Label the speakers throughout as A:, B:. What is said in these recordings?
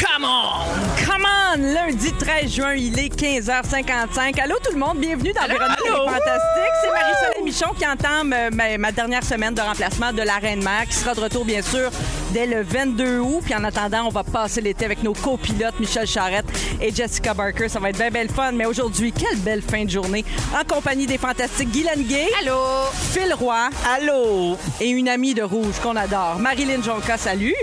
A: Come on! Come on! Lundi 13 juin, il est 15h55. Allô tout le monde, bienvenue dans Véronique et les Fantastiques. C'est Marie-Soleil Michon qui entame euh, ma, ma dernière semaine de remplacement de la Reine-Mère, qui sera de retour bien sûr dès le 22 août. Puis en attendant, on va passer l'été avec nos copilotes Michel Charette et Jessica Barker. Ça va être bien belle fun. Mais aujourd'hui, quelle belle fin de journée en compagnie des Fantastiques Guylaine Gay. Allô! Phil Roy. Allô! Et une amie de rouge qu'on adore, Marilyn Jonca. Salut!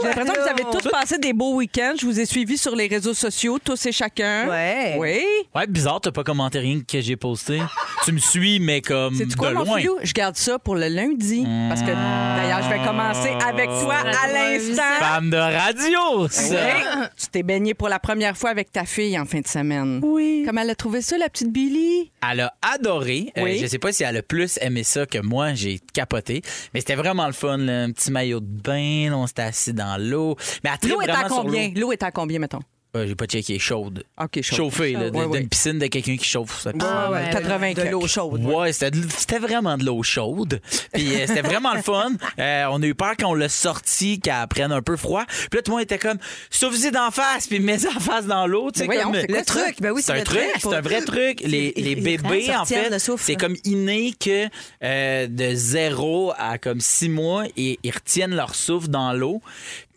A: J'ai l'impression que vous avez tous passé des beaux week-ends. Je vous ai suivis sur les réseaux sociaux, tous et chacun.
B: Ouais.
A: Oui.
C: Ouais, bizarre, t'as pas commenté rien que j'ai posté. tu me suis, mais comme
A: C'est quoi,
C: Mm, de
A: mon
C: loin.
A: filou? Je garde ça pour le lundi. Parce que, d'ailleurs, je vais commencer avec toi
B: Ah.
A: à l'instant.
C: Femme de radio, ça.
A: Hey, tu t'es baigné pour la première fois avec ta fille en fin de semaine. Oui. Comment elle a trouvé ça, la petite Billy?
C: Elle a adoré. Euh,
A: Oui.
C: je sais pas si elle a plus aimé ça que moi, j'ai capoté. Mais c'était vraiment le fun, là. un petit maillot de bain, là, on s'était assis dans l'eau. Mais elle tripe
A: L'eau est à
C: vraiment sur
A: combien? L'eau est à combien, mettons?
C: l'eau. Euh, j'ai pas checké, chaude.
A: OK, chaud.
C: Chauffée, là,
A: Ouais,
C: d'une
A: ouais.
C: piscine de quelqu'un qui chauffe. Ça.
A: Ah, ouais, 80
B: de l'eau
A: quelques.
B: chaude.
C: Ouais, c'était de- c'était vraiment de l'eau chaude. Puis euh, c'était vraiment le fun. Euh, on a eu peur qu'on l'a sorti, qu'elle prenne un peu froid. Puis là, tout le monde était comme, sauve-y d'en face, puis mets-en face dans l'eau. Tu sais,
A: Mais voyons,
C: comme,
A: c'est quoi Le ça? truc,
B: ben oui, c'est
C: un
B: le
C: truc.
B: truc pour-
C: C'est un vrai truc. Les, les
B: les
C: bébés,
B: grands
C: en
B: sortières de
C: fait,
B: souffle.
C: c'est comme inné que euh, de zéro à comme six mois, et ils retiennent leur souffle dans l'eau.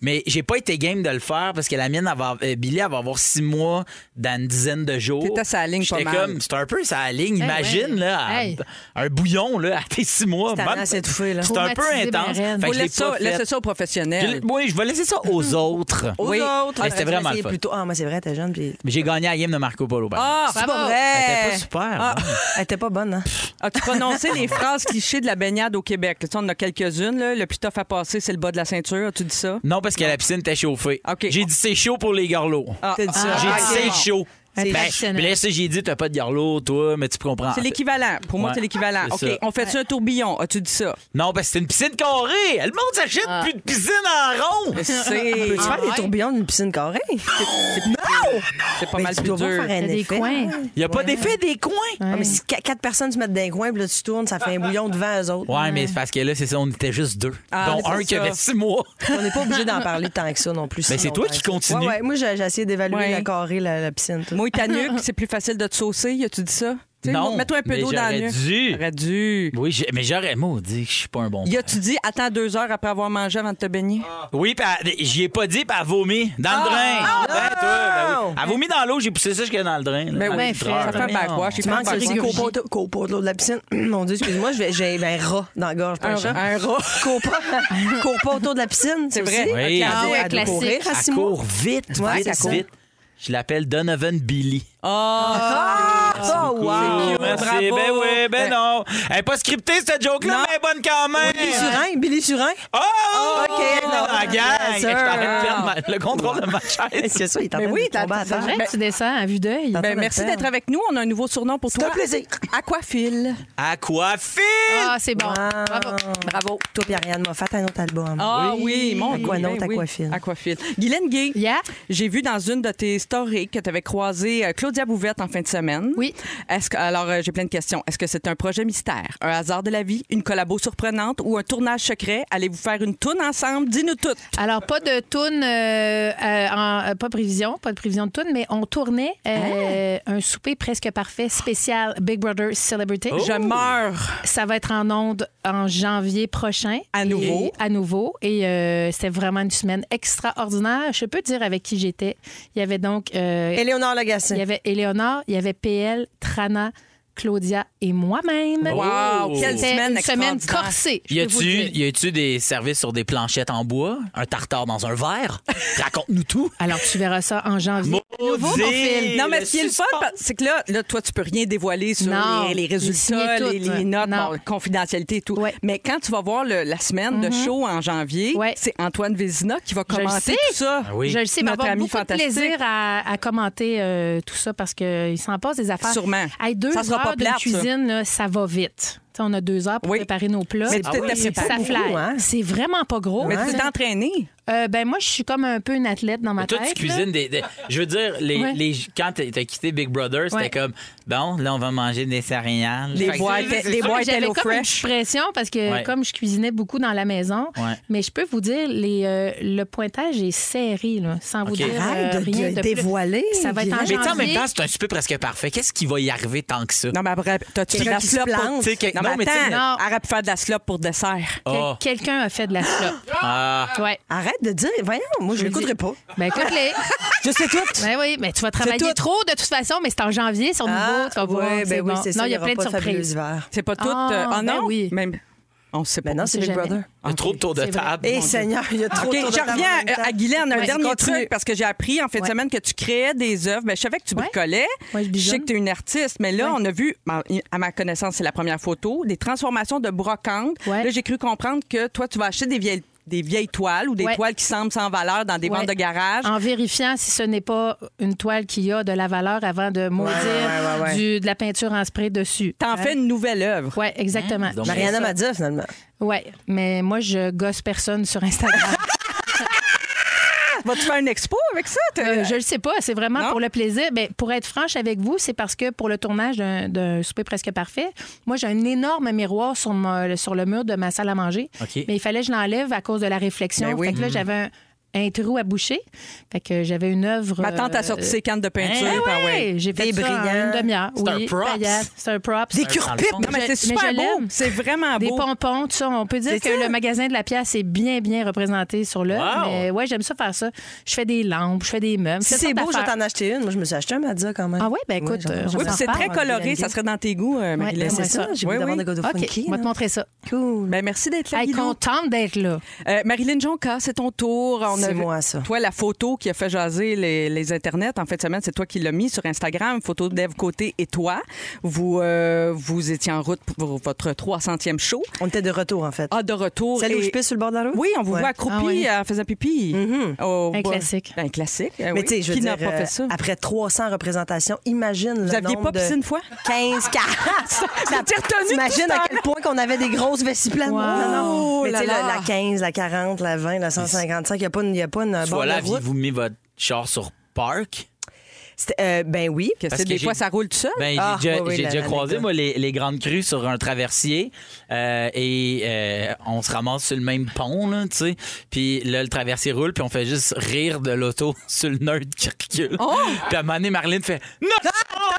C: Mais j'ai pas été game de le faire parce que la mienne, elle va- euh, Billy, elle va avoir six mois dans une dizaine de jours.
A: T'étais sur la ligne pas
C: J'étais
A: mal.
C: comme, c'est un peu sa ligne. Imagine,
D: Eh ouais.
C: là, à-
D: Hey.
C: un bouillon, là, à tes six mois.
B: C'est
C: Même-
B: assez étouffé, là.
C: C'est un peu
D: Traumatiser
C: intense.
D: mes reines.
C: Fait que
A: Faut
C: je l'ai
A: laisser ça,
C: pas fait.
A: laisse ça aux professionnels.
C: Je- Oui, je vais laisser ça aux autres.
B: Aux
A: Oui.
B: autres.
C: Hey, c'était
B: j'aurais
C: vraiment
B: essayé
C: le fun.
B: plus tôt. Ah, moi, c'est vrai, t'es jeune. Puis...
C: Mais j'ai gagné à la game de Marco Polo. par
A: Ah,
B: C'est pas
D: Bravo.
B: vrai.
C: Elle était pas super.
A: Ah.
C: hein.
B: Elle était pas bonne, hein?
A: As-tu prononcé Ah, les phrases clichés de la baignade au Québec? Tu sais, on en a quelques-unes. là. Le plus tough à passer, c'est le bas de la ceinture. As-tu dit ça?
C: Non, parce que la piscine était chauffée.
A: OK.
C: J'ai dit c'est chaud pour les garlots.
B: T'as dit ça.
C: J'ai
B: Ah,
C: dit
B: ok.
C: c'est chaud.
D: C'est
C: Ben,
D: traditionnel.
C: mais là, ça, j'ai dit, t'as pas de garlot, toi, mais tu comprends.
A: C'est l'équivalent. Pour moi,
C: Ouais,
A: c'est l'équivalent. OK,
C: c'est ça.
A: on fait-tu un tourbillon? As-tu dit ça?
C: Non, parce que c'est une piscine carrée. Le monde s'achète plus de piscine en rond.
A: Ah, C'est
B: Peux-tu faire des tourbillons d'une piscine carrée?
A: c'est pas
B: Mais
A: mal
B: tu
A: plus
B: dois pas
A: dur.
B: faire un
D: Il y a des
B: effet.
D: coins.
C: Il y a pas d'effet des coins.
B: Ah, mais si qu- quatre personnes se mettent dans les coins, puis là, tu tournes, ça fait un bouillon devant eux autres.
C: Ouais, mais c'est parce que là, c'est ça, on était juste deux.
A: Ah,
C: dont
A: c'est
C: un qui
A: ça.
C: avait six mois.
B: On n'est pas obligé d'en parler tant que ça non plus.
C: Mais
B: si
C: c'est toi
B: longtemps
C: qui
B: que ça.
C: continue.
B: Ouais, ouais. Moi, j'ai j'ai essayé d'évaluer
A: Ouais.
B: la carrée, la, la piscine. tout.
A: Mouille ta nuque, c'est plus facile de te saucer. As-tu dit ça? Tu sais,
C: Non,
A: Mets-toi un peu
C: mais
A: d'eau dans la
C: j'aurais
A: nuque.
C: dû.
A: J'aurais dû.
C: Oui, j'ai- mais j'aurais maudit que je suis pas un bon
A: Y a-tu dit attends deux heures après avoir mangé avant de te baigner?
C: Oui, pis elle- j'y ai pas dit, pis elle vomi dans le drain. Ben, toi, ben oui. Elle vomi dans l'eau, j'ai poussé ça jusque dans le drain. là,
A: Ben
C: dans
A: oui,
C: le
D: fait,
C: drap,
A: ça
C: là.
A: fait un backwash.
B: Tu
A: Il fait
B: manques
A: un
B: celui qui
A: backwash.
B: court pas- court pas de l'eau de la piscine. Mon Dieu, excuse-moi, je vais- j'ai un rat dans la gorge, pas un,
A: Un-
B: chat.
A: un rat.
B: Cours pas, cours pas autour de la piscine.
A: C'est vrai.
B: aussi.
C: Oui.
B: Elle
A: Ah
B: doit-
D: ouais,
B: elle doit
D: classique.
B: courir à six
C: Elle
B: mois.
C: court vite,
B: Ouais,
C: vite,
B: ça court.
C: vite. Je l'appelle Donovan Billy.
A: Ah!
B: Ah, wow!
A: cute.
C: Merci.
A: bravo.
C: Ben oui, ben
A: Ben-
C: non. Elle est pas scriptée, cette joke-là,
A: Non.
C: mais elle est bonne quand
B: Billy
C: même.
B: Surin, Billy Surin.
C: Oh!
B: OK, non.
C: La gang!
B: Yes,
C: Je
B: sir.
C: t'arrête de perdre ma- le contrôle de ma chaise.
B: C'est ça, il est en
A: Mais
B: train
A: oui,
B: de tomber
A: t'as-
B: à terre.
D: C'est vrai
A: Ben-
D: que tu descends à vue d'œil.
B: Ben-
A: Ben, merci d'être avec nous. On a un nouveau surnom pour
B: C'est
A: toi.
B: un plaisir.
A: Aquafil.
C: Aquafil!
D: Ah, c'est bon.
B: Ah.
D: Bravo.
A: Bravo.
B: Toi, puis Ariane m'a fait un autre album.
A: Ah oui, mon
B: Aqua
A: Dieu,
B: note,
A: ben oui.
B: Aquafil.
A: Aquafil. Guylaine Gay,
D: Yeah.
A: j'ai vu dans une de tes stories que tu avais croisé euh, Claudia Bouvette en fin de semaine.
D: Oui.
A: Est-ce que, alors, euh, j'ai plein de questions. Est-ce que c'est un projet mystère, un hasard de la vie, une collabo surprenante ou un tournage secret? Allez-vous faire une toune ensemble? Dis-nous tout.
D: Alors, pas de euh, tourne, pas prévision, pas de prévision de tourne, mais on tournait euh,
A: Hein?
D: un souper presque parfait spécial Big Brother Celebrity.
A: Je meurs.
D: Ça va être en onde en janvier prochain.
A: À
D: Et-
A: nouveau.
D: à nouveau. Et euh, c'était vraiment une semaine extraordinaire. Je peux dire avec qui j'étais. Il y avait donc. euh,
B: Éléonore
D: il y
B: Lagacé.
D: avait Éléonore, il y avait PL, Trana, Claudia et moi-même.
A: Wow,
C: Oh.
A: quelle
D: C'était
A: semaine
D: une semaine
A: extraordinaire.
D: corsée. je
C: Y
D: peux vous le
C: a-tu
D: dire.
C: y a-tu des services sur des planchettes en bois, un tartare dans un verre Raconte-nous tout.
D: Alors, tu verras ça en janvier.
C: Maudit!
D: Nouveau, mon fil.
A: Non, mais
C: le
A: ce qui est le fun,
C: suspense.
A: parce- c'est que là, là, toi, tu peux rien dévoiler sur
D: Non,
A: les, les
D: les
A: résultats,
D: signer
A: les,
D: toutes,
A: les notes,
D: non.
A: bon, la confidentialité et tout.
D: Ouais. Mhm.
A: Mais quand tu vas voir le- la semaine de show en janvier,
D: Ouais.
A: c'est Antoine Vézina qui va
D: Je le
A: commenter
D: sais.
A: tout ça.
C: Ah oui.
D: Je le sais, il va
A: Notre
D: avoir
A: ami
D: beaucoup de
A: fantastique.
D: plaisir à, à commenter euh, tout ça parce qu'il s'en passe des affaires.
A: Sûrement.
D: Hey, deux
A: Ça sera pas
D: heures de
A: plate, ça.
D: cuisine, là, ça va vite. Tu sais, on a deux heures pour
A: Oui.
D: préparer nos plats.
A: Mais tu
D: Ah
A: t'es-
D: oui,
A: c'est pas
D: ça
B: beaucoup,
D: flaire.
B: hein?
D: C'est vraiment pas gros.
A: Mais
D: hein.
A: tu t'es entraîné.
D: Euh, ben moi, je suis comme un peu une athlète dans ma
C: Mais Toi,
D: tête.
C: tu cuisines des, des- Je veux dire, les,
D: Ouais.
C: les- quand t'as t'as quitté Big Brother, c'était
D: Ouais.
C: comme bon, là, on va manger des céréales.
A: Les
C: Fait que-
A: boîtes, les
D: là.
A: boîtes
D: J'avais
A: Hello
D: comme
A: Fresh.
D: une pression parce que
C: Ouais.
D: comme je cuisinais beaucoup dans la maison,
C: Ouais.
D: mais je peux vous dire les, euh, le pointage est serré là, sans vous
C: Ok.
D: dire euh,
B: Arrête de-
D: rien
B: de
D: de plus.
B: dévoiler,
D: Ça va être
B: Guillaume.
D: en
C: Mais tu sais, en même
D: janvier.
C: temps, c'est un super presque parfait. Qu'est-ce qui va y arriver tant que ça?
A: Non, mais après, t'as-tu de
B: Quelqu'un
A: la
B: qui se
A: slop pour...
B: plante.
C: Tu sais, que-
A: Non,
C: non,
A: mais
C: mais tu sais-
A: attends,
D: Non.
A: arrête de faire de la slop pour dessert.
D: Quel-
C: Ah.
D: Quelqu'un a fait de la slop.
C: Ah,
D: Ouais.
B: Arrête de dire. Voyons, moi, je
D: le
B: l'écouterai
D: dis.
B: pas.
D: Ben écoute-les.
B: Je sais tout.
D: Ben oui, mais tu vas
B: tout.
D: travailler trop de toute façon, mais c'est en janvier, sur
A: Ah,
D: nouveau, Ah, tu vas voir,
B: ouais,
D: c'est
B: ben oui,
D: bon.
B: c'est ça.
D: Non, il y a plein de surprises.
A: C'est pas tout.
D: Ah,
A: euh, oh
D: ben
A: non?
D: oui. Ben
A: Même... On sait pas.
B: Maintenant, Ben c'est
D: sait
B: Big
D: jamais.
B: Brother.
C: il y a trop de tours de
D: C'est vrai.
C: table.
B: Eh, Seigneur, il y a trop
A: OK,
B: de tours de
A: je
B: table en
A: reviens
B: même
A: à, à
B: temps.
A: Guylaine, un
D: Ouais,
A: dernier
D: continue.
A: truc, parce que j'ai appris en fin de
D: Ouais.
A: semaine que tu créais des œuvres. Ben, je savais que tu
D: Ouais.
A: bricolais.
D: Ouais,
A: je
D: je
A: sais
D: bichonne.
A: que tu es une artiste, mais là,
D: Ouais.
A: on a vu, ben, à ma connaissance, c'est la première photo, des transformations de brocantes.
D: Ouais.
A: Là, j'ai cru comprendre que toi, tu vas acheter des vieilles des vieilles toiles ou des
D: Ouais.
A: toiles qui semblent sans valeur dans des
D: Ouais.
A: ventes de garage.
D: En vérifiant si ce n'est pas une toile qui a de la valeur avant de maudire
B: ouais, ouais, ouais.
D: du- de la peinture en spray dessus.
A: T'en
D: Hein?
A: fais une nouvelle œuvre.
D: Ouais, exactement.
C: donc-
B: Mariana m'a dit, finalement.
D: Ouais, mais moi je gosse personne sur Instagram.
A: Vas-tu faire une expo avec ça? T'as-
D: Euh, je le sais pas, c'est vraiment
A: Non?
D: pour le plaisir. Ben, pour être franche avec vous, c'est parce que pour le tournage d'un- d'un souper presque parfait, moi j'ai un énorme miroir sur, mon- sur le mur de ma salle à manger.
C: OK.
D: Mais il fallait que je l'enlève à cause de la réflexion.
A: Ben oui.
D: Fait que là, j'avais un, un trou à boucher. Fait que j'avais une œuvre. euh,
A: Ma tante a sorti ses cannes de peinture.
D: Eh Ouais,
A: Ah ouais.
D: J'ai fait
B: Des
D: ça en
B: brillants.
D: une demi-heure.
C: C'est un
D: Oui,
C: props.
D: paillasse. C'est un props.
B: Des
C: Dans le fond,
B: curpites.
A: Non, mais
D: Je-
A: c'est super
D: mais je
A: beau.
D: l'aime.
A: C'est vraiment
D: Des
A: beau.
D: pompons, tout ça. On peut dire
B: C'est
D: que
B: ça.
D: le magasin de la pièce est bien, bien représenté sur l'œuvre.
C: Wow.
D: Mais ouais, j'aime ça faire ça. Je fais des lampes, je fais des meubles.
B: Si
D: Cette
B: c'est
D: sorte
B: beau, je vais
D: d'affaires.
B: t'en acheter une. Moi, je me suis acheté un Madza quand même.
D: Ah ouais, ben écoute,
B: j'en-
D: euh,
B: j'en
D: on
A: oui, puis
B: parle.
A: c'est
D: part,
A: très
D: on
A: coloré.
D: vient
A: Ça
D: de-
A: serait dans tes goûts, euh,
D: Ouais, ben,
A: Marie-Hélène.
D: c'est
B: C'est
D: ça.
B: ça, j'ai
A: Oui,
B: voulu
A: oui.
B: demander à
D: OK,
B: Godofranchi.
D: on va te montrer ça.
B: Cool.
A: Ben, merci d'être là,
D: Hey,
A: Guido.
D: contente d'être là.
A: Euh, Marilyn Jonca, c'est ton tour. On a
B: C'est
A: vu-
B: moi, ça.
A: Toi, la photo qui a fait jaser les, les internets en fin de semaine, c'est toi qui l'as mis sur Instagram, photo d'Ève Côté et toi. Vous, euh, vous étiez en route pour votre 300e show.
B: On était de retour, en fait.
A: Ah, de retour.
B: Celle où
A: et-
B: je pisse sur le bord de la route?
A: Oui, on vous
B: Ouais. Mm-hmm.
A: voit accroupi
D: Ah oui.
A: en faisant pipi. Au-
D: Un
A: bah,
D: classique.
A: Un classique. euh,
B: Mais
A: oui.
B: tu sais, je veux
A: qui
B: dire,
A: n'a pas
B: euh,
A: fait ça?
B: après 300 représentations, imagine le
A: Vous aviez
B: nombre
A: pas pissé
B: de-
A: une fois?
B: 15 carats.
A: Ça t'est retenu
B: T'imagines
A: tout
B: à
A: ce
B: quel point qu'on avait des grosses vessies pleines.
D: Wow.
B: Non, non.
A: Oh
B: Mais tu sais,
A: là
B: la,
A: là.
B: la 15, la 40, la 20, la 155, il n'y a pas une, y a pas une barre
C: Voilà,
B: de route.
C: aviez-vous mis votre char sur Park?
B: C'était- euh, ben oui.
A: Que
C: Parce
A: c'est
C: que
A: des
C: j'ai-
A: fois, ça roule tout seul.
C: Ben, j'ai
B: Ah,
C: déjà,
B: oui, oui,
C: j'ai
B: la-
C: déjà croisé,
B: l'anecdote.
C: moi, les, les grandes crues sur un traversier. euh, et euh, on se ramasse sur le même pont, là, tu sais. Puis là, le traversier roule, puis on fait juste rire de l'auto sur le neutre qui recule.
B: Oh!
C: Puis à un moment donné, Marlene fait Non!
B: Ah,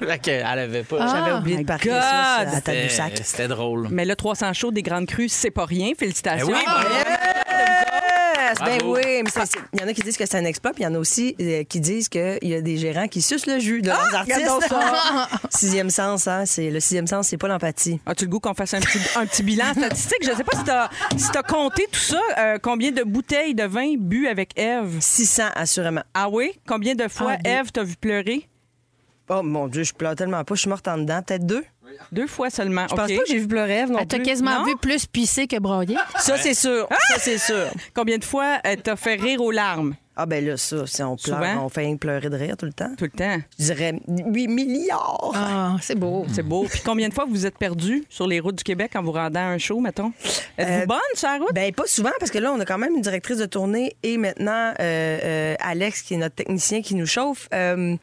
C: Fait que elle avait pas.
B: J'avais
D: Ah,
B: oublié de parler
A: God.
B: ça sur- à
C: C'était-
B: Tadoussac.
C: C'était drôle.
A: Mais le 300 show des Grandes Crues, c'est pas rien. Félicitations.
C: Ben oui,
A: Ah,
C: bravo.
B: Yes! Ben
C: Bravo.
B: oui, mais c'est- c'est- il y en a qui disent que c'est un exploit, puis il y en a aussi euh, qui disent qu'il y a des gérants qui sucent le jus de leurs
A: regarde
B: artistes. sixième sens, hein, c'est le sixième sens, c'est pas l'empathie.
A: As-tu le goût qu'on fasse un petit, un petit bilan statistique? Je ne sais pas si tu as, compté tout ça. euh, combien de bouteilles de vin bu avec Eve?
B: 600 assurément.
A: Ah oui? Combien de fois
D: Ah, deux.
A: Eve t'a vu pleurer?
B: Oh mon dieu, je pleure tellement pas, je suis morte en dedans, peut-être deux.
A: Deux fois seulement.
B: Je pense
A: OK.
B: pas que j'ai vu pleurer Ève non
D: Elle t'a
B: plus.
D: quasiment
A: Non?
D: vu plus pisser que broyer.
B: Ça c'est sûr, ça c'est sûr.
A: Combien de fois elle t'a fait rire aux larmes?
B: Ah ben là ça, si on pleure,
A: Souvent.
B: on fait rien que pleurer de rire tout le temps.
A: Tout le temps.
B: Je dirais 8 milliards.
D: Ah, c'est beau.
A: C'est beau. Puis combien de fois vous vous êtes perdu sur les routes du Québec en vous rendant à un show, mettons? Êtes-vous
B: Euh,
A: bonne sur la route?
B: Ben pas souvent parce que là on a quand même une directrice de tournée et maintenant euh, euh, Alex qui est notre technicien qui nous chauffe. Euh,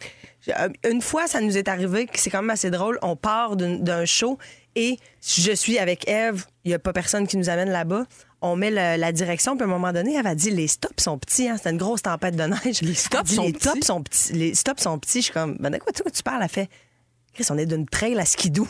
B: euh, une fois ça nous est arrivé que c'est quand même assez drôle. On part d'un- d'un show et je suis avec Eve. Il y a pas personne qui nous amène là-bas. On met le- la direction, puis à un moment donné, elle a dit les stops sont petits. Hein. C'était une grosse tempête de neige. Les
A: stops sont
B: les
A: petits?
B: Stops sont petits. Les stops sont petits. Je suis comme, ben de quoi tu, tu parles? Elle fait, Chris, on est d'une trail à skidoo.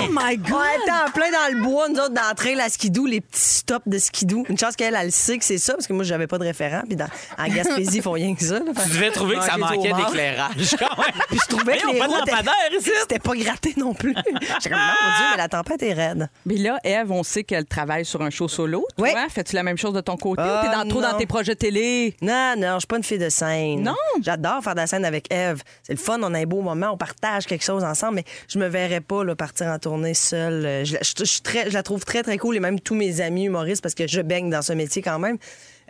B: Oh my God! On était en plein dans le bois, nous autres, dans le train, la skidou, les petits stops de skidou. Une chance qu'elle, elle sait que c'est ça, parce que moi, j'avais pas de référent. Puis dans, en Gaspésie, ils font rien que ça. là. Fait
C: Tu
B: que
C: devais trouver que ça
B: manquait
C: manquait
B: au bord.
C: d'éclairage. quand même.
B: Puis je trouvais que
C: Voyons,
B: les
C: pas de
B: roues étaient-
C: lampadaire ici.
B: C'était pas gratté non plus. J'étais comme, non, mon Dieu, mais la tempête est raide.
A: Mais là, Eve, on sait qu'elle travaille sur un show solo.
B: Oui.
A: Toi, fais-tu la même chose de ton côté ou t'es
B: Ah,
A: dans, trop dans
B: non.
A: tes projets télé?
B: Non, non, je suis pas une fille de scène.
A: Non?
B: J'adore faire de la scène avec Eve. C'est le fun, on a un beau moment, on partage quelque chose ensemble, mais je me verrais pas là, partir en tournée seule. Euh, Je, la- je- je suis très- je la trouve très, très cool et même tous mes amis humoristes, parce que je baigne dans ce métier quand même,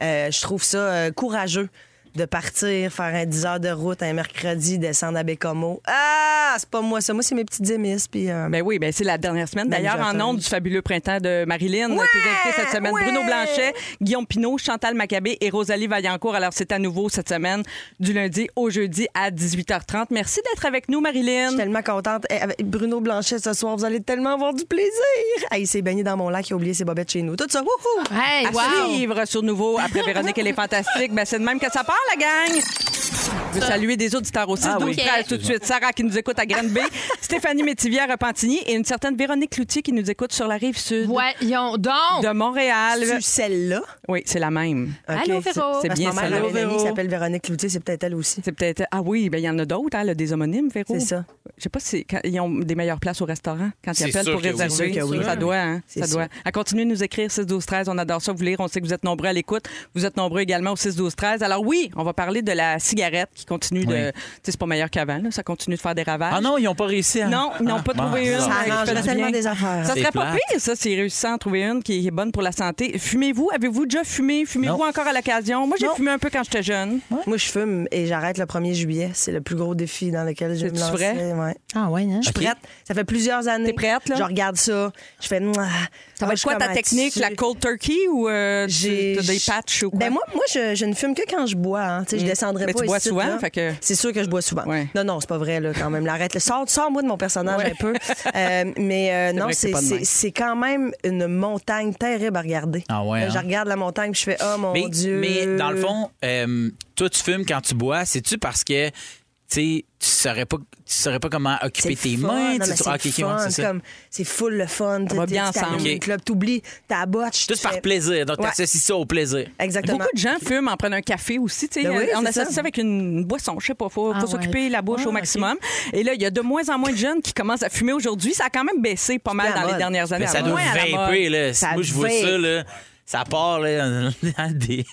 B: euh, je trouve ça euh, courageux de partir, faire un 10 heures de route un mercredi, descendre à Bécomo. Ah, c'est pas moi ça. Moi, c'est mes petites émisses. Puis, euh,
A: Ben oui, ben c'est la dernière semaine.
B: Ben,
A: D'ailleurs, en
B: j'attends.
A: ondes du fabuleux printemps de Marilyn,
B: Ouais!
A: tes invités cette semaine,
B: Ouais!
A: Bruno Blanchet, Guillaume Pinault, Chantal Maccabé et Rosalie Vaillancourt. Alors, c'est à nouveau cette semaine, du lundi au jeudi à 18h30. Merci d'être avec nous,
B: Je
A: Marilyn.
B: suis tellement contente. Eh, avec Bruno Blanchet, ce soir, vous allez tellement avoir du plaisir. Ah, il s'est baigné dans mon lac, il a oublié ses bobettes chez nous. Tout ça, wouhou!
D: Hey,
A: À
D: wow!
A: suivre sur Nouveau après Véronique, elle est fantastique. Ben, c'est de même que ça part, la gang! Je veux saluer des auditeurs aussi.
C: Ah
A: Donc,
C: oui.
A: tout de suite. Sarah qui nous écoute à Grande Bay, Stéphanie Métivier à Repentigny et une certaine Véronique Cloutier qui nous écoute sur la rive sud
D: Voyons donc!
A: de Montréal.
B: Tu celle-là?
A: Oui, c'est la même.
D: Allô,
B: c'est-
D: Véro?
B: C'est
A: C'est
B: bien
A: bien
B: ça.
A: celle-là.
B: Elle a une amie qui
C: Véro.
B: s'appelle Véronique Cloutier, c'est peut-être elle aussi.
A: C'est peut-être. Ah oui, ben il y en a d'autres, hein, le des homonymes, Véro.
B: C'est ça.
A: Je sais pas si quand- ils ont des meilleures places au restaurant quand ils
C: C'est
A: appellent
C: sûr
A: pour
C: que oui.
A: réserver.
B: C'est sûr que oui.
A: Ça doit, hein?
B: C'est
A: Ça
B: sûr.
A: doit. À continuer de nous écrire 6 12 13, on adore ça vous lire, on sait que vous êtes nombreux à l'écoute. Vous êtes nombreux également au 6 12 13. Alors oui, on va parler de la cigarette qui continue de
C: Oui.
A: tu sais c'est pas meilleur qu'avant, là, ça continue de faire des ravages.
C: Ah non, ils n'ont pas réussi à.
A: Non, ils n'ont pas
C: Ah,
A: trouvé
C: bon,
A: une.
B: Ça
C: bizarre.
A: Ouais,
B: arrange
A: ça fait du
B: tellement
A: bien.
B: des affaires.
A: Ça
C: C'est
A: serait pas
C: plate.
A: pire, ça, s'ils réussissent à en trouver une qui est bonne pour la santé. Fumez-vous? Avez-vous déjà fumé? Fumez-vous
C: Non.
A: encore à l'occasion? Moi, j'ai
B: Non.
A: fumé un peu quand j'étais jeune.
B: Moi, je fume et j'arrête le 1er juillet. C'est le plus gros défi dans lequel je vais me
A: C'est-tu
B: lancer.
A: vrai?
B: Ouais.
D: Ah ouais, hein?
B: Je suis
C: Ok.
B: prête. Ça fait plusieurs années.
A: T'es prête, là?
B: Je regarde ça. Je fais. Mouah.
A: Ça
B: Ah,
A: va
B: je
A: être quoi ta
B: commence
A: technique,
B: dessus.
A: la cold turkey ou euh, tu-
B: J'ai-
A: t'as des patchs ou quoi? Mm.
B: Ben moi, moi je, je ne fume que quand je bois. Hein. Tu sais, Je descendrai
A: Mais
B: pas
A: tu bois
B: ici,
A: souvent,
B: là.
A: fait que-
B: C'est sûr que je bois souvent.
A: Ouais.
B: Non, non, c'est pas vrai, là, quand même. L'arrête. là. Sors, sors-moi de mon personnage un peu. Euh, mais euh, non,
A: vrai que c'est
B: c'est-
A: pas de
B: c'est
A: même.
B: c'est quand même une montagne terrible à regarder.
C: Ah ouais,
B: Là, Je
C: hein?
B: regarde la montagne puis je fais, oh mon
C: mais,
B: Dieu.
C: mais dans le fond, euh, toi, tu fumes quand tu bois. C'est-tu parce que tu sais, tu saurais pas, tu saurais pas comment
B: C'est
C: occuper
B: le
C: tes
B: fun.
C: mains?
B: Non,
C: tu-
B: mais
C: tu-
B: c'est
C: ah,
B: le
C: ok, ok,
B: fun.
C: ouais,
B: C'est
C: c'est ça.
B: comme, c'est full le fun.
A: va bien ensemble.
B: Tu
C: Ok.
B: club, t'oublies ta botte. tu
C: Juste
B: te fais-
C: par plaisir. Donc,
B: Ouais.
C: t'associes ça au plaisir.
B: Exactement.
A: Beaucoup de gens fument en prenant un café aussi. tu sais.
B: Ben oui,
A: on
B: c'est
A: associe
B: ça.
A: ça avec une boisson. Je sais pas, faut,
D: Ah
A: faut s'occuper
D: ouais.
A: la bouche au maximum. Et là, il y a de moins en moins de jeunes qui commencent à fumer aujourd'hui. Ça a quand même baissé pas mal
B: plus à
A: dans les
B: mode.
A: dernières années.
C: Mais ça
A: Alors,
C: doit
A: moins à la
C: vaper,
A: mode.
C: là.
B: Ça
C: Moi, je vois
B: vape.
C: ça, là. Ça part, là, dans des,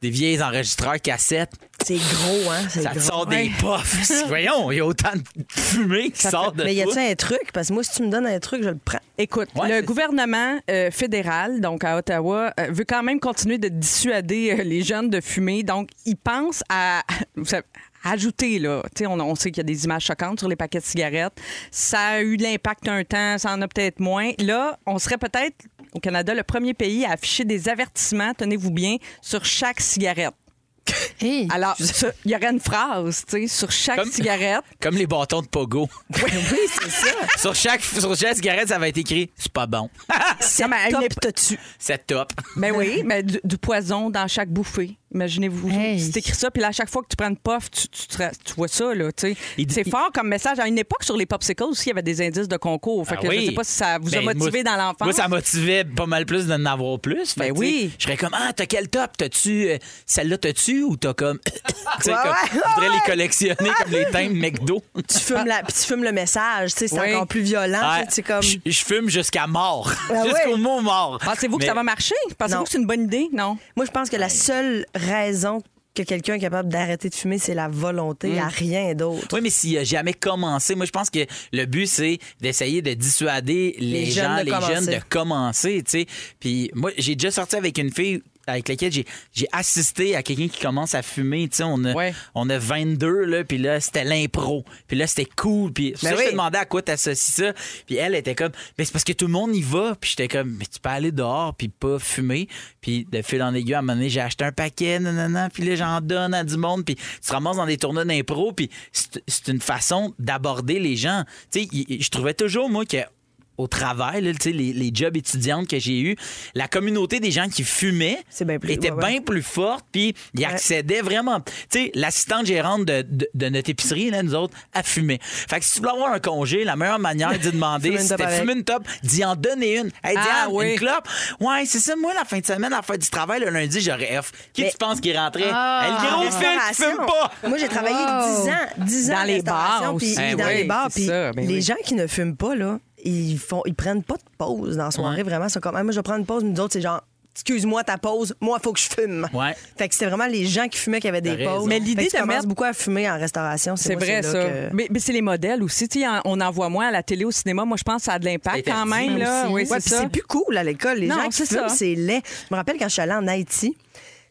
C: des vieilles enregistreurs cassettes.
B: C'est gros, hein? c'est
C: Ça te
B: gros.
C: sort des puffs. Voyons, il y a autant de fumée qui sort de
B: Mais y a-tu
C: toi.
B: un truc? Parce que moi, si tu me donnes un truc, je le prends.
A: Écoute,
C: Ouais,
A: le
C: c'est-
A: gouvernement euh, fédéral, donc à Ottawa, euh, veut quand même continuer de dissuader euh, les jeunes de fumer. Donc, ils pensent à vous savez, ajouter, là. Tu sais, on, on sait qu'il y a des images choquantes sur les paquets de cigarettes. Ça a eu de l'impact un temps, ça en a peut-être moins. Là, on serait peut-être au Canada le premier pays à afficher des avertissements, tenez-vous bien, sur chaque cigarette.
D: Hey.
A: Alors, ça, il y aurait une phrase, tu sais, sur chaque
C: Comme-
A: cigarette.
C: Comme les bâtons de pogo.
A: Oui, c'est ça.
C: sur, chaque, sur chaque cigarette, ça va être écrit « C'est pas bon.
B: C'est
A: mais à une
B: top,
A: épo-
B: t'as-tu?
C: C'est top.
A: Ben oui, mais du, du poison dans chaque bouffée. Imaginez-vous,
D: Hey.
A: c'est écrit ça, puis là, à chaque fois que tu prends une puff, tu, tu, te ra- tu vois ça, là, tu sais.
C: Il-
A: C'est
C: il-
A: fort comme message. À une époque, sur les popsicles aussi, il y avait des indices de concours. Fait
C: Ah
A: que
C: oui.
A: je sais pas si ça vous a
C: Ben,
A: motivé
C: moi,
A: dans l'enfance.
C: Moi, ça motivait pas mal plus d'en avoir plus. Fait
A: Ben
C: que, tu
A: oui.
C: sais, Je serais comme, ah, t'as quel top? T'as-tu euh, celle-là, t'as-tu ou t'as comme. tu sais,
B: Ouais,
C: comme,
B: ouais,
C: je voudrais les collectionner comme les teintes McDo.
B: Tu fumes, la, puis tu fumes le message, tu sais, c'est
A: Oui.
B: encore plus violent.
C: Ah,
B: tu sais, C'est comme.
C: je, je fume jusqu'à mort.
B: Ah
C: Jusqu'au
B: oui.
C: mot mort.
A: Pensez-vous
C: Mais-
A: que ça va marcher? Pensez-vous
B: Non.
A: que c'est une bonne idée? Non.
B: Moi, je pense que la seule raison que quelqu'un est capable d'arrêter de fumer, c'est la volonté, il y a rien d'autre.
C: Oui, mais s'il n'a jamais commencé, moi, je pense que le but, c'est d'essayer de dissuader les,
B: Les jeunes
C: gens,
B: de
C: les
B: commencer.
C: jeunes de commencer, tu sais. Puis moi, j'ai déjà sorti avec une fille avec laquelle j'ai j'ai assisté à quelqu'un qui commence à fumer, tu sais. On, a-
A: Ouais.
C: on a 22, là, puis là, c'était l'impro. Puis là, c'était cool. Puis ça,
B: Ben
C: je
B: oui.
C: te demandais à quoi t'associes ça. Puis elle était comme, mais c'est parce que tout le monde y va. Puis j'étais comme, mais tu peux aller dehors, puis pas fumer. Puis de fil en aiguille, à un moment donné, j'ai acheté un paquet, nanana, puis là, j'en donne à du monde. Puis tu te ramasses dans des tournois d'impro, puis c'est c'est une façon d'aborder les gens. Tu sais, y- y- je trouvais toujours, moi, que au travail, là, tu sais, les, les jobs étudiantes que j'ai eus, la communauté des gens qui fumaient
B: C'est bien plus-
C: était
B: ouais, ouais.
C: bien plus forte, puis ils accédaient vraiment. Tu sais, l'assistante gérante de, de- de notre épicerie, là, nous autres, a fumé. Fait que si tu voulais avoir un congé, la meilleure manière d'y demander,
B: Fumer une
C: c'était
B: top avec.
C: fumer une top, d'y en donner une. Hey, Diane,
A: Ah, oui.
C: une clope. Ouais, c'est ça, moi, la fin de semaine, la fin du travail, le lundi, j'aurais F. Qui
B: Mais-
C: tu penses qui rentrait?
D: Ah.
C: Elle gros fille qui
B: Restauration.
C: fume pas!
B: Moi, j'ai travaillé
D: Wow.
B: 10 ans, 10 ans
A: Dans
B: en
A: les bars
B: restauration, puis-
A: aussi.
B: puis
C: Eh
B: dans
C: oui,
B: les bars,
A: c'est
B: puis
A: ça, ben
B: les
A: oui.
B: gens qui ne fument pas là, ils font ils prennent pas de pause dans la soirée vraiment, ils sont comme Ah, moi je vais prendre une pause, mais nous autres c'est genre excuse-moi ta pause, moi faut que je fume.
C: Ouais.
B: Fait que c'était vraiment les gens qui fumaient qui avaient des
C: T'as raison.
B: pauses.
A: Mais l'idée
B: Fait que tu
A: de
B: commences
A: mettre-
B: beaucoup à fumer en restauration, c'est
A: C'est
B: moi,
A: vrai,
B: là
A: ça.
B: que-
A: Mais, mais c'est les modèles aussi. Tu sais, en- on en voit moins à la télé, au cinéma. Moi, je pense que ça a de l'impact
C: C'est
A: quand
C: interdit
A: même. Là. Oui,
D: aussi.
B: Ouais,
A: c'est
B: puis
A: ça.
B: c'est plus cool à l'école. Les
A: Non,
B: gens qui
A: c'est
B: fument,
A: ça.
B: c'est laid. Je me rappelle quand je suis allée en Haïti,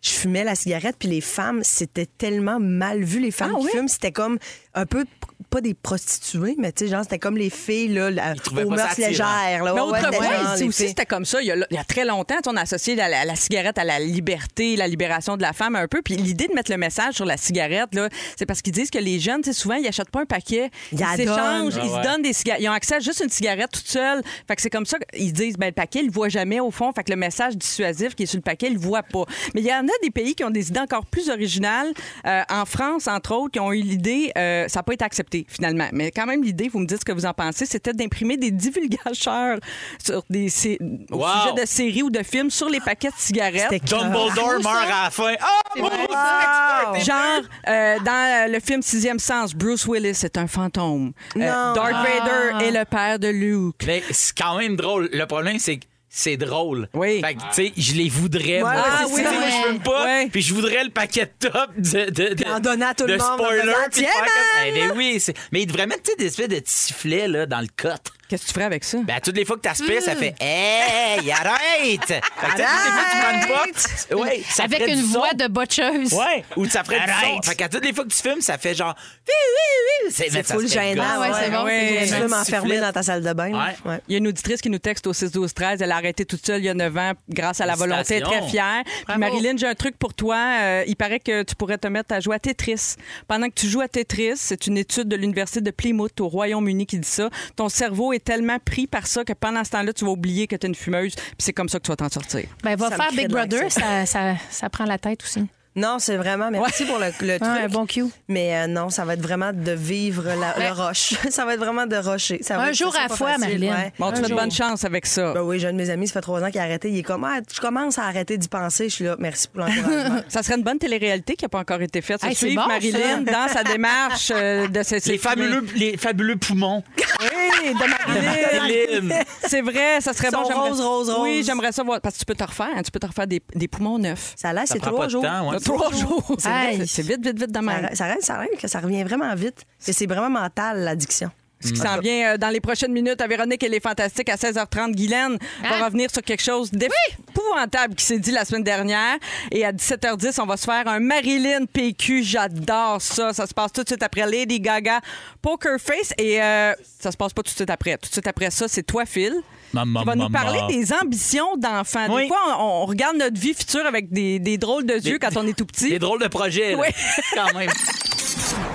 B: je fumais la cigarette, puis les femmes, c'était tellement mal vu, les femmes
A: Ah
B: qui
A: oui?
B: fument. C'était comme un peu, p- pas des prostituées, mais tu sais, genre, c'était comme les filles, là, la-
C: trouvaient
B: aux
C: pas ça
B: mœurs
C: attirant.
B: légères. Là,
A: Mais
B: Ouais, ouais,
A: autrefois,
B: c'était genre
A: ici
B: les
A: aussi,
B: filles.
A: c'était comme ça. Il y a, il y a très longtemps, tu sais, on associait la, la- la cigarette à la liberté, la libération de la femme un peu. Puis l'idée de mettre le message sur la cigarette, là, c'est parce qu'ils disent que les jeunes, tu sais, souvent, ils n'achètent pas un paquet.
B: Ils
A: Ils
B: la
A: s'échangent,
B: donnent.
A: ils
C: Ah ouais.
A: se donnent des cigarettes. Ils ont accès à juste une cigarette toute seule. Fait que c'est comme ça qu'ils disent, ben, le paquet, ils ne le voient jamais au fond. Fait que le message dissuasif qui est sur le paquet, ils ne le voient pas. Mais il y en a des pays qui ont des idées encore plus originales. Euh, en France, entre autres, qui ont eu l'idée, euh, ça n'a pas été accepté finalement. Mais quand même, l'idée, vous me dites ce que vous en pensez, c'était d'imprimer des divulgateurs sur des, sé- au
C: Wow.
A: sujet de séries ou de films sur les paquets de cigarettes.
B: C'était
C: Dumbledore meurt à la fin. Ah, moi aussi,
A: Ah,
C: expert.
A: Genre, euh, dans euh, le film Sixième Sens, Bruce Willis est un fantôme. Euh,
B: Non.
A: Darth
C: Ah.
A: Vader est le père de Luke.
C: Mais c'est quand même drôle. Le problème, c'est que c'est drôle.
A: Oui.
C: Fait que, tu sais, je les voudrais. moi.
B: ouais,
C: Ah,
B: c'est
C: oui,
B: ça.
C: moi, je fume pas.
A: Ouais.
C: Puis je voudrais le paquet de top de, de, de,
B: en donnant à tout
C: de
B: le monde, en
C: spoiler.
B: faisant,
C: puis de
B: Tiens,
C: faire comme, Eh ben oui, c'est- mais il devrait mettre tu sais, des espèces de petits filets là, dans le cote.
A: Qu'est-ce que tu ferais avec ça?
C: Ben, à toutes les fois que t'aspires,
B: Mm.
C: ça fait Hey, arrête! Fait que, tu sais, toutes les fois que tu prends une pop, ouais, ça
D: Avec
C: ferait
D: une
C: du
D: voix
C: son.
D: de botcheuse.
C: Ouais, ou ça ferait du son.
D: Arrête.
C: Fait qu'à toutes les fois que tu fumes, ça fait genre Oui, oui, oui.
B: C'est
C: mais ça
B: full
C: se fait
B: gênant,
C: gosse.
D: Ah ouais, c'est bon.
A: Ouais.
B: Tu
D: c'est
B: veux
D: gênant.
C: Ouais.
B: m'enfermer dans ta salle de bain. là.
C: Ouais.
B: Ouais.
A: Il y a une auditrice qui nous texte au 6-12-13. Elle a arrêté toute seule il y a 9 ans grâce à la volonté. Elle est très fière. Puis
D: Bravo.
A: Marilyn, j'ai un truc pour toi. Euh, il paraît que tu pourrais te mettre à jouer à Tetris. Pendant que tu joues à Tetris, c'est une étude de l'Université de Plymouth au Royaume-Uni qui dit ça. Ton cerveau est tellement pris par ça que pendant ce temps-là, tu vas oublier que tu es une fumeuse. Puis c'est comme ça que tu vas t'en sortir.
D: Ben, va
B: Ça me
D: faire
B: crée
D: Big
B: de
D: Brother,
B: l'anxiété.
D: ça, ça, ça prend la tête aussi.
B: Non, c'est vraiment, Ben, merci pour le, le
D: Ah, un
B: truc.
D: bon cue.
B: Mais euh, non, ça va être vraiment de vivre la,
D: Ben-
B: le roche. ça va être vraiment de rocher. Ça va
D: Un
B: être-
D: jour
B: ça sera
D: à la
B: pas
D: fois,
B: facile,
D: Marilyn.
B: ouais.
A: Bon, tu
D: Un
A: fais de
D: jour.
A: bonne chance avec ça.
B: Ben
C: Ah.
B: oui, j'ai un de mes amis, ça fait trois ans qu'il a arrêté. Il est comme, ah, je commence à arrêter d'y penser. Je suis là, merci pour l'encouragement.
A: Ça serait une bonne télé-réalité qui n'a pas encore été faite. C'est
D: Hey, c'est
A: suivre
D: bon, ça.
A: Marilyn dans sa démarche euh, de ses
C: Les fabuleux, les fabuleux poumons.
A: Oui, de Marilyn.
C: Lynn.
A: C'est vrai, ça serait
B: Ils
A: bon.
B: sont
A: j'aimerais-
B: roses, roses, roses.
A: Oui, j'aimerais ça voir. Parce que tu peux te refaire, hein, tu peux te refaire des, des poumons neufs.
B: Ça là,
C: Ça
B: c'est
C: prend
B: trois
C: pas de
B: jours.
C: temps, ouais.
A: Trois jours. C'est vrai,
D: Aïe.
A: c'est- C'est vite, vite, vite de
B: Ça,
A: même.
B: arrête- ça arrête, ça arrête, que ça revient vraiment vite. Et c'est vraiment mental, l'addiction.
A: Ce qui s'en vient euh, dans les prochaines minutes à Véronique, elle est fantastique. À 16h30, Guylaine va
B: Hein?
D: Ah.
A: revenir sur quelque chose d'épouvantable qui s'est dit la semaine dernière. Et à 17h10, on va se faire un Marilyn PQ. J'adore ça. Ça se passe tout de suite après Lady Gaga, Poker Face. Et euh, ça se passe pas tout de suite après. Tout de suite après ça, c'est toi, Phil.
C: Maman,
A: qui va nous
C: maman.
A: parler des ambitions d'enfants.
C: Oui.
A: Des fois, on, on regarde notre vie future avec des, des drôles de yeux quand on est tout petit.
C: Des drôles de projets, là.
A: Oui.
C: quand même.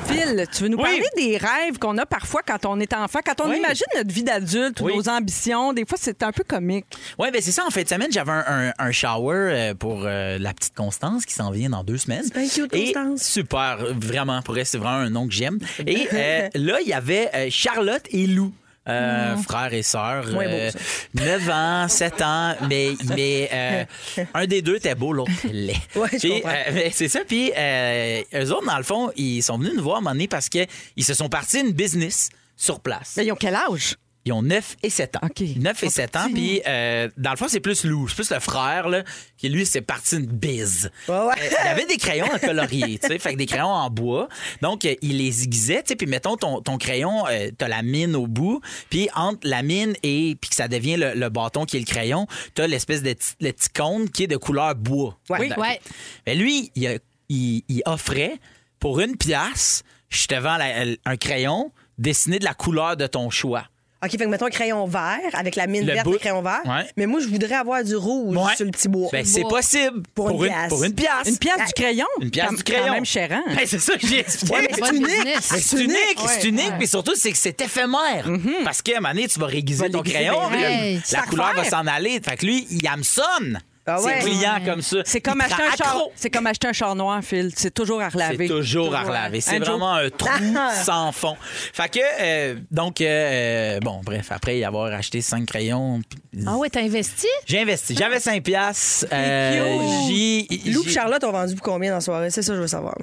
A: Phil, tu veux nous
C: Oui.
A: parler des rêves qu'on a parfois quand on est enfant, quand on
C: Oui.
A: imagine notre vie d'adulte ou
C: Oui.
A: nos ambitions. Des fois, c'est un peu comique.
C: Oui, ben c'est ça. En fin de semaine, j'avais un, un- un shower euh, pour euh, la petite Constance qui s'en vient dans deux semaines.
B: C'est bien cute,
C: Et
B: Constance.
C: Super, vraiment. Pour elle, c'est vraiment un nom que j'aime. Et euh, là, il y avait euh, Charlotte et Lou. euh, frères et sœurs,
B: Mm. Moins beau,
C: euh, 9 ans, 7 ans, mais, mais euh, un des deux était beau, l'autre était laid.
B: Ouais, je
C: Puis,
B: comprends.
C: euh, mais c'est ça. Puis euh, eux autres, dans le fond, ils sont venus nous voir à un moment donné parce qu'ils se sont partis une business sur place.
A: Mais ils ont quel âge?
C: Ils ont 9 et 7 ans.
A: OK.
C: 9 et 7 ans. Puis,
B: hein.
C: euh, dans le fond, c'est plus Lou. C'est plus le frère, là, qui, lui, c'est parti une bise.
B: ouais.
C: Euh, il avait des crayons à colorier, tu sais. Fait que des crayons en bois. Donc, euh, il les aiguisait, tu sais. Puis, mettons, ton, ton crayon, euh, t'as la mine au bout. Puis, entre la mine et puis que ça devient le, le bâton qui est le crayon, t'as l'espèce de petit- le petit cône qui est de couleur bois.
D: Oui. Ouais.
C: Mais lui, il, a- il- il offrait pour une pièce, je te vends la- un crayon dessiné de la couleur de ton choix.
B: OK, fait que mettons un crayon vert avec la mine
C: Le
B: verte
C: bout.
B: et crayon vert.
C: Ouais.
B: Mais moi, je voudrais avoir du rouge
C: Ouais.
B: sur le petit bois.
C: Ben, c'est
D: Bois.
C: possible.
B: Pour une pièce.
C: Pour une pièce.
A: Une pièce du crayon.
C: Une pièce
A: Quand-
C: du crayon.
A: Quand même cher, hein?
C: Ben, c'est ça que j'ai expliqué.
B: Ouais, mais c'est
D: Bonne
B: unique.
D: business.
C: Mais c'est unique,
B: Ouais. Mm-hmm.
C: c'est unique, mais surtout c'est que c'est éphémère. Parce qu'à un moment donné, tu vas réguiser ton crayon,
D: ben,
C: puis
D: hey,
C: la-
D: ça
C: la couleur va s'en aller. Fait que lui, il hameçonne
B: Ah ouais.
C: ses clients comme ça.
A: C'est comme,
C: Il
A: acheter
C: prend
A: un char,
C: accro.
A: c'est comme acheter un char noir, Phil. C'est toujours à
C: C'est
A: relaver.
C: toujours à relaver. C'est
A: Un jour.
C: vraiment un trou
B: Ah.
C: sans fond. Fait que, euh, donc, euh, bon, bref, après y avoir acheté cinq crayons, puis-
D: Ah ouais, t'as investi?
C: j'ai investi. J'avais 5 piastres.
B: C'est
C: Euh,
B: cute.
C: j'y- j'y-
B: Lou et Charlotte ont vendu pour combien dans la soirée? C'est ça, je veux savoir.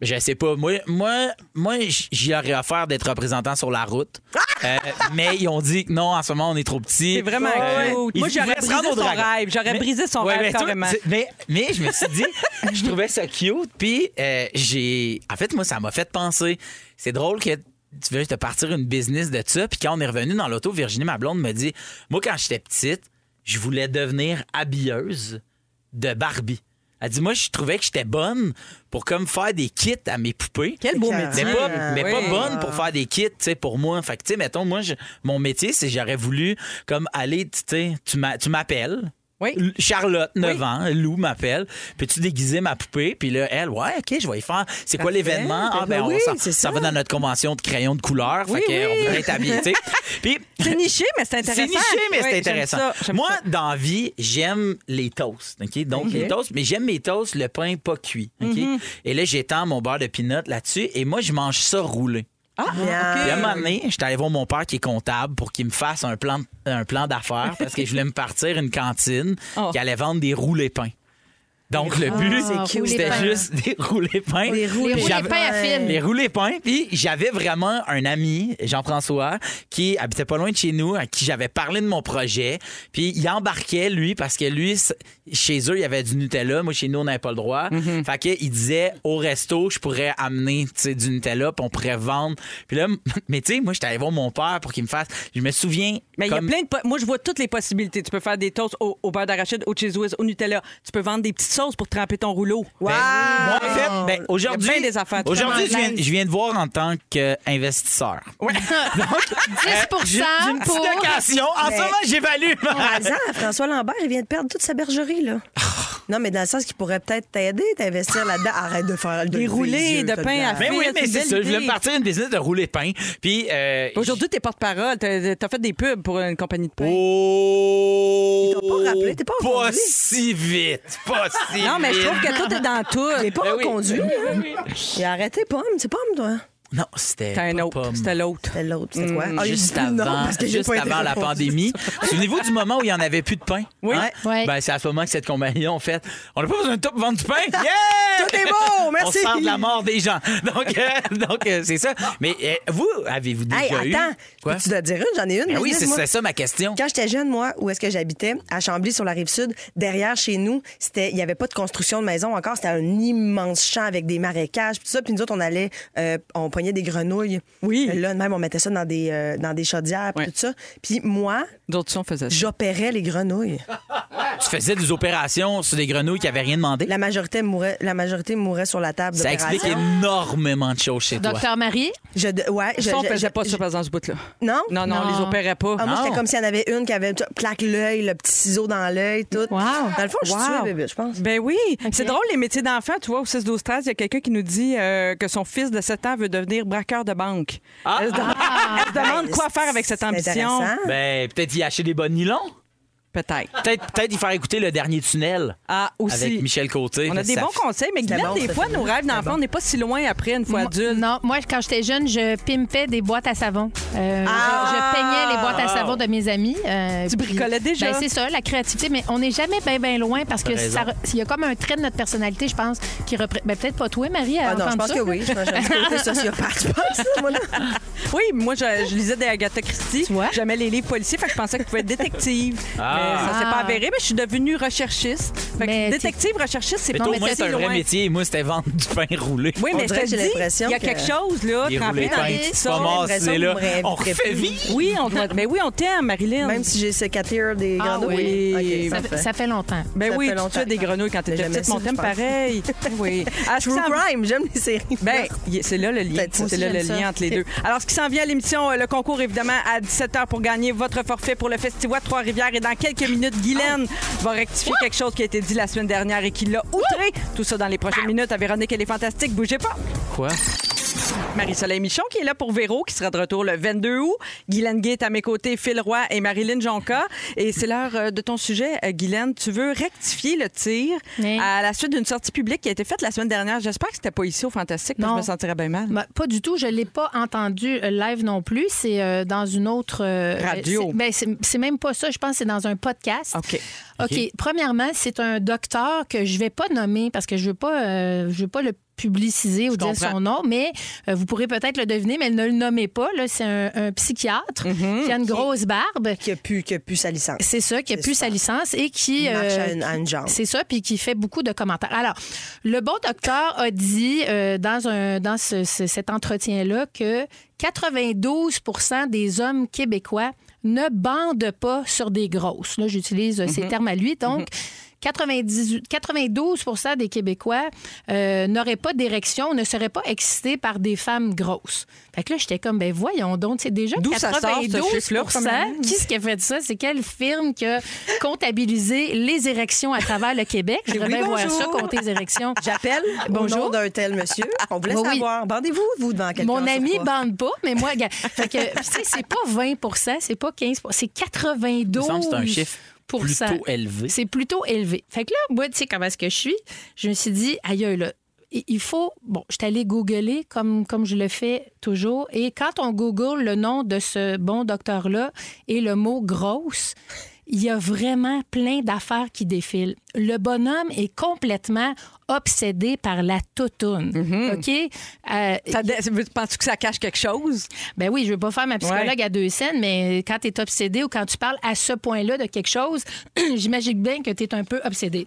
C: Je sais pas. Moi, moi, moi j- j'y aurais offert d'être représentant sur la route. Euh, mais ils ont dit que non, en ce moment, on est trop petit. Euh,
A: C'est vraiment cute.
C: ils
A: Moi, j'aurais
C: voulaient se rendre
A: brisé
C: au
A: son
C: dragon.
A: rêve. J'aurais brisé son rêve
C: mais toi,
A: carrément.
C: c'est- Mais, mais je me suis dit, je trouvais ça cute. Puis euh, j'ai. En fait, moi, ça m'a fait penser. C'est drôle que. Tu veux te partir une business de ça. Puis quand on est revenu dans l'auto, Virginie, ma blonde, me dit Moi, quand j'étais petite, je voulais devenir habilleuse de Barbie. Elle dit Moi, je trouvais que j'étais bonne pour comme faire des kits à mes poupées.
A: Quel beau
B: C'est
A: métier.
C: Mais pas, mais pas
A: Oui.
C: bonne pour faire des kits, tu sais, pour moi. Fait que, tu sais, mettons, moi, je- mon métier, c'est j'aurais voulu, comme, aller, tu sais, tu m'a- tu m'appelles.
A: Oui.
C: L- Charlotte, 9 ans, Lou m'appelle. Peux-tu déguiser ma poupée? Puis là, elle, ouais, OK, je vais y faire. C'est quoi
B: Parfait.
C: l'événement? Ah,
B: Ben
C: ben, on
B: oui,
C: s'en-
B: c'est
C: ça.
B: ça.
C: va dans notre convention de crayons de couleur.
A: Oui,
C: fait qu'on
A: oui.
C: voudrait être habillés, tu sais. Puis,
A: C'est niché, mais c'est intéressant.
C: c'est niché, mais
A: Oui,
C: c'est
A: j'aime
C: intéressant.
A: ça, j'aime
C: Moi,
A: ça.
C: dans la vie, j'aime les toasts. OK? Donc, les toasts, mais j'aime mes toasts, le pain pas cuit. OK?
A: Mm-hmm.
C: Et là, j'étends mon beurre de peanut là-dessus et moi, je mange ça roulé.
A: Ah,
B: Bien.
C: Puis à un moment donné, j'étais allé voir mon père qui est comptable pour qu'il me fasse un plan, un plan d'affaires parce que je voulais me partir une cantine
A: Oh.
C: qui allait vendre des roulés pains. Donc, le but,
D: Ah,
B: c'est cute.
C: c'était
D: roulés-pains.
C: juste des roulés pains.
B: Des
D: Les
B: roulés
C: Puis
D: roues, les
C: j'avais-
D: pains à fil.
C: les roulés pains. Puis j'avais vraiment un ami, Jean-François, qui habitait pas loin de chez nous, à qui j'avais parlé de mon projet. Puis il embarquait, lui, parce que lui, c- chez eux, il y avait du Nutella. Moi, chez nous, on n'avait pas le droit.
A: Mhm.
C: Fait que, il disait, au resto, je pourrais amener tu sais, du Nutella, puis on pourrait vendre. Puis là, mais tu sais, moi, j'étais allé voir mon père pour qu'il me fasse. Je me souviens.
A: Mais il y a
C: comme-
A: plein de. po- Moi, je vois toutes les possibilités. Tu peux faire des toasts au, au beurre d'arachide, au cheese whiz, au Nutella. Tu peux vendre des petites sauces pour tremper ton rouleau.
B: Wow!
C: Moi, Ben en fait, ben, aujourd'hui,
A: Il y a bien des affaires.
C: aujourd'hui, je, viens,
D: Anglaise.
C: je viens de voir en tant qu'investisseur.
D: 10 pour
C: J'ai une petite occasion.
A: Ben,
C: En ce moment, j'évalue.
B: Par
C: ben.
B: exemple, François Lambert, il vient de perdre toute sa bergerie, là.
C: Ah.
B: Non, mais dans le sens qu'il pourrait peut-être t'aider, t'investir là-dedans. Arrête de faire de
A: Des
B: lever
A: roulés
B: les yeux,
A: de
B: t'as
A: pain
B: le
A: à
B: droit.
C: Mais
A: Fait,
C: oui, mais
A: c'est
C: c'est
A: une
C: ça.
A: belle
C: Je voulais
A: idée.
C: me partir une business de rouler pain. Puis. euh,
A: Aujourd'hui, t'es porte-parole. T'as t'as fait des pubs pour une compagnie de
C: j-
A: pain.
C: Oh!
B: Ils t'ont pas rappelé, t'es pas
C: Pas
B: aujourd'hui.
C: si vite! Pas si
A: Non, mais je
C: vite.
A: trouve que tout est dans
B: T'es
A: tout.
B: pas
C: Ben oui.
B: reconduit. Il a arrêté Pomme. C'est Pomme, toi?
C: Non, c'était.
A: T'as un
C: pas
A: autre.
C: pomme.
A: C'était l'autre.
B: C'était l'autre. C'était quoi? Ah, il
C: Hmm, Juste
B: dit
C: avant,
B: non, parce que j'ai
C: juste
B: pas été
C: avant la
B: reconduit.
C: pandémie. Souvenez-vous du moment où il n'y en avait plus de pain?
A: Oui.
D: Ouais.
C: Ben, c'est à ce moment que cette compagnie a fait On n'a pas besoin de tout pour vendre du pain! Yeah!
B: Tout est beau, merci.
C: On se parle de la mort des gens. Donc, euh, donc euh, c'est ça. Mais euh, vous, avez-vous déjà
B: Hey,
C: eu.
B: attends.
C: Quoi?
B: Tu dois te dire une, j'en ai une.
C: Ben oui,
B: business,
C: c'est
B: moi.
C: c'est ça ma question.
B: Quand j'étais jeune, moi, où est-ce que j'habitais, à Chambly, sur la rive sud, derrière chez nous, c'était, il n'y avait pas de construction de maison encore. C'était un immense champ avec des marécages, puis tout ça. Puis nous autres, on allait, euh, on pognait des grenouilles. Euh,
A: Oui.
B: Là, de même, on mettait ça dans des, euh, dans des chaudières, puis
A: Ouais.
B: tout ça. Puis moi,
A: D'autres sons faisaient ça.
B: j'opérais les grenouilles.
C: Ah. Tu faisais des opérations sur des grenouilles qui n'avaient rien demandé?
B: La majorité mourait, la majorité mourait sur la table.
C: Ça explique
B: d'opération.
C: énormément de choses chez toi.
D: Docteur Marie,
B: Je, de- ouais, je,
A: Ça, on
B: je-
A: faisait
B: je-
A: pas
B: je-
A: ça, par exemple, ce bout-là.
B: Non?
A: Non, non, on
D: Non.
A: les opérait pas.
B: Ah, moi,
C: Non.
B: c'était comme s'il y en avait une qui avait tu- claque l'œil, le petit ciseau dans l'œil, tout. Dans le fond, je suis
A: Wow.
B: tuée, bébé, je pense.
A: Ben oui. C'est drôle, les métiers d'enfants. Tu vois, au 6, 12, 13, il y a quelqu'un qui nous dit euh, que son fils de 7 ans veut devenir braqueur de banque. Elle, se demande, elle se demande quoi faire avec cette
B: Ah. Ben, C'est
A: ambition.
B: intéressant.
C: Ben, peut-être y acheter des bonnes nylons.
A: Peut-être.
C: Peut-être peut y faire écouter le dernier tunnel
A: Ah, aussi.
C: avec Michel Côté.
A: On a des
C: Ça
A: bons
C: fait-
A: conseils, mais Guylaine,
B: bon,
A: des
B: ça,
A: fois,
B: c'est
A: nos
B: bon.
A: rêves d'enfants, on n'est pas si loin après, une fois adulte.
D: non, moi, quand j'étais jeune, je pimpais des boîtes à savon. Euh, je,
B: Ah!
D: je peignais les boîtes à savon de mes amis. euh,
A: Tu
D: puis-
A: bricolais déjà.
D: Ben, c'est ça, la créativité. Mais on n'est jamais bien, bien loin parce que
C: T'as raison.
D: ça re- il y a comme un trait de notre personnalité, je pense, qui représente. Ben, peut-être pas toi, Marie, à
B: Ah non, je
D: entendre
B: pense
D: ça.
B: que oui. Je pense que j'ai un petit côté sociopathe, je pense. moi, là.
A: Oui, moi, je, je lisais des Agatha Christie.
D: Tu vois?
A: J'aimais les livres policiers, fait que je pensais que je pouvais être détective.
C: Ah,
A: ça s'est pas avéré, mais je suis devenue recherchiste. Fait que
D: Mais
A: détective recherchiste, c'est
C: Mais
A: pas
C: toi,
A: mon
C: au moins, c'est un
A: métier,
C: vrai
A: loin.
C: métier. Et moi, c'était vendre du pain roulé.
A: Oui,
B: On
A: mais je
B: dirait
A: te
B: que j'ai
A: le dis,
B: l'impression
A: il y a
B: que-
A: quelque chose là,
C: Des
A: trempé
C: roulés
A: dans
C: pain.
A: les
C: C'est pas
A: sauces.
C: mort,
B: l'impression
C: c'est
B: qu'on
C: là.
B: me rêverait
C: On refait
B: plus.
C: vie.
A: Oui, on te- mais oui, on t'aime, Marilyn.
B: Même si j'ai sécaté un des
D: Ah
B: grenouilles.
A: oui.
B: Ok,
D: Ça,
B: parfait.
D: ça fait longtemps.
A: ben
B: ça
A: oui,
B: fait
A: tu
B: longtemps.
A: tuais des grenouilles quand t'étais
B: Mais
A: petite,
B: j'aimais
A: mon
B: ça,
A: thème
B: je pense.
A: pareil. oui. Ah, À ce qui
B: True
A: s'en-
B: crime, j'aime les séries.
A: Ben, y- c'est là le lien.
B: Peut-être
A: C'est
B: aussi,
A: là le
D: j'aime ça.
A: lien entre les deux. Alors, ce qui s'en vient à l'émission, euh, le concours, évidemment, à 17h pour gagner votre forfait pour le Festival Trois-Rivières. Et dans quelques minutes, Guylaine
D: Ah!
A: va rectifier quelque chose qui a été dit la semaine dernière et qui l'a outré. Tout ça dans les prochaines
D: Ah!
A: minutes à Véronique, elle est fantastique. Bougez pas.
C: Quoi?
A: Marie-Soleil Michon qui est là pour Véro, qui sera de retour le 22 août. Guylaine Gay est à mes côtés, Phil Roy et Marilyn Jonca. Et c'est l'heure euh, de ton sujet, euh, Guylaine. Tu veux rectifier le tir
D: Oui.
A: à la suite d'une sortie publique qui a été faite la semaine dernière. J'espère que c'était pas ici au Fantastique, parce que je
D: Non.
A: me sentirais bien mal.
D: Ben, pas du tout. Je ne l'ai pas entendu euh, live non plus. C'est euh, dans une autre. euh,
A: Radio.
D: c'est- ben, c'est c'est même pas ça. Je pense que c'est dans un podcast.
A: OK.
D: OK. Premièrement, c'est un docteur que je vais pas nommer parce que je veux pas, euh, je veux pas le publiciser ou dire
A: comprends.
D: son nom, mais euh, vous pourrez peut-être le deviner, mais ne le nommez pas. là. C'est un, un psychiatre qui a une grosse barbe.
B: Qui a pu, qui a pu sa licence.
D: C'est ça, qui a
B: C'est
D: plus
B: ça.
D: sa licence et qui...
B: Il marche
D: euh,
B: à une- à une jambe.
D: C'est ça, puis qui fait beaucoup de commentaires. Alors, le bon docteur a dit euh, dans, un, dans ce- ce- cet entretien-là que 92 des hommes québécois ne bandent pas sur des grosses. Là, j'utilise euh, ces
A: Mhm.
D: termes à lui. Donc, 98 92 des Québécois euh, n'auraient pas d'érection, ne seraient pas excités par des femmes grosses. Fait que là, j'étais comme, ben voyons donc, c'est déjà
A: D'où ça sort, ce
D: 92
A: chiffre-là, quand même?
D: Qui ce qui a fait ça? C'est quelle firme qui a comptabilisé les érections à travers le Québec? Je voudrais
B: Oui,
D: bien voir
B: bonjour.
D: ça, compter les érections.
B: J'appelle
D: Bonjour.
B: au nom d'un tel monsieur. On voulait
D: Oui, oui.
B: savoir. Bandez-vous, vous, devant quelqu'un.
D: Mon
B: sur
D: ami
B: quoi?
D: bande pas, mais moi, gars, fait que, tu sais, c'est pas 20 c'est pas 15 c'est 92
C: Il me semble que c'est un chiffre plutôt élevé.
D: C'est plutôt élevé. Fait que là, moi, tu sais comment est-ce que je suis, je me suis dit, aïe, là, il il faut... Bon, je suis allée googler comme, comme je le fais toujours, et quand on google le nom de ce bon docteur-là et le mot « grosse », il y a vraiment plein d'affaires qui défilent. Le bonhomme est complètement obsédé par la toutoune. OK? Euh,
A: Mm-hmm. Ça dé- Penses-tu que ça cache quelque chose?
D: ben oui, je veux pas faire ma psychologue
A: Ouais.
D: à deux scènes, mais quand tu es obsédé ou quand tu parles à ce point-là de quelque chose, j'imagine bien que tu es un peu obsédé.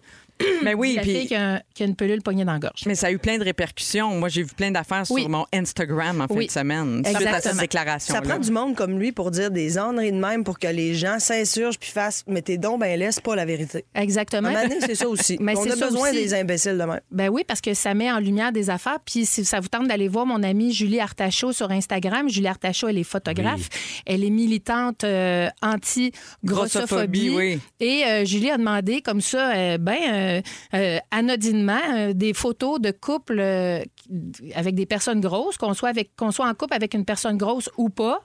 A: Mais oui,
D: Hum, la fille
A: puis.
D: qui a, un- qui a une pelule poignée dans la gorge.
A: Mais ça a eu plein de répercussions. Moi, j'ai vu plein d'affaires
D: Oui.
A: sur mon Instagram en fin
D: Oui.
A: de semaine suite à cette
D: Exactement.
A: déclaration.
B: Ça prend du monde comme lui pour dire des enneries de même pour que les gens s'insurgent puis fassent Mettez donc, ben laisse pas la vérité. À
D: Exactement.
B: un moment donné, c'est ça aussi.
D: Mais
B: On
D: c'est
B: a
D: ça
B: besoin
D: aussi.
B: des imbéciles de même.
D: Ben oui, parce que ça met en lumière des affaires. Puis si ça vous tente d'aller voir mon amie Julie Artachot sur Instagram, Julie Artachot, elle est photographe. Elle est militante euh, anti-grossophobie.
A: Grossophobie, oui.
D: Et euh, Julie a demandé comme ça, euh, ben, euh, euh, anodinement, euh, des photos de couples euh, avec des personnes grosses, qu'on soit, avec, qu'on soit en couple avec une personne grosse ou pas.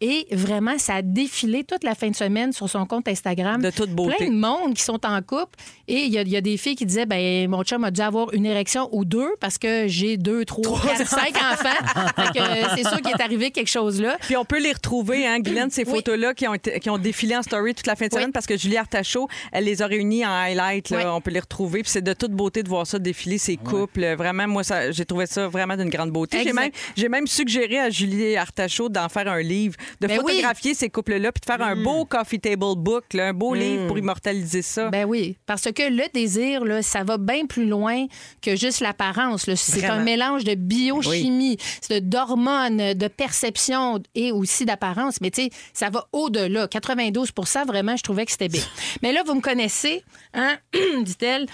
D: Et vraiment, ça a défilé toute la fin de semaine sur son compte Instagram.
A: De toute beauté.
D: Plein de monde qui sont en couple. Et il y, a- il y a des filles qui disaient ben mon chum a dû avoir une érection ou deux parce que j'ai deux, trois, quatre, cinq enfants. Fait que, euh, c'est sûr qu'il est arrivé quelque chose là.
A: Puis on peut les retrouver, hein, Guylaine, ces
D: Oui.
A: photos-là qui ont, été- qui ont défilé en story toute la fin de
D: Oui.
A: semaine parce que Julie Artachot, elle les a réunies en highlight. là.
D: Oui.
A: On peut les retrouver. Puis c'est de toute beauté de voir ça défiler, ces couples. Vraiment, moi, ça- j'ai trouvé ça vraiment d'une grande beauté. J'ai
D: Exact.
A: même, j'ai même suggéré à Julie Artachot d'en faire un livre, de
D: Ben oui. Mm.
A: photographier ces couples-là puis de faire un beau coffee table book, là, un beau livre pour immortaliser ça.
D: Ben oui, parce que le désir, là, ça va bien plus loin que juste l'apparence. là. C'est un mélange de biochimie, c'est de- d'hormones, de perception et aussi d'apparence. Mais tu sais, ça va au-delà. 92 vraiment, je trouvais que c'était bien. Mais là, vous me connaissez, hein, dit-elle.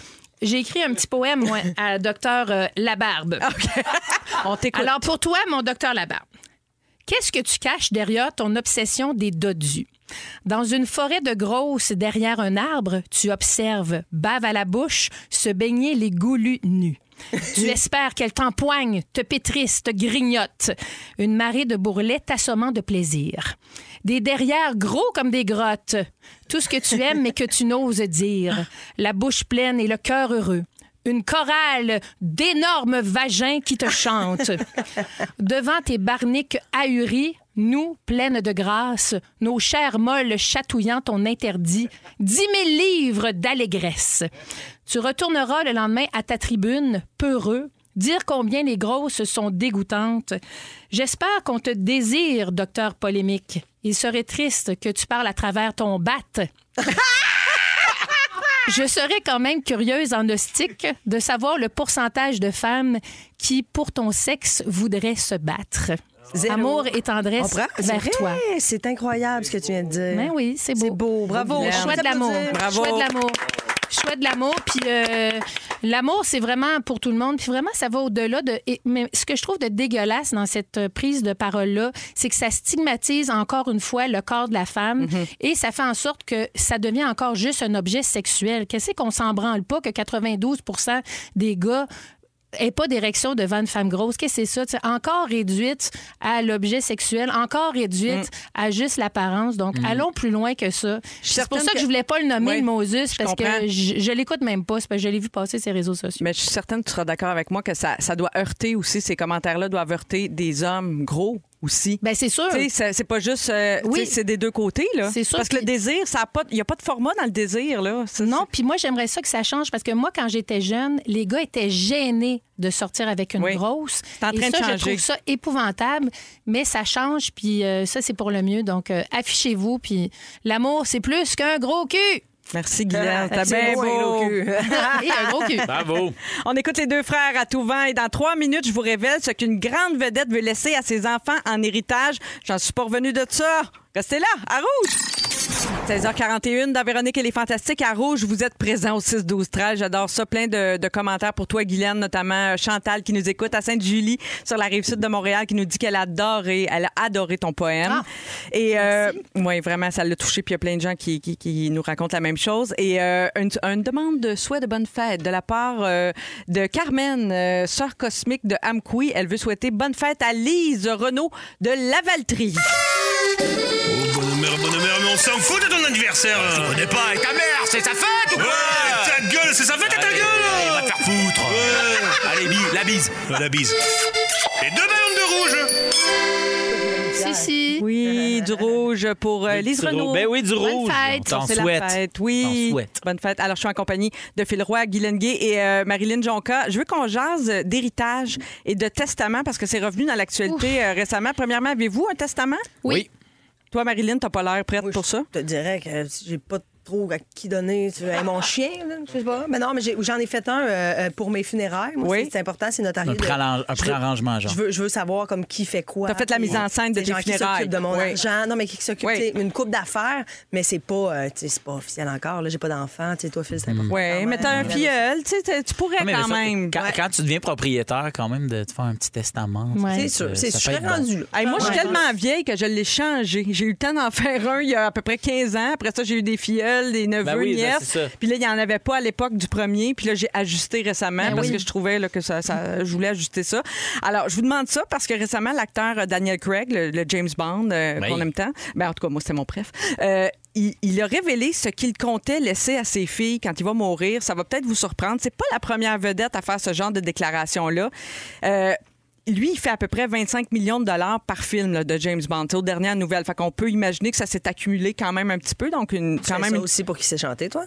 D: J'ai écrit un petit poème, moi, à docteur euh, Labarbe.
A: On t'écoute.
D: Alors, pour toi, mon docteur Labarbe, qu'est-ce que tu caches derrière ton obsession des dodus? Dans une forêt de grosses derrière un arbre, tu observes, bave à la bouche, se baigner les goulus nus. tu espères qu'elle t'empoigne, te pétrisse, te grignote. Une marée de bourrelets t'assommant de plaisir. Des derrières gros comme des grottes. Tout ce que tu aimes mais que tu n'oses dire. La bouche pleine et le cœur heureux une chorale d'énormes vagins qui te chantent. Devant tes barniques ahuries, nous, pleines de grâce, nos chairs molles chatouillant ton interdit, dix mille livres d'allégresse. Tu retourneras le lendemain à ta tribune, peureux, dire combien les grosses sont dégoûtantes. J'espère qu'on te désire, docteur polémique. Il serait triste que tu parles à travers ton batte. Je serais quand même curieuse en hostique de savoir le pourcentage de femmes qui, pour ton sexe, voudraient se battre.
B: Zéro.
D: Amour et
B: On
D: tendresse
B: prend- c'est
D: vers
B: vrai,
D: toi.
B: C'est incroyable ce que tu viens de dire.
D: Ben oui, c'est beau.
B: C'est beau. Bravo.
D: Le
B: Mylène.
D: choix de l'amour.
A: Bravo.
D: Choix de l'amour. Choix de l'amour. Puis euh, l'amour, c'est vraiment pour tout le monde. Puis vraiment, ça va au-delà de. et- Mais ce que je trouve de dégueulasse dans cette euh, prise de parole-là, c'est que ça stigmatise encore une fois le corps de la femme et ça fait en sorte que ça devient encore juste un objet sexuel. Qu'est-ce qu'on s'en branle pas que 92 des gars et pas d'érection devant une femme grosse. Qu'est-ce que c'est ça? Tu sais, encore réduite à l'objet sexuel, encore réduite
A: Mm.
D: à juste l'apparence. Donc, allons plus loin que ça. C'est pour
A: certaine
D: ça que,
A: Mm. que-
D: je voulais pas le nommer,
A: Oui,
D: le Moses, parce
A: comprends.
D: que je, je l'écoute même pas. C'est parce que je l'ai vu passer ses réseaux sociaux.
A: Mais je suis certaine que tu seras d'accord avec moi que ça, ça doit heurter aussi, ces commentaires-là doivent heurter des hommes gros aussi.
D: Ben, c'est sûr.
A: Tu sais, c'est- c'est pas juste. euh, tu
D: Oui.
A: sais, C'est des deux côtés, là.
D: C'est sûr
A: Parce que le
D: qu'il-
A: désir, il n'y a pas de format dans le désir, là. C'est-
D: Non, puis moi, j'aimerais ça que ça change parce que moi, quand j'étais jeune, les gars étaient gênés de sortir avec une
A: Oui.
D: grosse.
A: C'est en
D: Et
A: train de
D: ça,
A: changer.
D: je trouve ça épouvantable, mais ça change, puis euh, ça, c'est pour le mieux. Donc, euh, affichez-vous, puis l'amour, c'est plus qu'un gros cul
A: Merci,
B: Ah,
A: Guylaine. T'as
B: c'est
A: bien
B: beau, hein,
A: beau.
B: le cul.
D: et un gros cul.
C: Bravo.
A: On écoute les deux frères à tout vent et dans trois minutes, je vous révèle ce qu'une grande vedette veut laisser à ses enfants en héritage. J'en suis pas revenue de ça. Restez là, à rouge! 16h41 dans Véronique et les Fantastiques à Rouge. Vous êtes présents au 6-12-13. J'adore ça. Plein de, de commentaires pour toi, Guylaine, notamment euh, Chantal qui nous écoute à Sainte-Julie sur la rive sud de Montréal qui nous dit qu'elle adore et elle a adoré ton poème.
D: Ah.
A: Et euh, ouais, vraiment, ça l'a touché. Puis il y a plein de gens qui, qui- qui nous racontent la même chose. Et euh, une, une demande de souhait de bonne fête de la part euh, de Carmen, euh, sœur cosmique de Amkoui. Elle veut souhaiter bonne fête à Lise Renault de Lavaltrie.
E: Bonne mère, bonne mère, mais on s'en fout de ton anniversaire. Je connais pas. Ta mère, c'est sa fête ou quoi Ta gueule, c'est sa fête à ta gueule. Il va te faire foutre. Allez, la bise. La bise. Et deux ballons de rouge.
D: Si, si.
A: Oui, du rouge pour euh,
C: Du
A: Lise
C: petit
A: Renault.
C: rouge. Ben oui, du
D: Bonne
C: rouge.
D: fête.
C: T'en
A: C'est
C: souhaite.
A: la fête, oui.
C: T'en souhaite.
A: Bonne fête. Alors, je suis en compagnie de Phil Roy, Guylaine Gay et euh, Marilyn Jonca. Je veux qu'on jase euh, d'héritage et de testament parce que c'est revenu dans l'actualité euh, récemment. Premièrement, avez-vous un testament?
D: Oui.
A: Toi, Marilyn, t'as pas l'air prête
B: Moi,
A: pour ça?
B: Je te dirais que j'ai pas trop à qui donner. Tu veux, hey, mon chien, là, je sais pas. Mais non, mais j'ai- j'en ai, fait un euh, euh, pour mes funérailles. Moi,
A: Oui.
B: c'est- C'est important, c'est notarié.
C: Un
B: de-
C: préarrange- un
B: je veux-
C: préarrangement, genre.
B: Je veux, je veux savoir comme qui fait quoi.
A: T'as fait la mise en scène de
B: Des
A: tes
B: gens Qui
A: funérailles.
B: s'occupent de mon
A: Oui.
B: argent. Non, mais qui s'occupe
A: Oui.
B: tu sais, une coupe d'affaires, mais c'est pas, euh, tu sais, c'est pas officiel encore. là. J'ai pas d'enfant. Tu sais, toi, Phil, c'est important.
A: Oui,
B: quand
A: Mm. mais
B: même.
A: t'as un euh, filleul, tu sais, t'as- tu pourrais
C: Ah, mais
A: quand
C: ça,
A: même.
C: Quand, quand tu deviens propriétaire, quand même, de te faire un petit testament.
D: Ouais.
B: C'est
C: ça-
B: sûr, c'est
C: ça
B: sûr. Je
C: peut
B: serais
C: être bon.
B: rendu là.
A: Hey, moi, je suis
B: Ouais.
A: tellement vieille que je l'ai changé. J'ai eu le temps d'en faire un il y a à peu près 15 ans. Après ça, j'ai eu des filleuls, des neveux,
C: oui, ben,
A: nièces.
C: c'est ça.
A: Puis là, il n'y en avait pas à l'époque du premier. Puis là, j'ai ajusté récemment
D: Ben
A: parce
D: oui.
A: que je trouvais là, que ça, ça- je voulais ajuster ça. Alors, je vous demande ça parce que récemment, l'acteur euh, Daniel Craig, le, le James Bond euh,
C: Oui.
A: qu'on aime tant, ben, en tout cas, moi, c'était mon préf. Euh, il, il a révélé ce qu'il comptait laisser à ses filles quand il va mourir. Ça va peut-être vous surprendre. C'est pas la première vedette à faire ce genre de déclaration-là. Euh, lui, il fait à peu près 25 millions de dollars par film là, de James Bond. C'est aux dernières nouvelles. Fait qu'on peut imaginer que ça s'est accumulé quand même un petit peu. Donc, une,
B: Tu
A: quand
B: fais
A: même
B: ça
A: une
B: aussi pour qui s'est chanté, toi?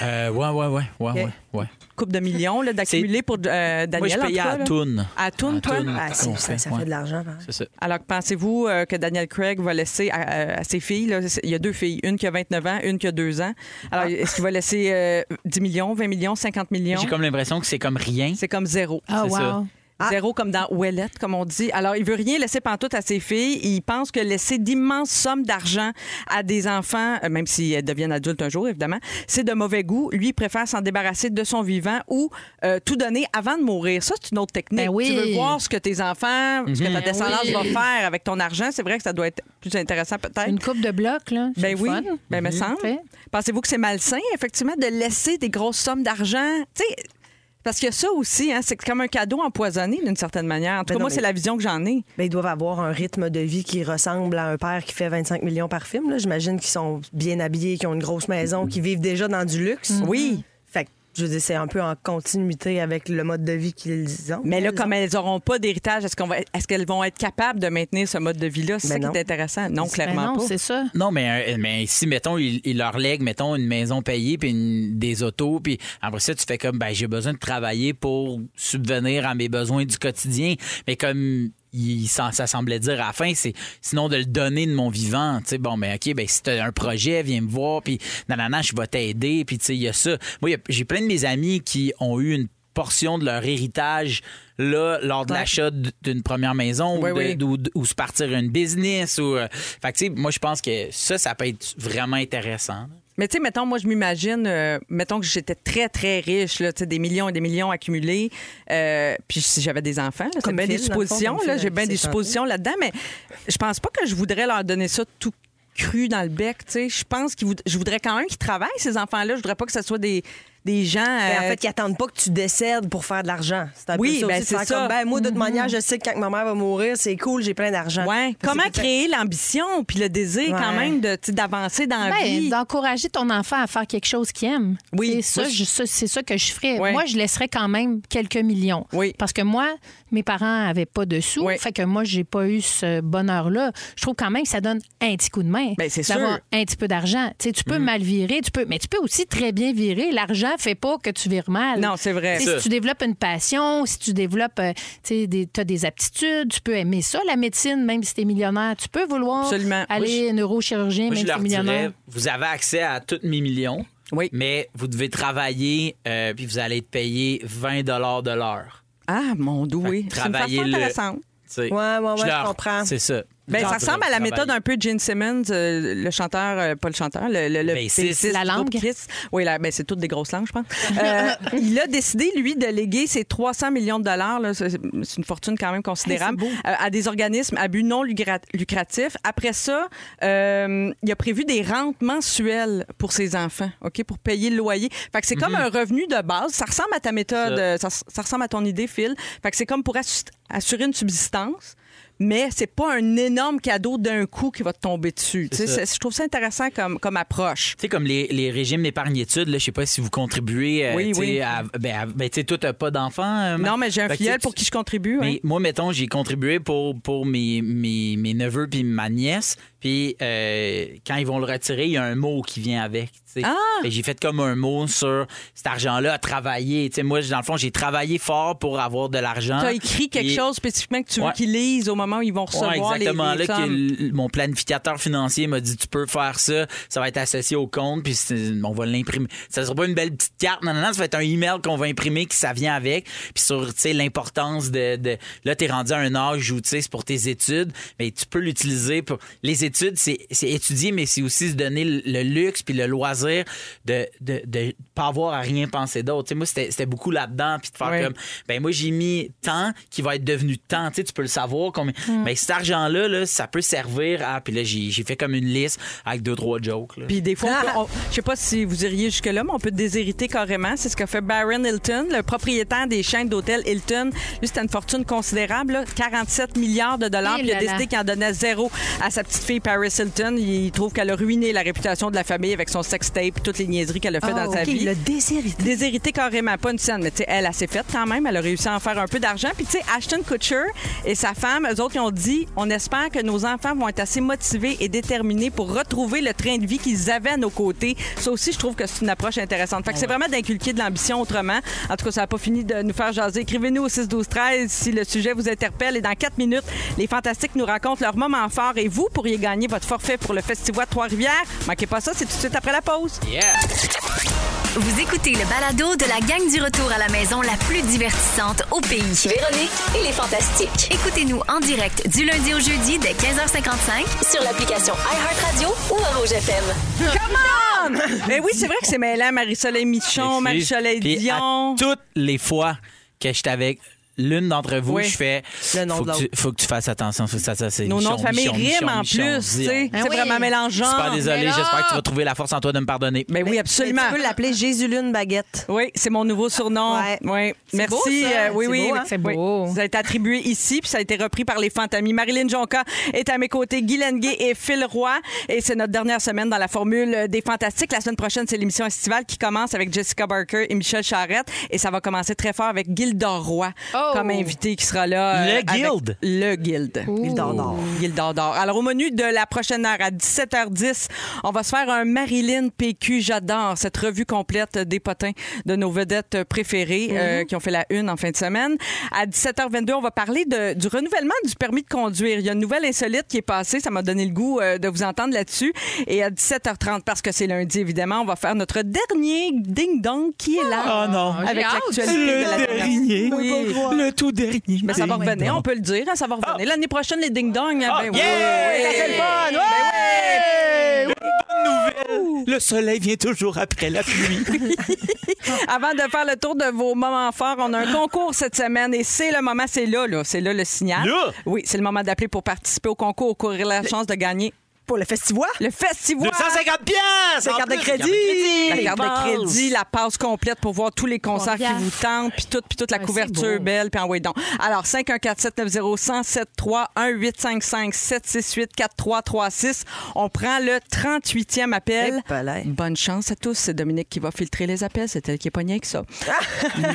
C: Euh, ouais, ouais, ouais, ouais, ouais, ouais.
A: coupe de millions là, d'accumuler pour euh, Daniel.
C: Moi, je
A: en tout
C: payais
A: cas,
C: à
A: là.
C: Toon.
A: À Toon, toi?
B: Ah,
C: qu'on
B: c'est- ça,
C: fait,
B: ça
C: ouais.
B: fait de l'argent. hein.
C: C'est ça.
A: Alors, que pensez-vous euh, que Daniel Craig va laisser à, à- à ses filles? là, c'est- il y a deux filles, une qui a 29 ans, une qui a 2 ans. Alors, est-ce qu'il va laisser euh, 10 millions, 20 millions, 50 millions?
C: Ah. J'ai comme l'impression que c'est comme rien.
A: C'est comme zéro.
D: Ah,
C: C'est
D: wow.
C: ça.
A: Zéro comme dans Ouellette, comme on dit. Alors, il veut rien laisser pantoute à ses filles. Il pense que laisser d'immenses sommes d'argent à des enfants, euh, même s'ils deviennent adultes un jour, évidemment, c'est de mauvais goût. Lui, il préfère s'en débarrasser de son vivant ou euh, tout donner avant de mourir. Ça, c'est une autre technique.
D: Ben oui. Mm-hmm.
A: Tu veux voir ce que tes enfants, ce que ta
C: Ben
A: descendance
D: oui.
A: va faire avec ton argent. C'est vrai que ça doit être plus intéressant peut-être.
D: Une coupe de blocs, là. c'est
A: Ben
D: le
A: oui,
D: fun. Mhm.
A: ben me semble.
D: Fait.
A: Pensez-vous que c'est malsain, effectivement, de laisser des grosses sommes d'argent? Tu sais, parce qu'il y a ça aussi, hein, c'est comme un cadeau empoisonné d'une certaine manière. En tout cas,
B: Ben non,
A: moi,
B: mais-
A: c'est la vision que j'en ai.
B: Ben, ils doivent avoir un rythme de vie qui ressemble à un père qui fait 25 millions par film. là. J'imagine qu'ils sont bien habillés, qu'ils ont une grosse maison, qu'ils vivent déjà dans du luxe.
A: Mm-hmm. Oui.
B: Fait que, je veux dire, c'est un peu en continuité avec le mode de vie qu'ils ont.
A: Mais là,
B: Ils
A: comme
B: ont.
A: elles n'auront pas d'héritage, est-ce qu'on va- est-ce qu'elles vont être capables de maintenir ce mode de vie-là? C'est
B: Ben
A: ça qui
B: non.
A: est intéressant. Non,
D: Ben
A: clairement
D: non,
A: pas.
D: c'est ça.
C: Non, mais, euh, mais si, mettons, il, il leur lègue, mettons, une maison payée, puis une- des autos, puis après ça, tu fais comme, ben, j'ai besoin de travailler pour subvenir à mes besoins du quotidien. Mais comme il- ça, ça semblait dire à la fin, c'est sinon de le donner de mon vivant. Tu sais, bon, mais OK, ben, si t'as un projet, viens me voir, puis nanana, je vais t'aider, puis tu sais, il y a ça. Moi, il y a- j'ai plein de mes amis qui ont eu une portion de leur héritage là lors de l'achat d- d'une première maison ou,
A: Oui,
C: de-
A: oui.
C: ou, d- ou se partir une business ou euh, fait que, tu sais, moi je pense que ça ça peut être vraiment intéressant
A: Mais tu sais, mettons, moi, je m'imagine, euh, mettons que j'étais très, très riche, là, tu sais, des millions et des millions accumulés, euh, puis si j'avais des enfants, là, c'est
B: Comme
A: bien des
B: Phil, dans le fond,
A: suppositions,
B: comme
A: là,
B: Phil
A: j'ai
B: a
A: bien
B: dit
A: des
B: ses
A: suppositions là-dedans, mais je pense pas que je voudrais leur donner ça tout cru dans le bec, tu sais. Je pense que je voudrais quand même qu'ils travaillent, ces enfants-là. Je voudrais pas que ce soit des, des gens...
B: Mais Ben, en
A: euh,
B: fait, ils attendent pas que tu décèdes pour faire de l'argent. C'est un
A: Oui,
B: peu ça
A: ben,
B: aussi, de
A: c'est
B: faire
A: ça.
B: comme, ben, moi, de toute manière, je sais que quand ma mère va mourir, c'est cool, j'ai plein d'argent.
A: ouais.
B: Parce
A: Comment
B: que peut-être-
A: créer l'ambition puis le désir quand
B: Ouais.
A: même de, tu sais, d'avancer dans la
D: Ben,
A: vie?
D: d'encourager ton enfant à faire quelque chose qu'il aime.
A: Oui.
D: C'est ça,
A: Moi, je-
D: je- ça- c'est ça que je ferais.
A: Ouais.
D: Moi, je laisserais quand même quelques millions.
A: Oui.
D: Parce que moi, mes parents n'avaient pas de sous.
A: Oui.
D: Fait que moi, j'ai pas eu ce bonheur-là. Je trouve quand même que ça donne un petit coup de main.
A: Ben, c'est
D: D'avoir
A: sûr. Mhm.
D: un petit peu d'argent. Tu sais, tu peux mal virer, tu peux, mais tu peux aussi très bien virer. L'argent fait pas que tu vires mal.
A: Non, c'est vrai.
D: Tu sais, Si tu développes une passion, si tu développes, euh, tu as des aptitudes, tu peux aimer ça, la médecine, même si tu es millionnaire. Tu peux vouloir
A: Absolument.
D: aller neurochirurgien,
C: Moi,
D: même
C: je
D: si tu
C: leur
D: millionnaire.
C: dirais, vous avez accès à tous mes millions,
A: Oui.
C: mais vous devez travailler, euh, puis vous allez être payé 20 de l'heure.
A: Ah, mon dieu, oui. C'est une façon
C: travaillez-le.
A: intéressante.
C: Tu sais,
B: Ouais, ouais, ouais,
C: je
B: je comprends.
C: C'est ça.
A: Ben,
C: Je
A: ça
C: leur
A: ressemble
C: dirais,
A: à la méthode
C: travaillez.
A: un peu de Gene Simmons, euh, le chanteur, euh, pas le chanteur, le, le, le
C: Bassiste.
A: bassiste
D: Ben, La
A: du groupe
D: langue.
A: Kiss. Oui, la- ben, c'est toutes des grosses langues, je pense. Euh, il a décidé, lui, de léguer ses 300 millions de dollars, là, c'est c'est une fortune quand même considérable, euh, à des organismes à but non lucra- lucratif. Après ça, euh, il a prévu des rentes mensuelles pour ses enfants, OK, pour payer le loyer. Fait que c'est
D: Mhm.
A: comme un revenu de base. Ça ressemble à ta méthode,
C: Ça.
A: euh, ça, ça ressemble à ton idée, Phil. Fait que c'est comme pour assu- assurer une subsistance mais c'est pas un énorme cadeau d'un coup qui va te tomber dessus. Tu sais,
C: ça.
A: c'est- Je trouve ça intéressant comme, comme approche.
C: Tu sais, comme les, les régimes d'épargne-études, là, je sais pas si vous contribuez. euh,
A: Oui,
C: tu sais,
A: oui.
C: À, ben, à- ben, tu sais, toi, t'as pas d'enfant. euh,
A: Non, mais j'ai un
C: Fait que tu sais,
A: filleul pour
C: tu-
A: qui je contribue.
C: Mais
A: hein.
C: moi, mettons, j'ai contribué pour, pour mes, mes, mes neveux puis ma nièce. Puis euh, quand ils vont le retirer, il y a un mot qui vient avec. tu sais.
A: Ah!
C: Fait que J'ai fait comme un mot sur cet argent-là à travailler. Tu sais, moi, dans le fond, j'ai travaillé fort pour avoir de l'argent.
A: Tu as écrit quelque
C: Et-
A: chose spécifiquement que tu veux
C: Ouais.
A: qu'ils lisent au moment où ils vont
C: Ouais,
A: recevoir les-
C: exactement. là,
A: les,
C: que
A: sommes.
C: l- mon planificateur financier m'a dit tu peux faire ça, ça va être associé au compte, puis c'est- on va l'imprimer. Ça sera pas une belle petite carte, non, non, non, ça va être un email qu'on va imprimer qui ça vient avec, puis sur tu sais, l'importance de, de là t'es rendu à un âge où tu sais c'est pour tes études, mais tu peux l'utiliser pour les études, c'est c'est étudier, mais c'est aussi se donner le, le luxe puis le loisir de de, de pas avoir à rien penser d'autre. Tu sais, moi c'était c'était beaucoup là-dedans, puis de faire
A: Ouais.
C: comme ben moi j'ai mis tant qui va être devenu tant tu sais tu peux le savoir combien
A: Mm.
C: ben cet argent là ça peut servir à puis là j'ai j'ai fait comme une liste avec deux trois jokes là.
A: Puis des fois, on peut- on- je sais pas si vous iriez jusque-là, mais on peut te déshériter carrément. C'est ce qu'a fait Baron Hilton, le propriétaire des chaînes d'hôtels Hilton. Lui, c'était une fortune considérable, là, 47 milliards de dollars.
D: Eh
A: Puis il a
D: là
A: décidé
D: là.
A: qu'il en donnait zéro à sa petite fille Paris Hilton. Il trouve qu'elle a ruiné la réputation de la famille avec son sextape et toutes les niaiseries qu'elle a fait
D: Ah,
A: dans sa
D: OK,
A: vie.
D: il l'a déshérité.
A: Déshérité carrément, pas une scène, mais tu sais, elle, elle s'est faite quand même. Elle a réussi à en faire un peu d'argent. Puis tu sais, Ashton Kutcher et sa femme, eux autres, ils ont dit on espère que nos enfants vont être assez motivés et déterminés pour retrouver le train de vie qu'ils avaient à nos côtés. Ça aussi, je trouve que c'est une approche intéressante. Fait que c'est vraiment d'inculquer de l'ambition autrement. En tout cas, ça n'a pas fini de nous faire jaser. Écrivez-nous au 6-12-13 si le sujet vous interpelle. Et dans quatre minutes, les Fantastiques nous racontent leur moment fort et vous pourriez gagner votre forfait pour le Festival de Trois-Rivières. Manquez pas ça, c'est tout de suite après la pause.
C: Yeah.
F: Vous écoutez le balado de la gang du retour à la maison la plus divertissante au pays.
G: Véronique et les Fantastiques.
F: Écoutez-nous en direct du lundi au jeudi dès 15h55
G: Sur l'application iHeartRadio ou à Rouge FM.
A: Mais Ben oui, c'est vrai que c'est mêlant. Marie-Soleil Michon, Marie-Soleil
C: Puis à
A: Dion.
C: toutes les fois que j'étais avec l'une d'entre vous
A: Oui.
C: je fais
B: Le nom
C: faut
B: de
C: que, tu, faut que tu fasses attention faut que ça, ça, c'est
A: Nos noms de
C: Michon,
A: famille
C: Michon,
A: riment
C: Michon,
A: en
C: Michon,
A: plus. tu
C: Dion.
A: sais.
D: Ah
B: Ben
A: C'est
D: oui.
A: vraiment mélangeant.
C: Super désolé,
D: Mais là-
C: j'espère que tu vas trouver la force en toi de me pardonner.
A: Mais oui,
B: Mais
A: absolument.
B: Ben, Tu peux l'appeler Jésus-Lune Baguette.
A: Oui, c'est mon nouveau surnom.
B: Ouais.
A: Oui. Merci.
B: beau, ça.
A: euh, oui,
B: C'est
A: oui.
B: beau, hein?
D: C'est
A: Oui.
D: beau.
A: Ça a été attribué ici, puis ça a été repris par les fantamis. Marilyn Jonca est à mes côtés, Guy Lenguet et Phil Roy. Et c'est notre dernière semaine dans la formule des fantastiques. La semaine prochaine, c'est l'émission estivale qui commence avec Jessica Barker et Michel Charette. Et ça va commencer très fort avec Gilda Roy. comme invité qui sera là. euh,
C: Le
A: avec
C: Guild.
A: Le Guild.
B: Gildor d'or.
A: Gildor d'or. Alors, au menu de la prochaine heure, à 17h10, on va se faire un Marilyn PQ. J'adore cette revue complète des potins de nos vedettes préférées
D: Mhm.
A: euh, qui ont fait la une en fin de semaine. À 17h22, on va parler de- du renouvellement du permis de conduire. Il y a une nouvelle insolite qui est passée. Ça m'a donné le goût euh, de vous entendre là-dessus. Et à 17h30, parce que c'est lundi, évidemment, on va faire notre dernier ding-dong qui est
C: Oh
A: là.
C: non.
A: Avec
D: Ah, J'ai hâte.
A: l'actualité de la
C: Le
A: dernière
C: dernier.
A: Oui.
C: Le tout dernier.
A: mais ça va revenir, on peut le dire, hein, ça va revenir. L'année prochaine, les ding-dongs.
C: Ah,
A: ben oui.
C: yeah!
A: oui.
C: Ça, c'est le fun!
A: Ben oui.
C: Ouais! Bonne nouvelle! Le soleil vient toujours après la pluie.
A: Avant de faire le tour de vos moments forts, on a un concours cette semaine et c'est le moment, c'est là, là, c'est là le signal.
C: Là?
A: Oui, c'est le moment d'appeler pour participer au concours, courir la chance de gagner
B: Pour le festival?
A: le festival.
C: 250 piastres!
B: La
C: en
B: carte de
C: plus.
B: crédit!
A: La carte de
C: Les
A: crédit,
C: passes.
A: la passe complète pour voir tous les concerts qui vous tentent, puis toute, puis toute la
D: Ouais, c'est
A: couverture
D: beau.
A: belle, puis envoyez donc. Alors, 5147 768 4336 On prend le 38e appel.
B: Eh, palais.
A: Bonne chance à tous. C'est Dominique qui va filtrer les appels. C'est elle qui est pognée avec ça.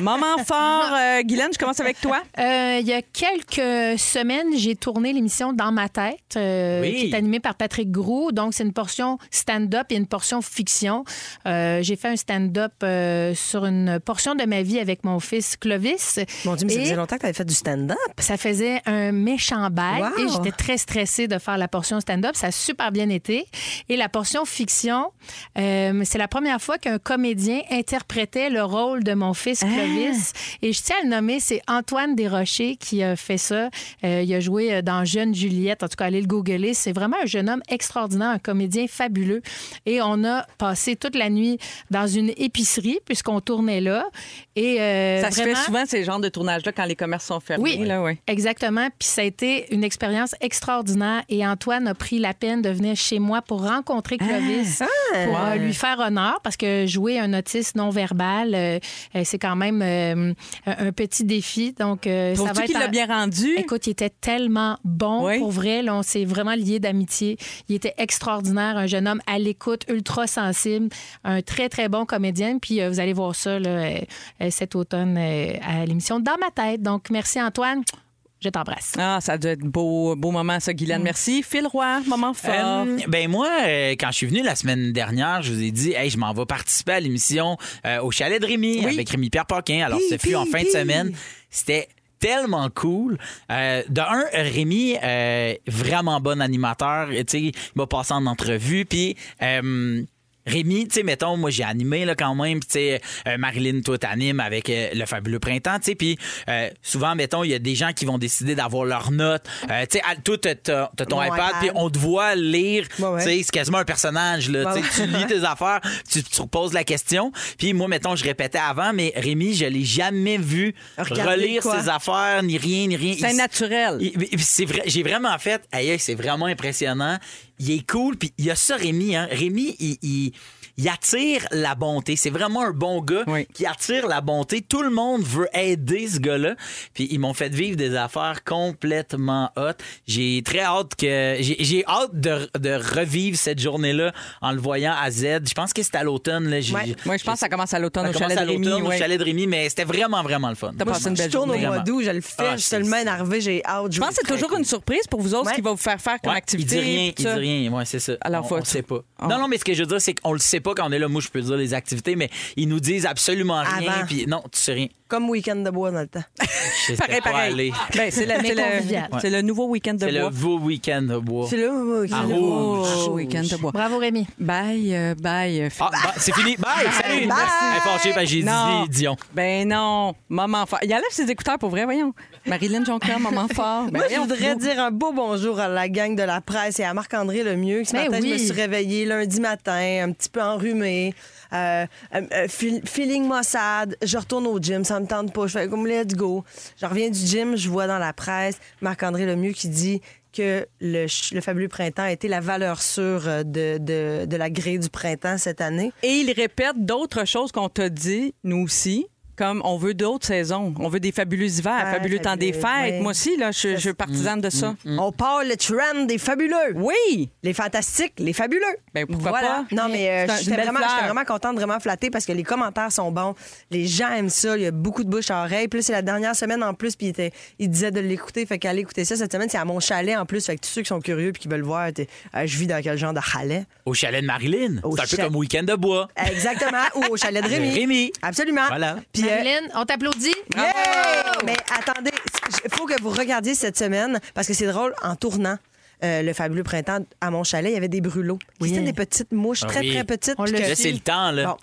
A: Moment fort. Euh, Guylaine, je commence avec toi.
D: Euh, il y a quelques semaines, j'ai tourné l'émission Dans ma tête, euh,
C: Oui.
D: qui est animée par Patrick Groux. Donc, c'est une portion stand-up et une portion fiction. Euh, j'ai fait un stand-up euh, sur une portion de ma vie avec mon fils Clovis.
B: Mon Dieu, mais ça
D: Et-
B: faisait longtemps que t'avais fait du stand-up.
D: Ça faisait un méchant bail
B: Wow.
D: et j'étais très stressée de faire la portion stand-up. Ça a super bien été. Et la portion fiction, euh, c'est la première fois qu'un comédien interprétait le rôle de mon fils
A: Ah!
D: Clovis. Et je tiens à le nommer, c'est Antoine Desrochers qui a fait ça. Euh, il a joué euh, dans Jeune Juliette. En tout cas, allez le googler. C'est vraiment un jeune homme extraordinaire, un comédien fabuleux. Et on a passé toute la nuit dans une épicerie puisqu'on tournait là. Et euh,
A: ça se fait
D: vraiment-
A: souvent, ces genres de tournage-là, quand les commerces sont fermés.
D: Oui.
A: là, oui.
D: Exactement. Puis ça a été une expérience extraordinaire. Et Antoine a pris la peine de venir chez moi pour rencontrer
A: Ah,
D: Clovis, pour euh, lui faire honneur, parce que jouer un autiste non verbal, euh, euh, c'est quand même euh, un un petit défi. Donc, euh, ça
A: Trouves-tu
D: va être.
A: qu'il l'a
D: un-
A: bien rendu?
D: Écoute, il était tellement bon.
A: Oui.
D: Pour vrai, là, on s'est vraiment liés d'amitié. Il était extraordinaire, un jeune homme à l'écoute, ultra sensible, un très, très bon comédien. Puis euh, vous allez voir ça là, euh, euh, cet automne euh, à l'émission Dans ma tête. Donc, merci Antoine. Je t'embrasse.
A: Ah, ça doit être beau, beau moment, ça, Guylaine. Merci. Phil Roy, moment fort.
C: Mm. Euh, ben moi, euh, quand je suis venu la semaine dernière, je vous ai dit, hey, je m'en vais participer à l'émission euh, au chalet de Rémi avec Rémi Pierre Paquin. Alors, ce fut en fin de semaine. C'était tellement cool. Euh, de un, Rémi, euh, vraiment bon animateur. Tu sais, il m'a passé en entrevue. Puis, euh, Rémi, tu sais, mettons, moi, j'ai animé là, quand même. Puis, tu sais, euh, Marilyn, toi, t'animes avec euh, le fabuleux printemps. Tu sais, puis euh, souvent, mettons, il y a des gens qui vont décider d'avoir leurs notes. Euh, tu sais, à- toi, t'as t'as- t'as ton
B: Mon
C: iPad,
B: iPad.
C: puis on te voit lire.
B: Ouais, ouais.
C: tu sais, c'est quasiment un personnage. Là,
B: Ouais,
C: tu sais, Tu lis tes affaires, tu, tu reposes la question. Puis moi, mettons, je répétais avant, mais Rémi, je l'ai jamais vu
B: Regarder
C: relire
B: quoi?
C: ses affaires, ni rien, ni rien.
A: C'est
C: Il-
A: naturel.
C: il- il- C'est vrai, j'ai vraiment fait. Aïe, aïe, c'est vraiment impressionnant. Il est cool, puis il y a ça, Rémi. Hein. Rémi, il, il- il attire la bonté. C'est vraiment un bon gars
A: Oui.
C: qui attire la bonté. Tout le monde veut aider ce gars-là. Puis ils m'ont fait vivre des affaires complètement hot. J'ai très hâte que j'ai j'ai hâte de, de revivre cette journée-là en le voyant à Z. Je pense que c'est à l'automne. Là. J'ai-
B: Ouais.
A: Moi, je pense que ça commence à l'automne
C: Ça
A: au
C: commence
A: chalet
C: à
A: de Rémi.
C: l'automne au
A: ouais.
C: chalet de Rémi, mais c'était vraiment, vraiment le fun.
A: T'as passé une
B: Je
A: belle
B: tourne au
A: journée.
B: mois d'août, je le fais,
C: Ah,
B: je suis
C: c'est-
B: tellement énervée, j'ai hâte.
A: Je pense que c'est toujours une surprise pour vous autres, ce
B: Ouais.
A: qui va vous faire faire comme
C: Ouais,
A: activité.
C: Il dit rien,
A: tout
C: il dit
A: ça.
C: rien. Ouais, c'est ça.
A: Alors,
C: on,
A: faut-
C: on le sait pas.
A: Ah.
C: Non, non, mais ce que je veux dire, c'est qu'on le sait pas quand on est là. Moi, je peux dire les activités, mais ils nous disent absolument rien.
B: Avant.
C: Puis non, tu sais rien.
B: Comme week-end de bois dans le temps.
C: Je sais
A: Pareil,
C: pas
A: pareil.
C: aller.
B: Ah,
A: Ben, c'est le,
D: Mais
A: c'est le-
D: convivial.
A: c'est le nouveau week-end de
C: C'est le
A: bois.
C: beau week-end de bois.
B: C'est là, moi,
C: Ah,
B: qui-
C: rouge.
A: nouveau week-end de bois.
D: Bravo Rémi.
A: Bye, euh, bye. euh,
C: Ah, bah, c'est fini. Bye, salut.
B: Bye.
C: Merci. Elle est fâchée, ben, j'ai
A: Non.
C: dit Dion.
A: Ben non, moment fort. Il enlève ses écouteurs pour vrai, voyons. Marilyn Jonca, moment fort. Ben
B: Moi, je
A: voyons.
B: voudrais dire un beau bonjour à la gang de la presse et à Marc-André Lemieux. Ce
D: Ben
B: matin, je me
D: oui.
B: suis réveillée lundi matin, un petit peu enrhumée. euh, euh, euh, feel- feeling maussade. Je retourne au gym, ça me tente pas. Je fais comme let's go. Je reviens du gym, je vois dans la presse Marc-André Lemieux qui dit que le, ch- le fabuleux printemps a été la valeur sûre euh, de, de- de la grille du printemps cette année.
A: Et il répète d'autres choses qu'on t'a dit, nous aussi. Comme on veut d'autres saisons. On veut des fabuleux hivers,
B: Ouais, Mm,
A: fabuleux temps des
B: Ah, fabuleux,
A: fêtes.
B: oui.
A: Moi aussi, là, je, je suis partisane de ça.
D: Mm.
B: On part le trend des fabuleux.
A: Oui!
B: Les fantastiques, les fabuleux.
A: Ben, pourquoi pas?
B: Non, mais euh,
A: C'est un-
B: j'étais
A: une belle
B: vraiment,
A: fleur.
B: j'étais vraiment contente, vraiment flattée parce que les commentaires sont bons. Les gens aiment ça. Il y a beaucoup de bouche à oreille. Puis là, c'est la dernière semaine en plus. Puis il, était- il disait de l'écouter. Fait qu'aller écouter ça cette semaine, c'est à mon chalet en plus. Fait que tous ceux qui sont curieux puis qui veulent voir, t'es- euh, je vis dans quel genre de chalet.
C: Au chalet de Marilyn.
B: Au
C: C'est un peu
B: cha-
C: comme Week-end de bois.
B: Exactement. ou au chalet de Rémi.
C: Rémi.
B: Absolument.
C: Voilà.
B: Puis, euh,
D: Marilyn, on t'applaudit.
B: Yeah! Mais attendez, il faut que vous regardiez cette semaine parce que c'est drôle en tournant. euh, le fabuleux printemps à mon chalet, il y avait des brûlots. C'était des petites mouches
C: Ah
B: très,
C: oui.
B: très petites.
D: On
B: puis
D: le
B: que-
C: Là, c'est le temps, là.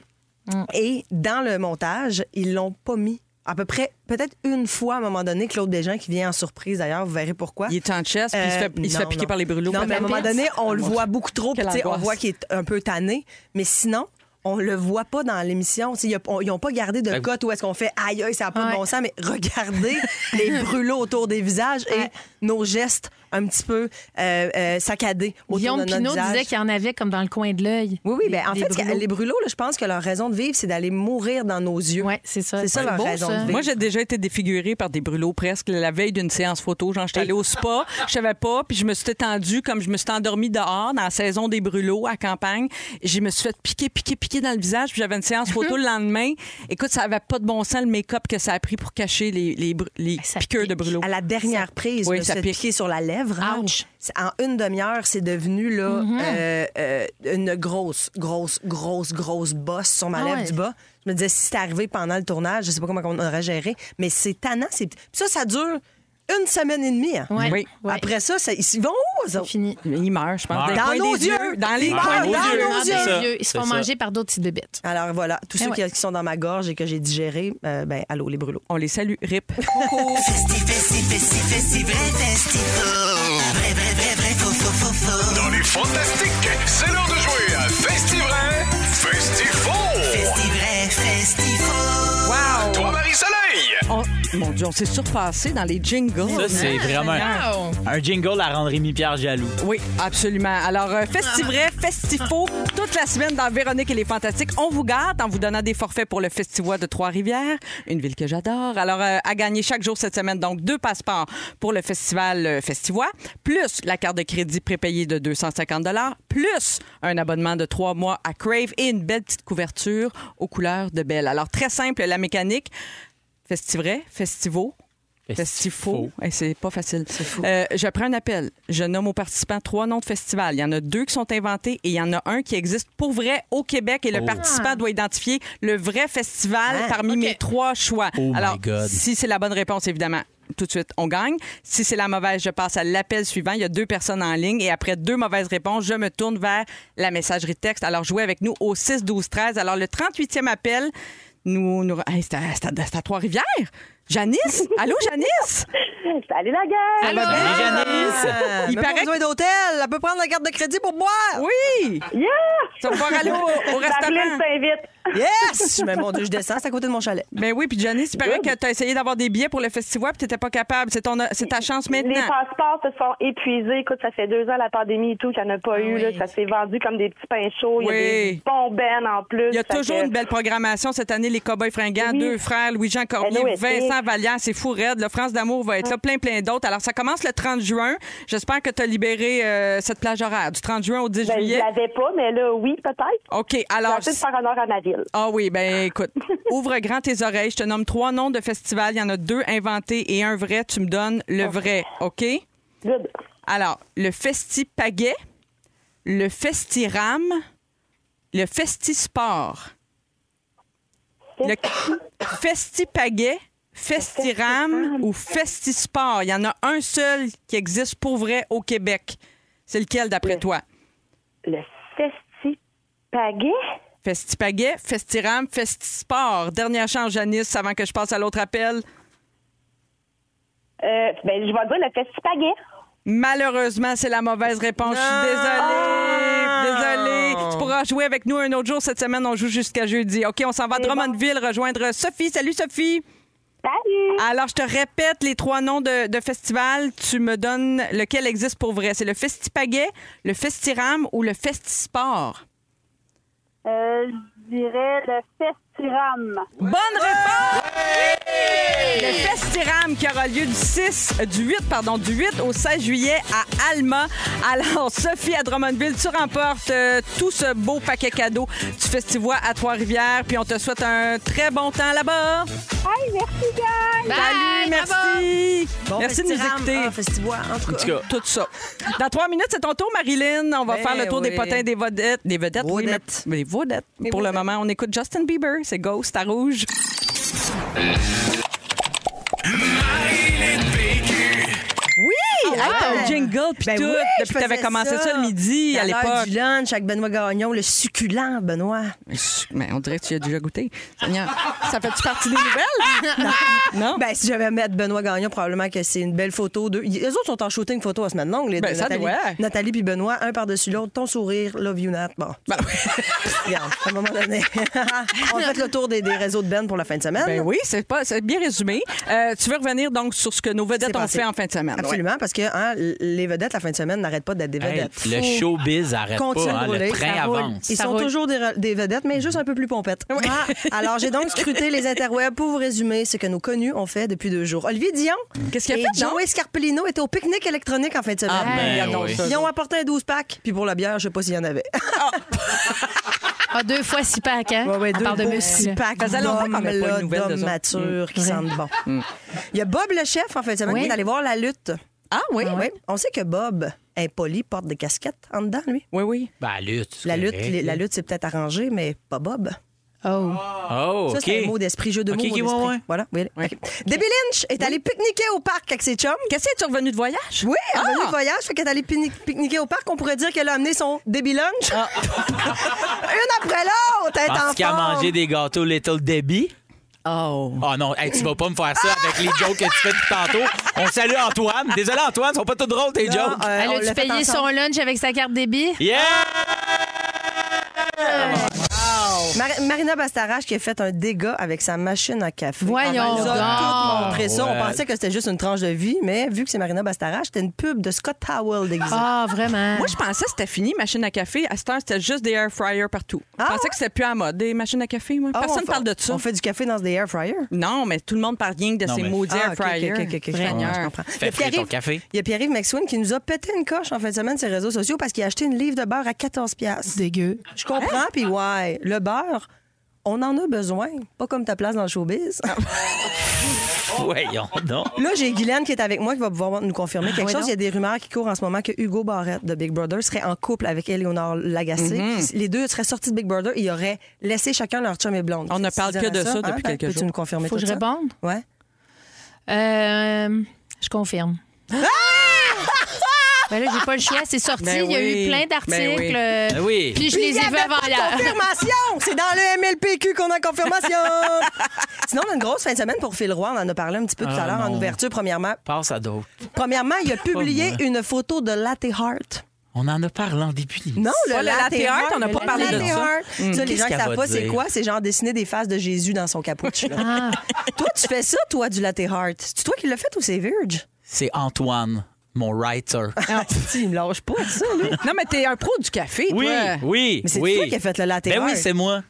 B: Bon.
A: Mm.
B: Et dans le montage, ils l'ont pas mis. À peu près, peut-être une fois à un moment donné, Claude Desgens, qui vient en surprise d'ailleurs, vous verrez pourquoi.
A: Il est en chess, puis il se fait, il se
B: Euh,
A: fait
B: non,
A: piquer
B: non.
A: par les brûlots.
B: Non, mais à un moment donné, on le voit beaucoup trop. puis
A: Quelle
B: tu sais, on
A: angoisse.
B: voit qu'il est un peu tanné. Mais sinon, on le voit pas dans l'émission. Tu sais, il y a- on- Ils n'ont pas gardé de
C: Fait-
B: cote où est-ce qu'on fait aïe aïe, ça n'a pas
D: Ouais.
B: de bon sens, mais regardez les brûlots autour des visages et
D: Ouais.
B: nos gestes un petit peu euh, euh, saccadés autour
D: Guillaume
B: de notre
D: Pinot
B: visage.
D: disait qu'il y en avait comme dans le coin de l'œil.
B: Oui, oui, ben, en
D: Des-
B: fait,
D: des
B: ce que-
D: brûlots.
B: les brûlots, là, je pense que leur raison de vivre, c'est d'aller mourir dans nos yeux.
D: Ouais, c'est ça.
B: C'est ça, leur
D: beau,
B: raison de
D: ça.
B: vivre.
A: Moi, j'ai déjà été défigurée par des brûlots presque la veille d'une séance photo. Genre, j'étais allée au spa, je savais pas, puis je me suis étendue comme je me suis endormie dehors dans la saison des brûlots à campagne. Je me suis fait piquer, piquer, piquer dans le visage, puis j'avais une séance photo le lendemain. Écoute, ça avait pas de bon sens le make-up que ça a pris pour cacher les, les, brû- les
C: Ben,
D: Ça
A: piqûres de
D: pique.
A: brûlots.
B: À la dernière prise,
A: Oui,
B: je me
A: ça
B: suis fait
A: pique.
B: piquer sur la lèvre. hein,
D: Ouch.
B: C'est- En une demi-heure, c'est devenu là, euh, euh, une grosse, grosse, grosse, grosse bosse sur ma
D: Ah
B: lèvre
D: ouais.
B: du bas. Je me disais, si c'était arrivé pendant le tournage, je sais pas comment on aurait géré, mais c'est tannant. c'est- Puis Ça, ça dure une semaine et demie. hein.
D: Ouais,
A: Oui.
D: ouais.
B: Après ça, ça- ils vont où, eux
D: c'est
B: autres?
D: fini.
A: Il meurt, je pense.
C: Meurt.
A: Des
B: Dans
A: coins
B: nos
A: des
B: yeux.
A: Dans les
B: Meurt
A: coins
C: dans
A: des
C: nos
A: yeux.
C: yeux.
D: Dans
C: c'est
B: Oh,
D: des
C: ça.
D: yeux. Ils se font
C: C'est ça.
D: manger par d'autres petites bébites.
B: Alors voilà, tous
D: Eh
B: ceux qui-
D: ouais.
B: qui sont dans ma gorge et que j'ai digéré, euh, ben allô les brûlots.
A: On les salue. RIP.
H: Dans les fantastiques, c'est l'heure de jouer à Festivray, Festifaux.
A: Wow!
H: Toi, Marie-Soleil.
A: On- Mon Dieu, on s'est surpassé dans les jingles.
C: Ça, c'est vraiment un, un jingle à rendre Rémi-Pierre jaloux.
A: Oui, absolument. Alors, euh, festivray, festifaux, toute la semaine dans Véronique et les Fantastiques. On vous garde en vous donnant des forfaits pour le Festivois de Trois-Rivières, une ville que j'adore. Alors, euh, à gagner chaque jour cette semaine, donc deux passeports pour le festival euh, Festivois, plus la carte de crédit prépayée de 250 plus un abonnement de trois mois à Crave et une belle petite couverture aux couleurs de Belle. Alors, très simple, la mécanique. Festivray, Festivo, Festifaux. Hey, c'est pas facile. Euh, je prends un appel. Je nomme aux participants trois noms de festivals. Il y en a deux qui sont inventés et il y en a un qui existe pour vrai au Québec et
C: Oh.
A: le participant doit identifier le vrai festival parmi mes trois choix.
C: Oh my
A: Alors,
C: God.
A: si c'est la bonne réponse, évidemment, tout de suite, on gagne. Si c'est la mauvaise, je passe à l'appel suivant. Il y a deux personnes en ligne et après deux mauvaises réponses, je me tourne vers la messagerie texte. Alors, jouez avec nous au 6 12 13. Alors, le 38e appel nous, nous hey, c'est à, c'est à- c'est à Trois-Rivières. Janice, allô Janice.
I: Salut la gueule!
A: Allô
C: Salut, Janice!
B: Ah,
A: Il
B: même
A: paraît
B: pas besoin d'hôtel, elle peut prendre la carte de crédit pour boire.
A: Oui.
I: Yeah!
A: Ça va aller au, au
I: Marlène
A: restaurant.
I: t'invite.
B: Yes! Mais mon Dieu, je descends, c'est à côté de mon chalet.
A: Ben oui, puis Janice, il paraît que tu as essayé d'avoir des billets pour le festival puis t'étais pas capable. C'est ton c'est ta chance
I: Les
A: maintenant.
I: passeports se sont épuisés. Écoute, ça fait deux ans la pandémie et tout qu'il n'y en a pas eu.
D: oui.
I: Là, ça s'est vendu comme des petits pains chauds. Il y a
A: Ah Oui.
I: des bombaines en plus.
A: Il y a
I: Fait
A: toujours
I: que-
A: une belle programmation cette année, les Cowboys fringants, deux frères, Louis-Jean Cormier,
I: Hello,
A: Vincent Vallière, c'est fou raide, le France d'amour va être là, plein plein d'autres. Alors ça commence le 30 juin. J'espère que tu as libéré euh, cette plage horaire du 30 juin au 10
I: Ben, je
A: juillet.
I: l'avais pas, mais là, oui, peut-être.
A: OK, alors
I: J'ai envie de faire honneur à ma ville.
A: Ah oui, ben écoute, ouvre grand tes oreilles. Je te nomme trois noms de festivals. Il y en a deux inventés et un vrai. Tu me donnes le vrai, OK?
I: Good.
A: Alors, le Festi Paguet, le Festi Ram, le Festi Sport. Le Festi Paguet, Festi Ram ou Festi Sport. Il y en a un seul qui existe pour vrai au Québec. C'est lequel d'après toi?
I: Le festi paguet.
A: Festi Paguet, Festi Ram, Festi Sport. Dernière chance, Janice, avant que je passe à l'autre appel.
I: Euh, ben, je vais dire le festi paguet.
A: Malheureusement, c'est la mauvaise réponse. Je suis désolée. Désolée. Tu pourras jouer avec nous un autre jour cette semaine. On joue jusqu'à jeudi. OK, on s'en va à Drummondville rejoindre Sophie. Salut, Sophie.
I: Salut!
A: Alors, je te répète les trois noms de, de festivals. Tu me donnes lequel existe pour vrai. C'est le Festipaguet, le Festiram ou le Festisport?
I: Euh,
J: dirais le festiram.
A: Bonne réponse! Le Festiram qui aura lieu du 6, euh, du 8, pardon, du 8 au 16 juillet à Alma. Alors, Sophie à Drummondville, tu remportes euh, tout ce beau paquet cadeau du Festivois à Trois-Rivières. Puis on te souhaite un très bon temps là-bas.
J: Hey, merci, gang!
D: Bye!
A: Salut,
D: bravo.
A: merci.
B: Bon
A: merci de nous
B: festiram,
A: écouter.
B: ah, festivois, en tout cas.
C: En tout cas,
A: Tout ça. Dans trois minutes, c'est ton tour, Marilyn. On va
B: Ben
A: faire le tour des
B: oui.
A: potins des vedettes. Des vedettes, oui,
B: Vedettes.
A: mais- des vedettes. Pour le moment, on écoute Justin Bieber. C'est Ghost à rouge. Oui! Avec ton Ah, jingle puis
B: Ah Ben
A: tout.
B: oui, je
A: depuis que t'avais
B: faisais
A: commencé ça, le midi à
B: l'heure du
A: l'époque.
B: lunch avec Benoît Gagnon, le succulent Benoît.
A: Mais on dirait que tu y as déjà goûté. Seigneur, ça fait-tu partie des nouvelles? non.
B: Ben, si j'avais à mettre Benoît Gagnon, probablement que c'est une belle photo. d'eux. Les autres sont en shooting photo à semaine longue. Les
A: Ben,
B: deux,
A: ça
B: Nathalie,
A: doit.
B: Nathalie puis Benoît, un par-dessus l'autre. Ton sourire, love you, Nat. Bon.
A: Ben
B: Regarde, à un moment donné, on a fait le tour des, des réseaux de Ben pour la fin de semaine.
A: Ben oui, c'est pas c'est bien résumé. Euh, tu veux revenir donc sur ce que nos vedettes
B: C'est
A: ont
B: passé.
A: fait en fin de semaine.
B: Absolument, parce que hein, les vedettes, la fin de semaine, n'arrêtent pas d'être des
C: Hey,
B: vedettes.
C: le showbiz arrête
B: Continue
C: pas, hein,
B: de
C: le
B: rouler,
C: train
B: ça roule.
C: avance.
B: Ils
D: Ça
B: sont
D: roule.
B: toujours des, re- des vedettes, mais juste un peu plus pompettes. Ah, alors, j'ai donc scruté les interwebs pour vous résumer ce que nos connus ont fait depuis deux jours. Olivier Dion
A: Qu'est-ce qu'il a
B: et
A: fait, donc?
B: Joey Scarpellino étaient au pique-nique électronique en fin de semaine.
A: Ah, ben,
C: regarde donc oui. ça.
B: Ils ont apporté un 12-pack, puis pour la bière, je sais pas s'il y en avait.
D: Ah, deux fois six packs, hein?
B: Ouais, ouais,
D: On
B: deux
D: parle de
B: beaux
D: muscles.
B: petits packs
A: Faisait longtemps qu'on
B: d'hommes,
A: avait pas eu de
B: là,
A: nouvelles d'eux
B: d'hommes
A: autres.
B: matures qui sentent bon.
C: Mm.
B: Il y a Bob le chef en fin de semaine
D: Oui.
B: qui est allé voir la lutte.
A: Ah oui?
B: Oui. On sait que Bob, impoli, porte des casquettes en dedans, lui.
A: Oui, oui.
C: Ben, lutte. c'est
B: La lutte,
C: correct.
B: la lutte, c'est peut-être arrangé, mais pas Bob.
D: Oh.
B: Euh,
C: Oh,
B: Ça,
C: OK.
B: c'est un mot d'esprit, jeu de
C: Ok,
B: mots.
C: ok,
B: mot
C: ouais,
B: d'esprit.
C: ouais.
B: Voilà. oui, ok. Debbie Lynch est allée pique-niquer au parc avec ses chums.
A: Qu'est-ce que tu es revenu de voyage?
B: Oui, elle est
A: Ah!
B: venue de voyage, fait qu'elle est allée pique- pique-niquer au parc. On pourrait dire qu'elle a amené son Debbie Lunch. Une après l'autre, elle est en
C: Ah. Parce qu'à
B: forme. Mm.
C: manger des gâteaux Little Debbie.
A: Oh.
C: Oh non, hey, tu vas pas me faire ça avec les jokes que tu fais depuis tantôt. On salue Antoine. Désolé Antoine, ils sont pas tous drôles tes
B: Ah,
C: jokes.
B: euh,
D: Elle
B: on
D: a-tu
B: l'a fait
D: payé
B: ensemble.
D: son lunch avec sa carte débit?
C: Yeah!
B: Mar- Marina Bastarache qui a fait un dégât avec sa machine à café.
D: Voyons
B: On nous a
D: donc.
B: tout montré ça.
C: Ouais.
B: On pensait que c'était juste une tranche de vie, mais vu que c'est Marina Bastarache, c'était une pub de Scott Powell déguisée.
D: Ah, vraiment?
A: Moi, je pensais que c'était fini, machine à café. À cette heure, c'était juste des air fryers partout. je
B: Ah
A: pensais
B: ouais?
A: que c'était plus à mode, des machines à café. Moi.
B: Ah,
A: Personne
B: on
A: ne
B: fait-
A: parle de ça.
B: On fait du café dans des air fryers.
A: Non, mais tout le monde parle rien que de
C: Non,
A: ces
C: mais-
A: maudits
B: Ah,
A: air
B: ok, ok,
A: fryers.
B: ok, ok, ok, je
A: Seigneur.
B: comprends, je comprends.
C: Fais
B: Il y a
C: frire ton
B: Pierre-Yves-
C: café.
B: Il y a Pierre-Yves Maxwin qui nous a pété une coche en fin de semaine sur les réseaux sociaux parce qu'il a acheté une livre de beurre à 14 pièces.
D: Dégueu.
B: Je
A: Hein?
B: comprends, puis ouais, le beurre, on en a besoin, pas comme ta place dans le showbiz.
A: Ah.
B: oh.
C: Voyons donc.
B: Là, j'ai Guylaine qui est avec moi qui va pouvoir nous confirmer
A: Ah,
B: quelque
D: oui,
B: chose.
D: donc.
B: Il y a des rumeurs qui courent en ce moment que Hugo Barrette de Big Brother serait en couple avec Éléonore Lagacé.
A: Mm-hmm.
B: Puis Les deux seraient sortis de Big Brother et ils auraient laissé chacun leur chum et blonde.
A: On ne
B: Tu
A: parle
B: dirais hein,
A: que de ça depuis quelques
B: Peux-tu
A: jours.
B: nous confirmer
D: Faut que
B: tout
D: je
B: ça?
D: réponde?
B: Ouais.
D: Euh, je confirme.
B: Ah!
D: Ben là, j'ai pas le choix, c'est sorti.
A: Ben
D: Il y a
A: oui,
D: eu plein
A: ben
D: d'articles.
A: oui.
D: euh,
C: Ben oui.
D: Puis je
B: Puis
D: les
B: il y
D: ai vus
B: avait
D: avant
B: pas de
D: hier.
B: Confirmation! C'est dans le MLPQ qu'on a confirmation! Sinon, on a une grosse fin de semaine pour Phil Roy. On en a parlé un petit peu tout à
C: Ah,
B: l'heure en
C: non.
B: ouverture, premièrement.
C: Passe à d'autres.
B: Premièrement, il a publié
C: moi.
B: une photo de Latte Heart.
C: On en a parlé en début.
B: Non, le,
A: Pas le
B: latte,
A: latte art,
B: art,
A: on n'a
B: le
A: pas parlé
B: latte
A: de ça.
B: art. Ça, Hmm. les
C: Qu'est-ce
B: gens qui
C: qu'elle
B: savent
C: va
B: pas c'est
C: dire?
B: quoi, c'est genre dessiner des faces de Jésus dans son cappuccino.
D: Ah,
B: toi, tu fais ça, toi, du latte art. C'est toi qui l'as fait ou c'est Virge?
C: C'est Antoine, mon writer.
B: Ah, Si, il me lâche pas de ça, lui.
A: Non, mais t'es un pro du café,
C: Oui,
A: toi.
C: oui.
B: Mais c'est
C: oui.
B: toi qui as fait le latte
C: Ben
B: art.
C: oui, c'est moi.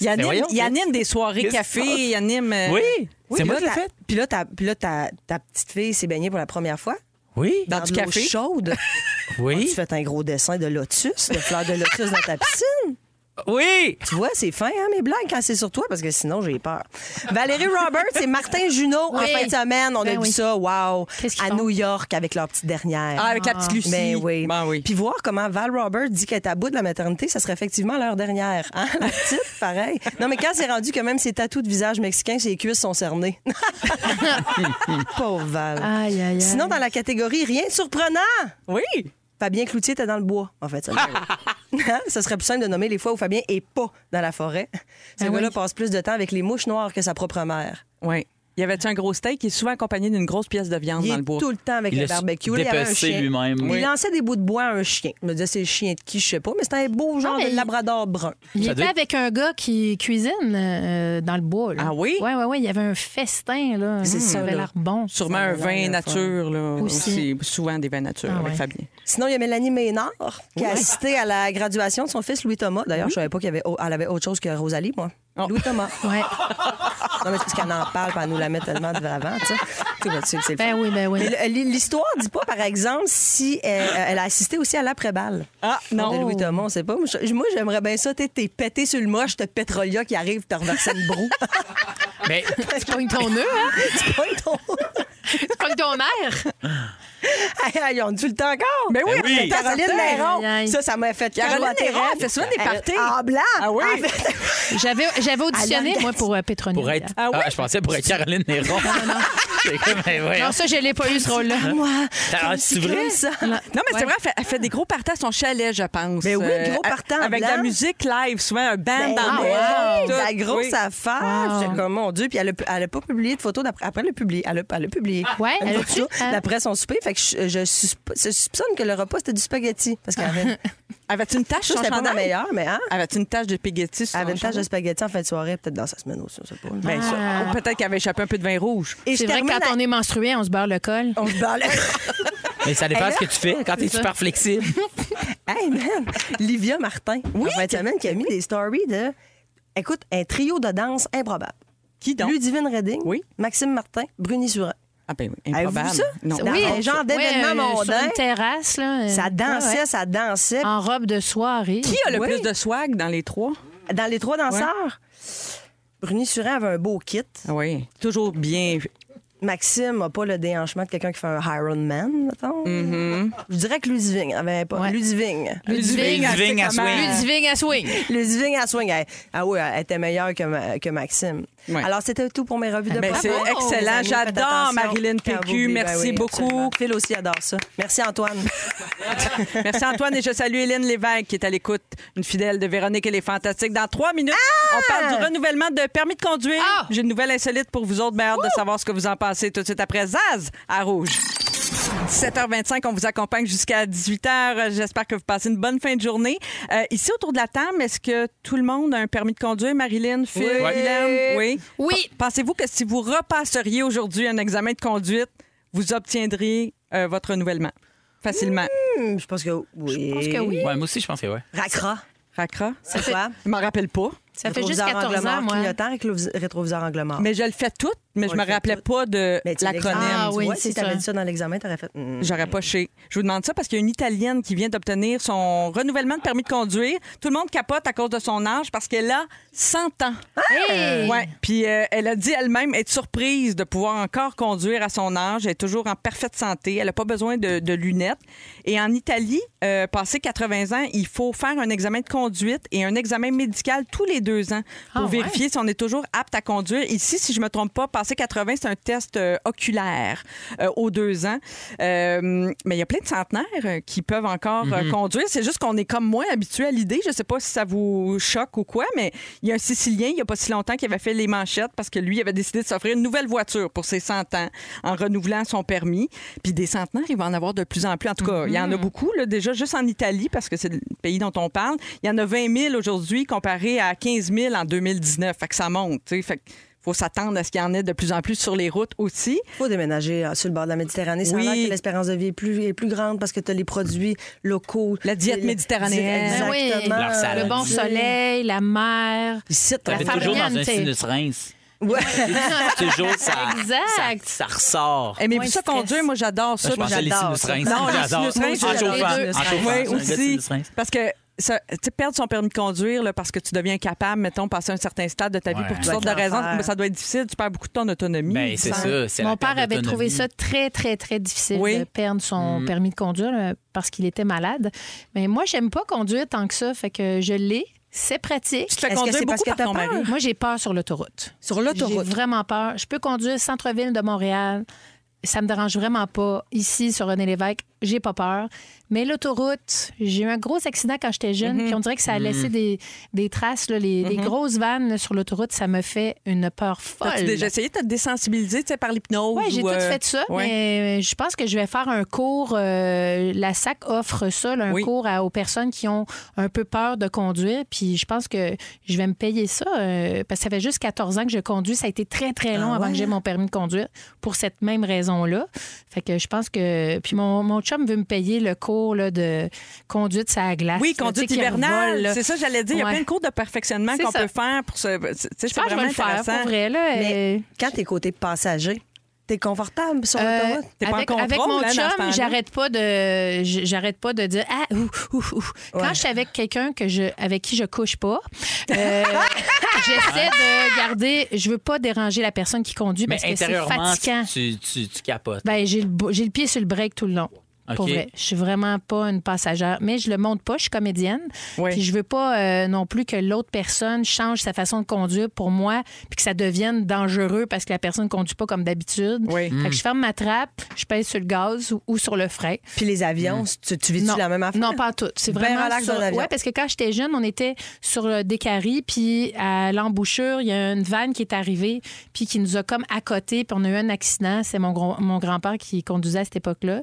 A: Il anime,
C: Ben voyons,
A: il anime des soirées
C: qu'est-ce qui
A: café,
C: se passe?
A: il anime... euh,
C: Oui.
B: Oui,
C: c'est
B: puis
C: moi
B: là,
C: qui l'ai
B: ta-
C: fait.
B: Puis là, ta, puis là, ta- ta petite fille s'est baignée pour la première fois.
C: Oui.
A: Dans du
B: de l'eau
A: café.
B: chaude. Tu
D: Hein?
C: Oui.
B: fais un gros dessin de lotus, de fleurs de lotus dans ta piscine.
C: Oui.
B: Tu vois, c'est fin, hein, mes blagues, quand c'est sur toi, parce que sinon, j'ai peur. Valérie Roberts et Martin Junot en
D: Oui.
B: fin de semaine. On a
D: Ben
B: vu
D: oui.
B: ça, wow,
D: Qu'est-ce qu'ils
B: à
D: font?
B: New York avec leur petite dernière.
A: Ah, avec la petite Lucie.
B: Ben oui.
A: Ben oui.
B: Puis voir comment Val Roberts dit qu'elle est à bout de la maternité, ça serait effectivement leur dernière. Hein, la petite, pareil. Non, mais quand c'est rendu que même ses tatous de visage mexicain, ses cuisses sont cernées. Pauvre Val.
D: aïe, aïe, aïe.
B: Sinon, dans la catégorie rien de surprenant.
A: Oui.
B: Fabien Cloutier était dans le bois, en fait. Ça, Ça serait plus simple de nommer les fois où Fabien est pas dans la forêt. Ce
D: Ah
B: gars-là
D: oui.
B: passe plus de temps avec les mouches noires que sa propre mère.
A: Oui. Il y avait un gros steak qui est souvent accompagné d'une grosse pièce de viande
B: Il
A: dans
B: est
A: le bois.
B: tout le temps avec
C: Il
B: le
C: a
B: barbecue. Il avait un
C: dépecé
B: chien.
C: lui-même.
B: Il
C: Oui.
B: lançait des bouts de bois à un chien. Je me disais, c'est le chien de qui, je sais pas, mais c'était un beau genre
D: Ah, mais
B: de
D: il-
B: labrador brun.
D: Il
C: Ça
D: était
C: doit-
D: avec un gars qui cuisine euh, dans le bois. là.
A: Ah oui?
D: Oui, oui, oui. Il y avait un festin, là.
B: C'est
D: Hum,
B: ça,
D: avait
B: là.
D: l'air bon.
A: Sûrement un vin nature, là, aussi.
D: Aussi.
A: Souvent des vins nature
D: Ah
A: avec
D: ouais.
A: Fabien.
B: Sinon, il y a Mélanie Ménard qui a assisté à la graduation de son fils Louis-Thomas. D'ailleurs, je savais pas qu'elle avait, au- elle avait autre chose que Rosalie, moi.
A: Oh.
B: Louis-Thomas.
D: Ouais.
B: Non, mais c'est parce qu'elle en parle, puis elle nous la met tellement de l'avant, tu sais. Tu vois, c'est- c'est le
D: Ben
B: fun.
D: oui, ben oui.
B: Mais le- euh, L'histoire dit pas, par exemple, si elle, elle a assisté aussi à l'après-balle.
A: Ah, non.
B: De ben, Louis Thomas, on sait pas. Moi, je- Moi, j'aimerais bien ça. T'es t'es pété sur le moche, t'as Petrolia qui arrive, t'as renversé une broue.
C: Mais
D: Tu pognes ton nœud, hein?
B: C'est pas une ton-
D: Tu pognes ton air.
B: Hey, Ils ont tout le temps encore.
A: Ben oui,
C: Ben oui.
A: elle était à
B: Caroline
A: Rotterdam.
B: Néron.
D: Aïe, aïe.
B: Ça, ça m'a fait
A: Caroline
B: carotter
A: Néron,
B: raide.
A: elle fait souvent des
B: Elle-
A: parties.
B: En blanc.
A: Ah oui?
B: Elle fait-
D: J'avais j'avais auditionné,
B: Alain
D: moi, pour euh, Petronilla.
C: pour être.
A: Ah oui?
C: je pensais pour être Caroline Néron. C'est comme, ben, mais ouais.
D: Non, ça, je l'ai pas eu, ce rôle-là.
B: Moi,
C: Ah,
B: comme
C: c'est
B: si euh,
C: vrai?
B: comme ça.
A: Non, mais c'est
D: Ouais.
A: vrai, elle fait, elle fait des gros parties à son chalet, je pense.
B: Ben oui,
A: Euh,
B: gros parties en
A: Avec de la
B: blanc.
A: musique live, souvent un band
B: Ben
A: dans le bois.
B: oui, la
A: ah, Tout,
B: grosse
A: oui. Ah.
B: affaire.
D: Wow.
B: J'étais comme, mon Dieu. Puis elle n'a pas publié de photos d'après- après, elle a publié. Elle a, elle a publié.
A: Ah.
D: Ouais,
B: Une
D: elle Euh. a
B: photo
D: tu- elle-
B: D'après son souper. Fait que je, je susp- je soupçonne que le repas, c'était du spaghetti. Parce qu'elle avait
A: Avais-tu une tache
B: Ça,
A: sur son
B: c'était pas la
A: chandail?
B: meilleure, mais hein?
A: Avais-tu une tache de spaghetti sur
B: Elle avait
A: son
B: une tache de Ben,
A: chandail? Ben,
B: spaghetti en fin de soirée, peut-être dans sa semaine aussi, on sait pas.
A: Bien sûr.
B: ah.
A: Ou peut-être qu'elle avait échappé un peu de vin rouge.
B: Et je
D: C'est vrai que
B: termine
D: quand
B: à-
D: on est menstrué, on se beurre le col.
B: On se parle.
C: Mais ça dépend ce que tu fais quand t'es super flexible.
B: hey, man! Livia Martin, oui? en fin de semaine, qui a mis des stories de... Écoute, un trio de danse improbable.
A: Qui donc?
B: Ludivine Redding,
A: Oui.
B: Maxime Martin, Bruni Surin.
A: Ah ben oui,
B: Avez-vous
A: improbable.
B: vu ça?
A: Non. Ah,
B: Dans un genre d'événement
D: ouais, euh,
B: mondain.
D: Sur une terrasse, là. euh,
B: Ça dansait,
D: ouais, Ah. ouais.
B: ça dansait.
D: En robe de soirée.
A: Qui a le
B: Oui.
A: plus de swag dans les trois?
B: Dans les trois danseurs, Bruni Surin avait un beau kit.
A: Ah oui, toujours bien.
B: Maxime n'a pas le déhanchement de quelqu'un qui fait un Iron Man, mettons. Je dirais que Ludivine avait pas.
D: Ouais.
B: Ludivine.
D: Ludivine,
C: Ludivine, Ludivine, à
D: comment-
C: swing.
D: Ludivine à swing.
B: Ludivine à swing. elle- ah oui, elle était meilleure que, Ma- que Maxime.
A: Ouais.
B: Alors, c'était tout pour mes revues de
A: Ben,
B: presse.
A: c'est
B: Bravo,
A: excellent.
B: mes amis, faites
A: J'adore
B: attention
A: Marilyn
B: quand
A: PQ.
B: vous oubliez.
A: Merci beaucoup.
B: absolument. Phil aussi adore ça. Merci, Antoine.
A: Merci Antoine et je salue Hélène Lévesque qui est à l'écoute, une fidèle de Véronique et les Fantastiques. Dans trois minutes,
B: Ah!
A: on parle du renouvellement de permis de conduire.
D: Ah!
A: J'ai une nouvelle insolite pour vous autres, mais hâte de savoir ce que vous en pensez tout de suite après Zaz à Rouge. 17h25, on vous accompagne jusqu'à 18h. J'espère que vous passez une bonne fin de journée. Euh, ici, autour de la table, est-ce que tout le monde a un permis de conduire? Marilyn, Phil,
C: Oui.
A: Hélène? Oui.
D: Oui.
A: P- Pensez-vous que si vous repasseriez aujourd'hui un examen de conduite, vous obtiendriez euh, votre renouvellement facilement?
B: Hum, je pense que oui.
D: Je pense que oui.
C: Ouais, moi aussi, je pense que ouais.
B: Racra,
A: Racra?
B: c'est
D: fait-
B: quoi?
A: Je m'en rappelle pas.
D: Ça fait juste
B: Rétroviseur
D: 14
B: angle
D: ans,
B: mort,
D: moi.
B: Clignotant avec le rétroviseur angle mort.
A: Ah. Mais je le fais tout, mais
B: On
A: je me
B: le fait
A: rappelais
B: tout.
A: pas de
B: Mais tu
A: l'acronyme.
B: l'examen,
D: Ah
B: tu
D: oui,
B: vois,
D: c'est
B: si t'avais
D: ça.
B: dit ça dans l'examen, t'aurais fait. hum.
A: J'aurais pas chez. Je vous demande ça parce qu'il y a une Italienne qui vient d'obtenir son renouvellement de permis de conduire. Tout le monde capote à cause de son âge parce qu'elle a 100 ans.
D: Hey!
A: Ouais. Puis euh, elle a dit elle-même être surprise de pouvoir encore conduire à son âge. Elle est toujours en parfaite santé. Elle n'a pas besoin de, de lunettes. Et en Italie, euh, passé 80 ans, il faut faire un examen de conduite et un examen médical tous les deux ans pour
D: Ah ouais?
A: vérifier si on est toujours apte à conduire. Ici, si je me trompe pas, passé 80, c'est un test euh, oculaire euh, aux deux ans. Euh, mais il y a plein de centenaires euh, qui peuvent encore euh,
D: Mm-hmm.
A: conduire. C'est juste qu'on est comme moins habitué à l'idée. Je sais pas si ça vous choque ou quoi, mais il y a un Sicilien, il n'y a pas si longtemps, qui avait fait les manchettes parce que lui avait décidé de s'offrir une nouvelle voiture pour ses 100 ans en renouvelant son permis. Puis des centenaires, il va en avoir de plus en plus. En tout cas, il y
D: Mm-hmm.
A: en a beaucoup, là, déjà, juste en Italie, parce que c'est le pays dont on parle. Il y en a 20 000 aujourd'hui comparé à 15 000 en 2019. Fait que ça monte. tu sais. Fait que faut s'attendre à ce qu'il y en ait de plus en plus sur les routes aussi.
B: faut déménager euh, sur le bord de la Méditerranée. Ça a
A: Oui.
B: l'air que l'espérance de vie est plus, est plus grande parce que tu as les produits locaux.
A: La diète
B: Les-
A: méditerranéenne.
D: Ben oui.
B: Exactement.
C: Leur salade.
D: Le bon
B: Oui.
D: soleil, la mer.
B: Ici,
D: La
B: t'as-
C: T'habites toujours dans un
D: farniente.
C: sinus rince.
B: Ouais.
C: toujours, ça,
D: Exact.
C: ça, ça ressort.
A: Aimez-vous
D: Moins
A: ça
D: de stress.
A: conduire? Euh, Moi, j'adore ça.
C: Ben, je pensais les
B: j'adore
C: sinus
B: ça.
C: rince.
A: Non, les
C: J'adore.
A: sinus
C: En
A: rince,
C: chauffant.
D: les deux.
C: En chauffant.
A: Oui,
C: c'est un gars de
A: aussi.
C: sinus rince.
A: Parce que ça- tu sais, perdre son permis de conduire là, parce que tu deviens capable, mettons, passer un certain stade de ta vie
C: Ouais.
A: pour toutes
C: Ça
A: sortes de
B: doit être
A: raisons,
B: l'enfer.
A: mais ça doit être difficile. Tu perds beaucoup de ton autonomie.
C: Ben, c'est ça. c'est
D: Ah, Mon
C: la perte
D: père avait trouvé
C: d'autonomie.
D: ça très, très, très difficile
A: Oui. Mm.
D: de perdre son permis de conduire là, parce qu'il était malade. Mais moi, j'aime pas conduire tant que ça. Fait que je l'ai. C'est pratique.
A: Tu te fais
B: Est-ce que
A: conduire
B: c'est parce
A: beaucoup par
B: que t'as
A: ton
B: peur?
A: mari.
D: Moi, j'ai peur sur l'autoroute.
B: Sur
D: J'ai
B: l'autoroute.
D: vraiment peur. Je peux conduire centre-ville de Montréal. Ça me dérange vraiment pas. Ici, sur René Lévesque, j'ai pas peur. Mais l'autoroute, j'ai eu un gros accident quand j'étais
A: Mm-hmm.
D: jeune, puis on dirait que ça a laissé des, des traces, là, les, les grosses vannes là, sur l'autoroute, ça me fait une peur
A: T'as-tu
D: folle.
A: déjà essayé de te désensibiliser tu sais, par l'hypnose?
D: Oui, j'ai
A: ou,
D: tout
A: euh,
D: fait ça,
A: ouais.
D: mais euh, je pense que je vais faire un cours. euh, la SAC offre ça, là, un
A: Oui.
D: cours à- aux personnes qui ont un peu peur de conduire. Puis je pense que je vais me payer ça euh, parce que ça fait juste 14 ans que je conduis. Ça a été très, très long
B: Ah
D: avant
B: ouais,
D: que j'ai
B: hein?
D: mon permis de conduire pour cette même raison-là. Fait que je pense que. Puis mon, mon chum veut me payer le cours là, de conduite sur la glace.
A: Oui,
D: là,
A: conduite
D: Ah, tu sais, qui revole,
A: hivernale.
D: là.
A: C'est ça, j'allais dire. Il y a
D: Ouais.
A: plein de cours de perfectionnement
D: C'est
A: qu'on
D: ça.
A: peut faire pour se. tu sais,
D: Je
A: c'est
D: pense que je vais
A: vraiment
D: le faire
A: intéressant.
D: pour vrai. Là,
B: Mais
D: euh,
B: quand t'es côté passager, t'es confortable sur
D: Euh,
B: l'autoroute?
A: T'es pas
D: avec,
A: en
D: avec
A: contrôle,
D: mon
A: là, dans ce temps-là.
D: chum, j'arrête pas de j- j'arrête pas de dire ah ouh, ouh, ouh.
B: Ouais.
D: Quand je suis avec quelqu'un que je avec qui je couche pas, euh, j'essaie de garder je veux pas déranger la personne qui conduit
C: Mais
D: parce que c'est
C: intérieurement,
D: fatigant.
C: tu, tu- tu capotes.
D: Ben, j'ai le bo- j'ai le pied sur le break tout le long. Pour
C: OK.
D: vrai, je suis vraiment pas une passagère, mais je le montre pas, je suis comédienne.
A: Oui.
D: Puis je veux pas euh, non plus que l'autre personne change sa façon de conduire pour moi, puis que ça devienne dangereux parce que la personne conduit pas comme d'habitude.
A: Oui.
D: Fait que je ferme ma trappe, je pèse sur le gaz ou, ou sur le frein.
B: Puis les avions, tu, tu vis-tu
D: Non,
B: la même affaire?
D: non, pas tout. C'est
B: Ben
D: vraiment
B: relax
D: sur-
B: dans l'avion.
D: Ouais, parce que quand j'étais jeune, on était sur le Décari, puis à l'embouchure, il y a une vanne qui est arrivée, puis qui nous a comme accotés, puis on a eu un accident. C'est mon, gros- mon grand-père qui conduisait à cette époque-là.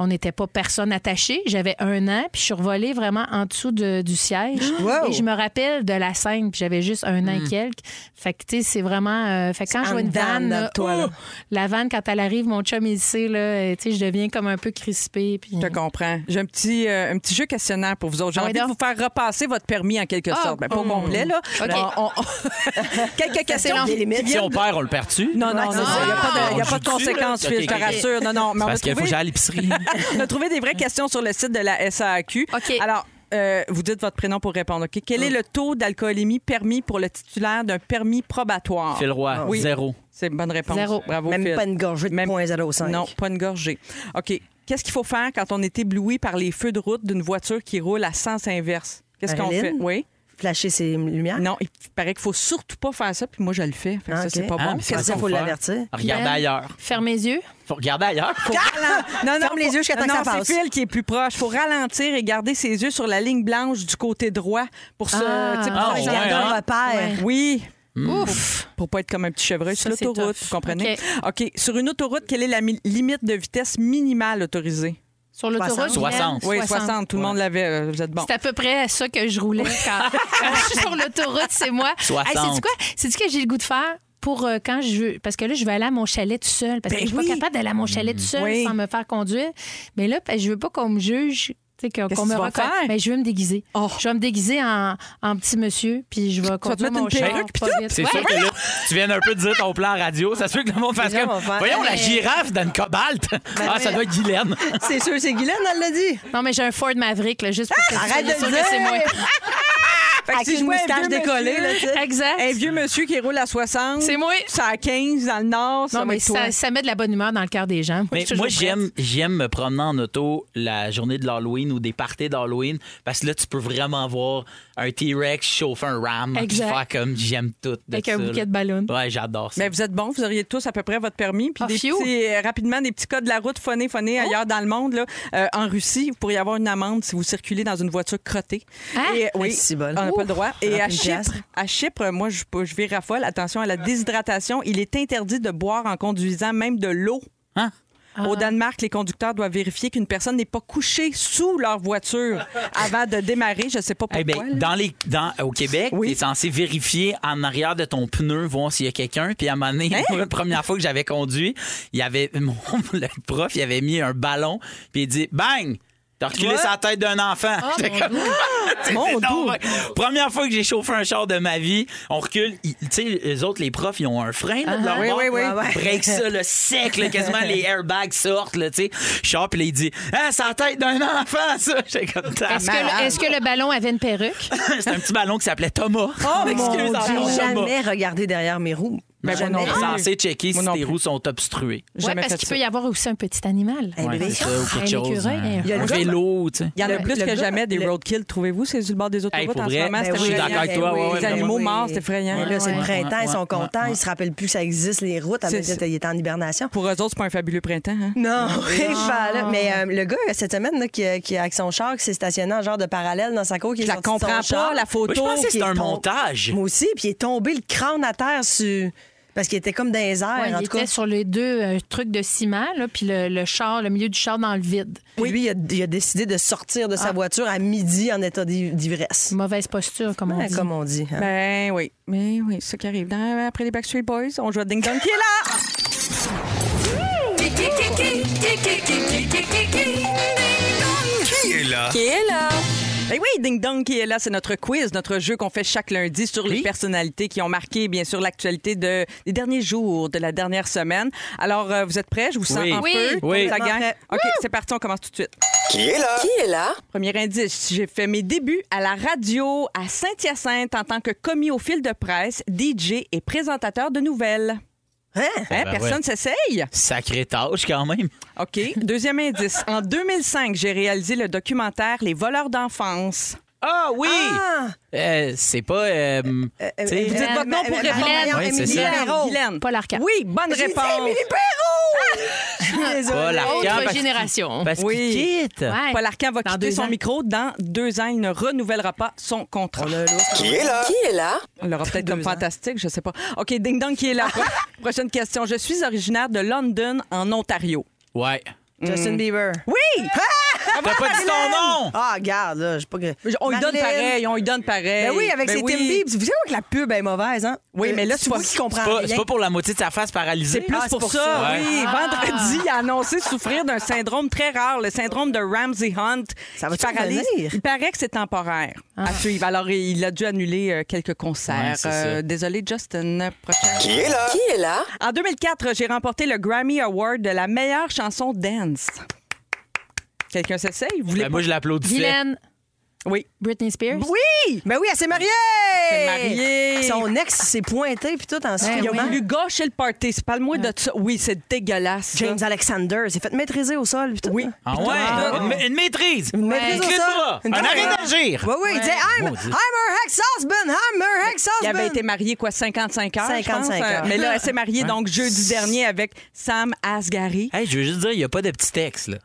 D: On n'était pas personne attachée. J'avais un an, puis je suis revolée vraiment en dessous de- du siège.
B: Wow! Hmm.
D: Et je me rappelle de la scène, puis j'avais juste un an et quelques. Fait que, tu sais, c'est vraiment... euh, fait que quand je
B: en
D: vois une
B: dedans
D: vanne,
B: de
D: là,
B: toi, là.
D: oh, la vanne, quand elle arrive, mon chum, il sait, là, euh, tu sais, je deviens comme un peu crispée, puis...
A: Je te comprends. J'ai un petit, euh, un petit jeu questionnaire pour vous autres. J'ai
D: Ah ouais,
A: envie de
D: donc.
A: vous faire repasser votre permis en quelque
D: Ah,
A: sorte. Ben, pas au
D: hum.
A: complet, là.
D: OK.
A: On- on- Quelques questions.
D: long.
A: qui-
B: Des limites.
A: qui
C: Si
A: viennent
C: on
A: de-
C: perd, on le perd-tu?
A: Non, non, c'est
D: non.
A: ça. Il n'y a pas de, il y a
C: Ah, On
A: pas de
C: joue dessus, là?
A: conséquences,
C: OK,
A: Phil, je
C: OK.
A: te rassure. Non, non, mais on va
C: Parce qu'il faut que
A: trouver-
C: j'aille à l'épicerie.
A: on a trouvé des vraies questions sur le site de la SAQ.
D: OK.
A: Alors, euh, vous dites votre prénom pour répondre. OK. Quel
B: Mm.
A: est le taux d'alcoolémie permis pour le titulaire d'un permis probatoire?
C: Phil Roy,
A: Ah Oui.
C: zéro.
A: C'est une bonne réponse.
D: Zéro.
A: Bravo,
B: Même
A: Phil.
B: pas une gorgée de
A: Même-
B: 0.05.
A: Non, pas une gorgée. OK. Qu'est-ce qu'il faut faire quand on est ébloui par les feux de route d'une voiture qui roule à sens inverse? Qu'est-ce qu'on fait?
B: Marilyn?
A: Oui.
B: Flasher ses lumières.
A: Non, il paraît qu'il faut surtout pas faire ça, puis moi, je le fais. Fait que
B: Ah,
A: Ça,
B: OK.
A: c'est pas
C: Ah,
A: bon.
C: mais
B: Qu'est-ce
C: ça,
B: qu'il faut l'avertir? Ah!
C: Regarde
D: Ben.
C: ailleurs.
D: Ferme mes yeux.
C: Faut regarder ailleurs.
A: Non, non,
B: Ferme les
A: faut-
B: yeux jusqu'à temps que
A: non,
B: ça passe.
A: C'est Phil qui est plus proche. faut ralentir et garder ses yeux sur la ligne blanche du côté droit pour se.
D: Ah.
A: tu sais, pour
C: Ah,
A: se-
C: ouais, Mm.
B: Garde
C: hein?
B: un repère.
D: Ouais.
A: Oui.
D: Ouf!
A: Pour pas être comme un petit chevreuil sur
D: Ça, c'est
A: l'autoroute,
D: tough.
A: vous comprenez? OK. Sur une autoroute, quelle est la mi- limite de vitesse minimale autorisée?
D: Sur l'autoroute.
C: 60.
A: Oui, 60. Tout le monde l'avait. euh, Vous êtes bon.
D: C'est à peu près à ça que je roulais quand, quand je suis sur l'autoroute, c'est moi.
C: 60.
D: c'est quoi? C'est ce que j'ai le goût de faire pour euh, quand je veux parce que là je vais aller à mon chalet tout seul parce que
A: Ben
D: je suis
A: oui.
D: pas capable d'aller à mon chalet tout
C: Mm.
D: seul
A: Oui.
D: sans me faire conduire. Mais là parce que je veux pas qu'on me juge. tu sais, Qu'on
A: Qu'est-ce
D: qu'on
A: que
D: me
A: tu vas
D: reconnaisse.
A: faire?
D: Mais je veux me déguiller.
A: Oh.
D: Je vais me déguiser en, en petit monsieur, puis je vais
A: vas te
D: conduire
A: mettre
D: mon
A: une
D: char
A: perruque, puis
D: pas
A: tout?
D: vite.
C: C'est
D: Ouais.
C: sûr que là, tu viens un peu de dire ton plan en radio. Ça se fait que le monde fasse
B: Les gens
C: comme.
B: vont faire,
C: Voyons, la
D: mais-
C: girafe dans une cobalt.
D: Ben
C: Ah, ça doit être Guylaine.
B: C'est sûr, c'est Guylaine, elle l'a dit.
D: Non, mais j'ai un Ford Maverick, là, juste pour
A: Ah!
D: que
B: Arrête
D: soyez
B: de
D: sûr
B: le
D: que c'est moi.
B: dire!
A: Fait que
B: À qui
A: si je
B: une
A: vois un
B: moustache
A: vieux
B: décollée,
A: monsieur-
B: là, tu sais.
D: Exact.
A: Un vieux monsieur qui roule à 60.
D: C'est moi.
A: Ça à 15 dans le nord. Ça
D: Non,
A: va
D: mais
A: être toi.
D: ça, ça met de la bonne humeur dans le cœur des gens. je
C: Mais
D: suis toujours
C: moi,
D: prête.
C: j'aime, j'aime me promener en auto la journée de l'Halloween ou des parties d'Halloween parce que là, tu peux vraiment voir un T-Rex chauffer un ram. puis
D: Exact.
C: Faire comme j'aime tout. de
D: Avec
C: ça,
D: un bouquet
C: là.
D: de ballons.
C: Ouais, j'adore ça.
A: Mais vous êtes bon, vous auriez tous à peu près votre permis. Puis
D: Ah, Oh.
A: des
D: phew.
A: petits- euh, rapidement, des petits codes de la route phonés, phonés ailleurs dans le monde. Là. Euh, en Russie, vous pourriez avoir une amende si vous circulez dans une voiture crottée.
D: Hein?
A: Et, euh, oui,
B: Ah, c'est bon.
A: on n'a pas le droit. Et
B: rentre
A: à
B: une
A: Chypre,
B: piastre.
A: à Chypre, moi, je, je vais raffole. Attention à la déshydratation. Il est interdit de boire en conduisant même de l'eau.
C: Hein?
D: Ah.
A: Au Danemark, les conducteurs doivent vérifier qu'une personne n'est pas couchée sous leur voiture avant de démarrer. Je ne sais pas pourquoi.
C: Eh ben,
A: là.
C: dans les, dans, au Québec,
A: Oui.
C: t'es censé vérifier en arrière de ton pneu, voir s'il y a quelqu'un. Puis à un moment donné,
A: Hein?
C: pour la première fois que j'avais conduit, il y avait mon le prof, il avait mis un ballon, puis il dit Bang! T'as reculé
A: Quoi?
C: sa tête d'un enfant. J'étais comme, Ah, C'est
A: Ah, Mon
C: énorme.
A: Dieu.
C: Première fois que j'ai chauffé un char de ma vie, on recule. Ils- Tu sais, les autres, les profs, ils ont un frein là, de leur
A: Ah, oui,
C: bord.
A: oui, oui.
C: Ils breakent ça, le sec, là, quasiment les airbags sortent, là, tu sais. Je sors, puis là, il dit Ah, c'est la tête d'un enfant, ça! J'étais comme
D: Est-ce que,
C: Tabarnak.
D: le- est-ce que le ballon avait une perruque?
C: C'est un petit ballon qui s'appelait Thomas.
A: Oh,
C: Excuse,
A: mon
C: enfant,
B: J'ai
C: Thomas.
B: jamais regardé derrière mes roues.
A: Ben, moi
C: on
A: non
C: est
A: plus.
C: censé checker
A: Moi
C: si
A: non
C: tes
A: plus.
C: roues sont obstruées.
D: Oui,
A: Jamais
D: parce
A: fait
D: qu'il
A: ça.
D: peut y avoir aussi un petit animal.
B: Un bébé.
C: Ouais, c'est ça, ou quelque
D: Un
C: chose. hein.
D: écureuil, hein.
C: Un,
D: un-
C: un
B: y a le gars-
C: vélo, tu sais.
A: Il y en a
D: Ouais.
A: plus
B: Le
A: que
B: gars-
A: jamais des
B: le-
A: roadkills, trouvez-vous, c'est sur le bord des
C: Hey,
A: autoroutes
C: pour
A: en
C: vrai,
A: ce
B: Ah,
A: moment.
C: ben
A: C'est
C: oui, je suis
A: effrayant.
C: d'accord avec toi, ouais, ouais,
A: Les animaux
B: ben oui.
A: morts, c'est effrayant.
B: Mais là, c'est le
D: Ouais,
B: printemps,
C: ouais,
B: ils sont
C: ouais,
B: contents,
C: ouais,
B: ils se rappellent plus que ça existe, les routes. Après,
A: C'est
B: il est en hibernation.
A: Pour eux autres, c'est pas un fabuleux printemps. hein?
B: Non, pas là. mais euh, le gars, cette semaine, là, qui, a- qui a- avec son char, qui s'est stationné en genre de parallèle dans sa cour, qui
A: Je
B: est
A: la
B: sorti de
A: comprends
B: son
A: pas,
B: char.
A: la photo.
C: Moi, je pensais que c'était
B: qui est
C: un
B: tom-
C: montage.
B: Moi aussi, puis il est tombé le crâne à terre sur... parce qu'il était comme dans les airs,
D: Ouais,
B: en
D: il
B: tout cas.
D: était sur les deux euh, trucs de ciment, là, puis le, le char, le milieu du char dans le vide.
B: Puis Lui, il a, il a décidé de sortir de sa voiture à midi en état d'i- d'ivresse.
D: Mauvaise posture, comme on
B: Ouais,
D: dit.
B: Comme on dit. hein.
A: Ben oui, mais oui, c'est ça qui arrive. Dans- après les Backstreet Boys, on joue à Ding Dong qui est là.
H: Qui est là?
A: Ben oui, Ding Dong qui est là, c'est notre quiz, notre jeu qu'on fait chaque lundi sur les personnalités qui ont marqué, bien sûr, l'actualité de, des derniers jours, de la dernière semaine. Alors, euh, vous êtes prêts? Je vous sens
C: Oui.
A: un
D: Oui.
A: peu.
C: Oui.
A: Ça gagne.
B: Prêt.
A: OK, c'est parti, on commence tout de suite.
H: Qui est là?
A: Premier indice, j'ai fait mes débuts à la radio à Saint-Hyacinthe en tant que commis au fil de presse, DJ et présentateur de nouvelles.
B: Hein?
H: Ah
A: Hein,
C: ben
A: personne
C: ouais.
A: s'essaye.
C: Sacré tâche quand même.
A: OK. Deuxième indice. En 2005, j'ai réalisé le documentaire Les voleurs d'enfance.
C: Ah oui!
B: Ah!
C: Euh, c'est pas. euh,
B: Euh,
C: tu sais,
B: vous dites votre nom pour
D: euh,
B: répondre.
C: Oui, c'est
B: Émilie
C: ça.
B: Perrault.
A: Guylaine.
D: Paul Arcand.
A: Oui, bonne
B: J'ai dit
A: réponse.
B: Émilie Perrault! Je suis désolée.
C: Paul Arcand.
D: Autre
C: parce-
D: génération.
C: Parce qu'il
A: Oui.
C: quitte.
D: Ouais.
A: Paul Arcand va
D: Dans
A: quitter
D: deux
A: son
D: ans.
A: micro dans deux ans. Il ne renouvellera pas son contrat.
B: On a un lot.
H: Qui est là?
A: On l'aura peut-être comme fantastique, je sais pas. OK, Ding Dong qui est là. Pro- Prochaine question. Je suis originaire de London, en Ontario.
C: Ouais.
B: Justin
A: Mm.
B: Bieber.
A: Oui!
C: T'as pas dit ton nom!
B: Ah, regarde, là, je sais pas que.
A: On lui donne
B: Madeleine.
A: pareil, on lui donne pareil.
B: Ben oui, avec ses Tim Biebs. Vous savez que la pub est mauvaise, hein?
A: Oui, mais là,
B: c'est
A: tu
B: toi
A: vois-
B: qui
C: C'est
B: comprends
C: pas,
B: rien.
C: c'est pas pour la moitié de sa face paralysée.
A: C'est plus
B: Ah, c'est
A: pour,
B: pour
A: ça.
B: ça.
A: Oui, vendredi, il a annoncé souffrir d'un syndrome très rare, le syndrome de Ramsey Hunt.
B: Ça va-tu
A: qui paralyse-
B: revenir?
A: Il paraît que c'est temporaire. À suivre. Alors, il a dû annuler euh, quelques
C: Ouais,
A: concerts. Euh,
C: c'est ça.
A: désolé, Justin. Prochaine.
H: Qui est là?
A: En 2004, j'ai remporté le Grammy Award de la meilleure chanson dance. Quelqu'un s'essaye? Vous voulez
C: Ben, moi, je l'applaudissais.
D: Guylaine.
A: Oui.
D: Britney Spears.
B: Oui! Ben oui, elle s'est mariée!
A: Elle s'est mariée.
B: Son ex s'est pointé, puis tout, ensuite.
D: Ben
A: Il
D: oui.
A: a voulu gâcher le party. C'est pas le moins de ça. Oui, c'est dégueulasse. ça.
B: James Alexander s'est fait maîtriser au sol, puis tout. hein.
A: Oui.
C: Ah ouais? Une, ma- une maîtrise!
B: Une maîtrise
C: Une
B: au
C: clé de
B: sol.
C: bras.
B: Une
C: Un
B: clé de
C: arrêt
B: bras.
C: d'agir!
B: Oui, oui, il disait I'm, I'm
C: Maudit.
B: her ex-husband, I'm her
A: Il
B: ex-husband.
A: avait été marié, quoi, 55 heures,
B: 55
A: je pense. euh,
B: heures.
A: Mais là, elle s'est mariée, donc, jeudi dernier avec Sam Asghari.
C: Hey, je veux juste dire, il n'y a pas de petit texte, là.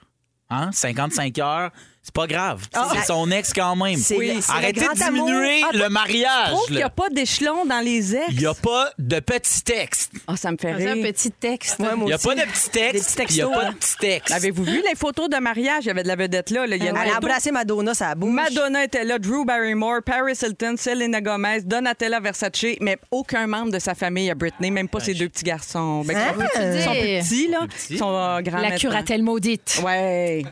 C: Hein? 55 heures, c'est pas grave. c'est son ex quand même.
B: Ah, C'est le- c'est le
C: Arrêtez
B: grand
C: de diminuer
B: amour. Ah,
C: le mariage.
A: Je trouve qu'il n'y
C: là.
A: a pas d'échelon dans les ex.
C: Il n'y a pas de petit texte.
A: Ah, ça me fait
D: Dans un
A: rire.
D: petit texte.
C: Il n'y a pas de petit texte.
B: petits
C: Il n'y a
B: textos,
C: pas
B: hein.
C: de petit texte.
A: Avez-vous vu les photos de mariage? Il y avait de la vedette là. là. Il y a une
B: Elle a
A: photo.
B: embrassé Madonna, ça bouge.
A: Madonna était là, Drew Barrymore, Paris Hilton, Selena Gomez, Donatella Versace, mais aucun membre de sa famille à Britney, même pas ses deux petits garçons. Ben,
B: Hein?
A: ils sont plus-
D: Tu
A: Ils sont plus
D: dis,
A: petits, là.
C: petits.
A: Ils sont euh, grands
D: La
A: maintenant.
D: curatelle maudite.
A: Ouais.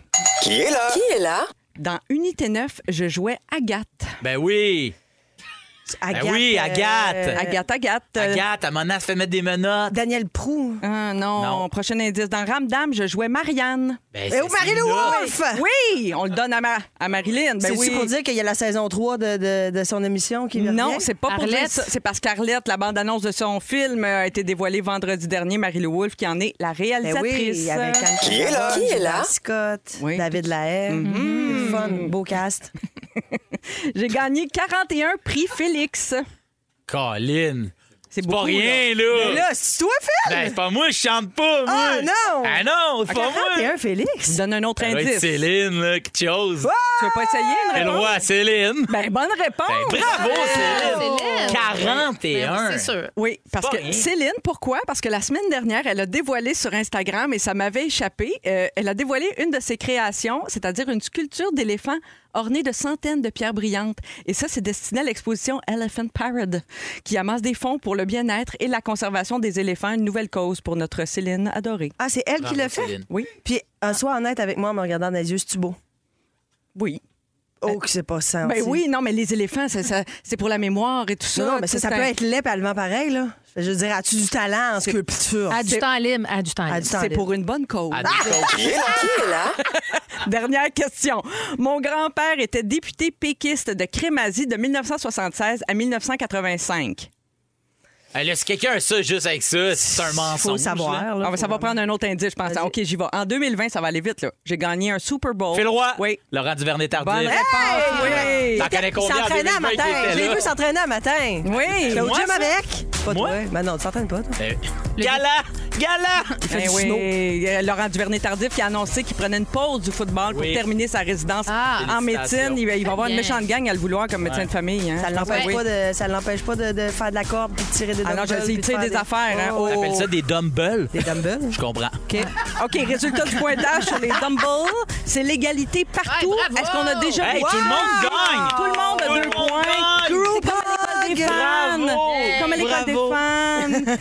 H: Qui est là?
A: Dans Unité 9, je jouais Agathe.
C: Ben oui.
B: Agathe,
C: ben oui,
B: euh,
C: Agathe.
A: Agathe, Agathe. euh,
C: Agathe, à menace, fait mettre des menottes.
B: Daniel Prou.
A: Ah, non.
C: Non.
A: prochain indice. Dans Ramdam, je jouais Marianne.
C: Ben,
B: Et au Marie-Lou Wolfe!
A: Oui, on le donne à, Ma- à Marilyn. Ben
B: C'est-tu
A: oui.
B: pour dire qu'il y a la saison 3 de, de, de son émission qui vient?
A: Non, c'est pas pour
D: Arlette.
A: dire ça. C'est parce qu'Arlette, la bande-annonce de son film, euh, a été dévoilée vendredi dernier. Marie-Lou Wolfe, qui en est la
B: Ben
A: réalisatrice.
B: oui, avec Anne
H: Qui est là?
B: Qui est là?
A: Oui.
B: David Lahaye. Mm-hmm. C'est Fun, beau cast.
A: J'ai gagné 41 prix Félix.
C: Colin.
A: C'est
C: Pas
A: beaucoup.
C: rien,
B: Mais
C: là.
B: là, c'est toi, Phil?
C: Ben, c'est pas moi, je chante pas, moi.
B: Ah, non!
C: Ah non, c'est pas
B: T'es
C: moi.
B: un Félix.
A: Je donne un autre
C: Ça doit être
A: indice. Tu
C: Céline, là, quelque chose.
A: veux pas essayer une
C: Elle
A: réponse?
C: roi à Céline.
A: Ben, bonne réponse.
C: Ben, bravo, Céline.
D: Oh, Céline.
C: 41.
D: Ben, C'est sûr.
A: Oui, parce
C: pas
A: que
C: rien.
A: Céline, pourquoi? Parce que la semaine dernière, elle a dévoilé sur Instagram, et ça m'avait échappé, euh, elle a dévoilé une de ses créations, c'est-à-dire une sculpture d'éléphant ornée de centaines de pierres brillantes. Et ça, c'est destiné à l'exposition Elephant Parade, qui amasse des fonds pour le bien-être et la conservation des éléphants, une nouvelle cause pour notre Céline adorée.
B: Ah, c'est elle qui l'a fait?
C: Céline.
A: Oui,
B: Puis, en soi, honnête avec moi en me regardant dans les yeux, c'est-tu beau?
A: oui.
B: Oh, que c'est pas senti.
A: Ben oui, non, mais les éléphants, ça- ça- c'est pour la mémoire et tout ça.
B: Non, non, mais
A: Tu
B: ça,
A: sais,
B: ça peut
A: c'est un-
B: être laid puis allemand pareil, là. Je veux dire, as-tu du talent en sculpture?
D: À du temps libre. À du temps
B: À
D: libre.
B: du temps
A: C'est
B: libre.
A: pour une bonne cause.
C: À Ah,
D: Ah!
C: des choses.
A: Dernière question. Mon grand-père était député péquiste de Crémazie de 1976 à 1985.
C: Hey, là, si quelqu'un a ça juste avec ça, c'est un mensonge.
B: Faut le savoir,
C: là.
B: Oh, là.
A: Ah, ben, ça va prendre un autre indice, je pense. Ah, OK, j'y vais. En 2020, ça va aller vite, là. J'ai gagné un Super Bowl.
C: Fais le roi.
A: Oui.
C: Laurent Euh,
A: Bonne
C: Duvernay-Tardif.
A: réponse.
C: T'en
A: oui.
C: connais
B: Il
C: combien en
B: s'entraînait à
C: 2020 qui
B: matin.
C: était
B: Je l'ai
C: là?
B: vu s'entraîner à matin.
A: Oui.
B: T'es au
C: Moi,
B: gym
C: ça?
B: avec? Pas
C: Moi?
B: toi. Ben non, tu t'entraînes pas, toi.
C: Euh, Gala! Gala!
A: Ben
B: du
A: oui.
B: snow.
A: Euh, Laurent Duvernay-Tardif qui a annoncé qu'il prenait une pause du football
C: Oui.
A: pour terminer sa résidence
D: Ah.
A: en
C: Félicitations.
A: médecine. Il, va- il va avoir une
D: Bien.
A: méchante gang à le vouloir comme médecin de famille. hein.
B: Ça
A: Je pense
B: l'empêche
A: que oui.
B: pas de, ça l'empêche pas de, de faire de la corde puis de tirer des
A: Ah non,
B: dumbbells.
A: je sais, il
B: puis de
A: tire
B: faire
A: des affaires, hein.
B: Ouais, ouais.
C: On appelle ça des dumbbells.
B: Des dumbbells.
C: Je comprends.
A: OK. OK, résultat du pointage sur les dumbbells, c'est l'égalité partout.
D: Ouais, bravo!
A: Est-ce qu'on a déjà
C: Hey, tout le monde gagne!
A: Tout le monde a
C: Tout le
A: deux
C: monde
A: points.
C: gagne!
A: C'est comme à l'école des fans.
C: Bravo!
A: Comme à l'école
C: Bravo!
A: des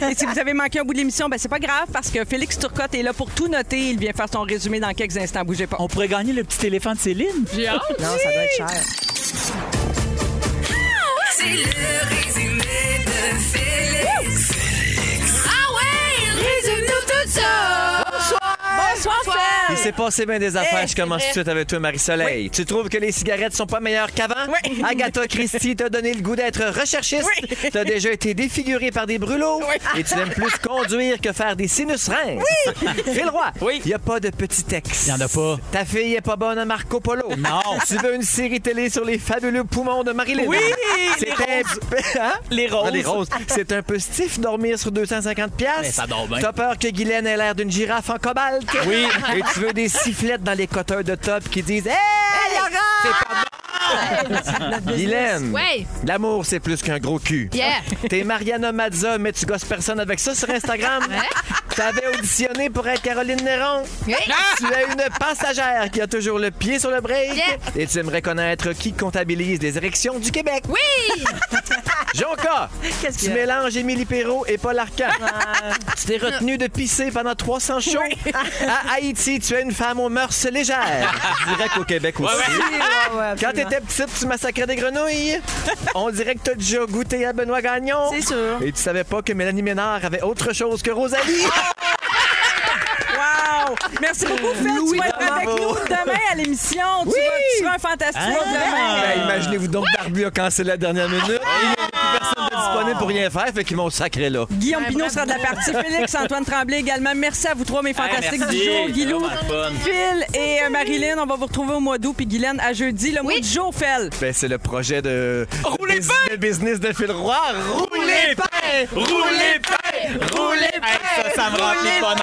A: fans. Et si vous avez manqué un bout de l'émission, ben c'est pas grave parce que Félix Turcotte est là pour tout noter. Il vient faire son résumé dans quelques instants. Bougez pas.
C: On pourrait gagner le petit éléphant de Céline.
D: J'ai
A: Oh,
D: hâte.
B: Non, ça doit être cher.
F: C'est le résumé de Félix. Ah ouais, résume-nous tout ça.
A: Bonsoir, Félix.
K: Il s'est passé bien des affaires. je commence tout de suite avec toi, Marie-Soleil. Tu trouves que les cigarettes sont pas meilleures qu'avant?
A: Oui.
K: Agatha Christie t'a donné le goût d'être recherchiste.
A: Oui.
K: T'as déjà été défiguré par des brûlots.
A: Oui.
K: Et tu aimes plus conduire que faire des sinus reins. Oui. le roi.
C: Oui.
K: Il n'y a pas de petit texte.
C: Y en a pas.
K: Ta fille est pas bonne à Marco Polo.
C: Non.
K: Tu veux une série télé sur les fabuleux poumons de Marilyn.
C: Oui.
K: C'est
C: Les
K: un... Hein?
C: Les roses.
K: Ah, les roses. C'est un peu stiff dormir sur 250 piastres.
C: Mais ça dort bien.
K: T'as peur que Guylaine ait l'air d'une girafe en cobalt. Oui. Et tu veux des sifflettes dans les coteurs de top qui disent Hey, Laurent! C'est pas bon! Guylaine,
D: Ouais.
K: l'amour, c'est plus qu'un gros cul.
D: Yeah.
K: T'es Mariana Mazza, mais tu gosses personne avec ça sur Instagram. T'avais auditionné pour être Caroline Néron.
D: Oui.
K: Tu es une passagère qui a toujours le pied sur le break.
D: Yeah.
K: Et tu aimerais connaître qui comptabilise les érections du Québec.
D: Oui.
K: Jonca, tu mélanges Émilie Perrault et Paul Arcand. tu t'es retenu de pisser pendant 300 shows. à Haïti, tu es une femme aux mœurs légères. Direct au Québec aussi. Quand t'étais petite, tu massacrais des grenouilles. On dirait que t'as déjà goûté à Benoît Gagnon.
B: C'est sûr.
K: Et tu savais pas que Mélanie Ménard avait autre chose que Rosalie.
B: Ah,
A: Wow! Merci beaucoup, Phil.
K: Louis
A: tu vas être avec
K: Bravo.
A: nous demain à l'émission. Tu, vas, tu seras un fantastique
C: Hein? Ah,
A: demain.
K: Ben, Imaginez-vous donc, Barbu a cancellé la dernière minute. Et il y a plus personne de disponible pour rien faire, fait qu'ils vont sacrer là.
A: Guillaume Pinot sera de la partie. Félix, Antoine Tremblay également. Merci à vous trois, mes fantastiques
C: merci.
A: du jour.
C: C'est
A: Guilou,
C: vraiment le fun.
A: Phil et euh, Marilyn, on va vous retrouver au mois d'août. Puis Guylaine, à jeudi, le mois du jour, Phil.
K: Ben, c'est le projet de,
C: Roulez
K: de, bus- de business de Phil Roy. Roulez pain!
C: Roulez pain! Roulez pain! Ça, ça me remplit de bonheur.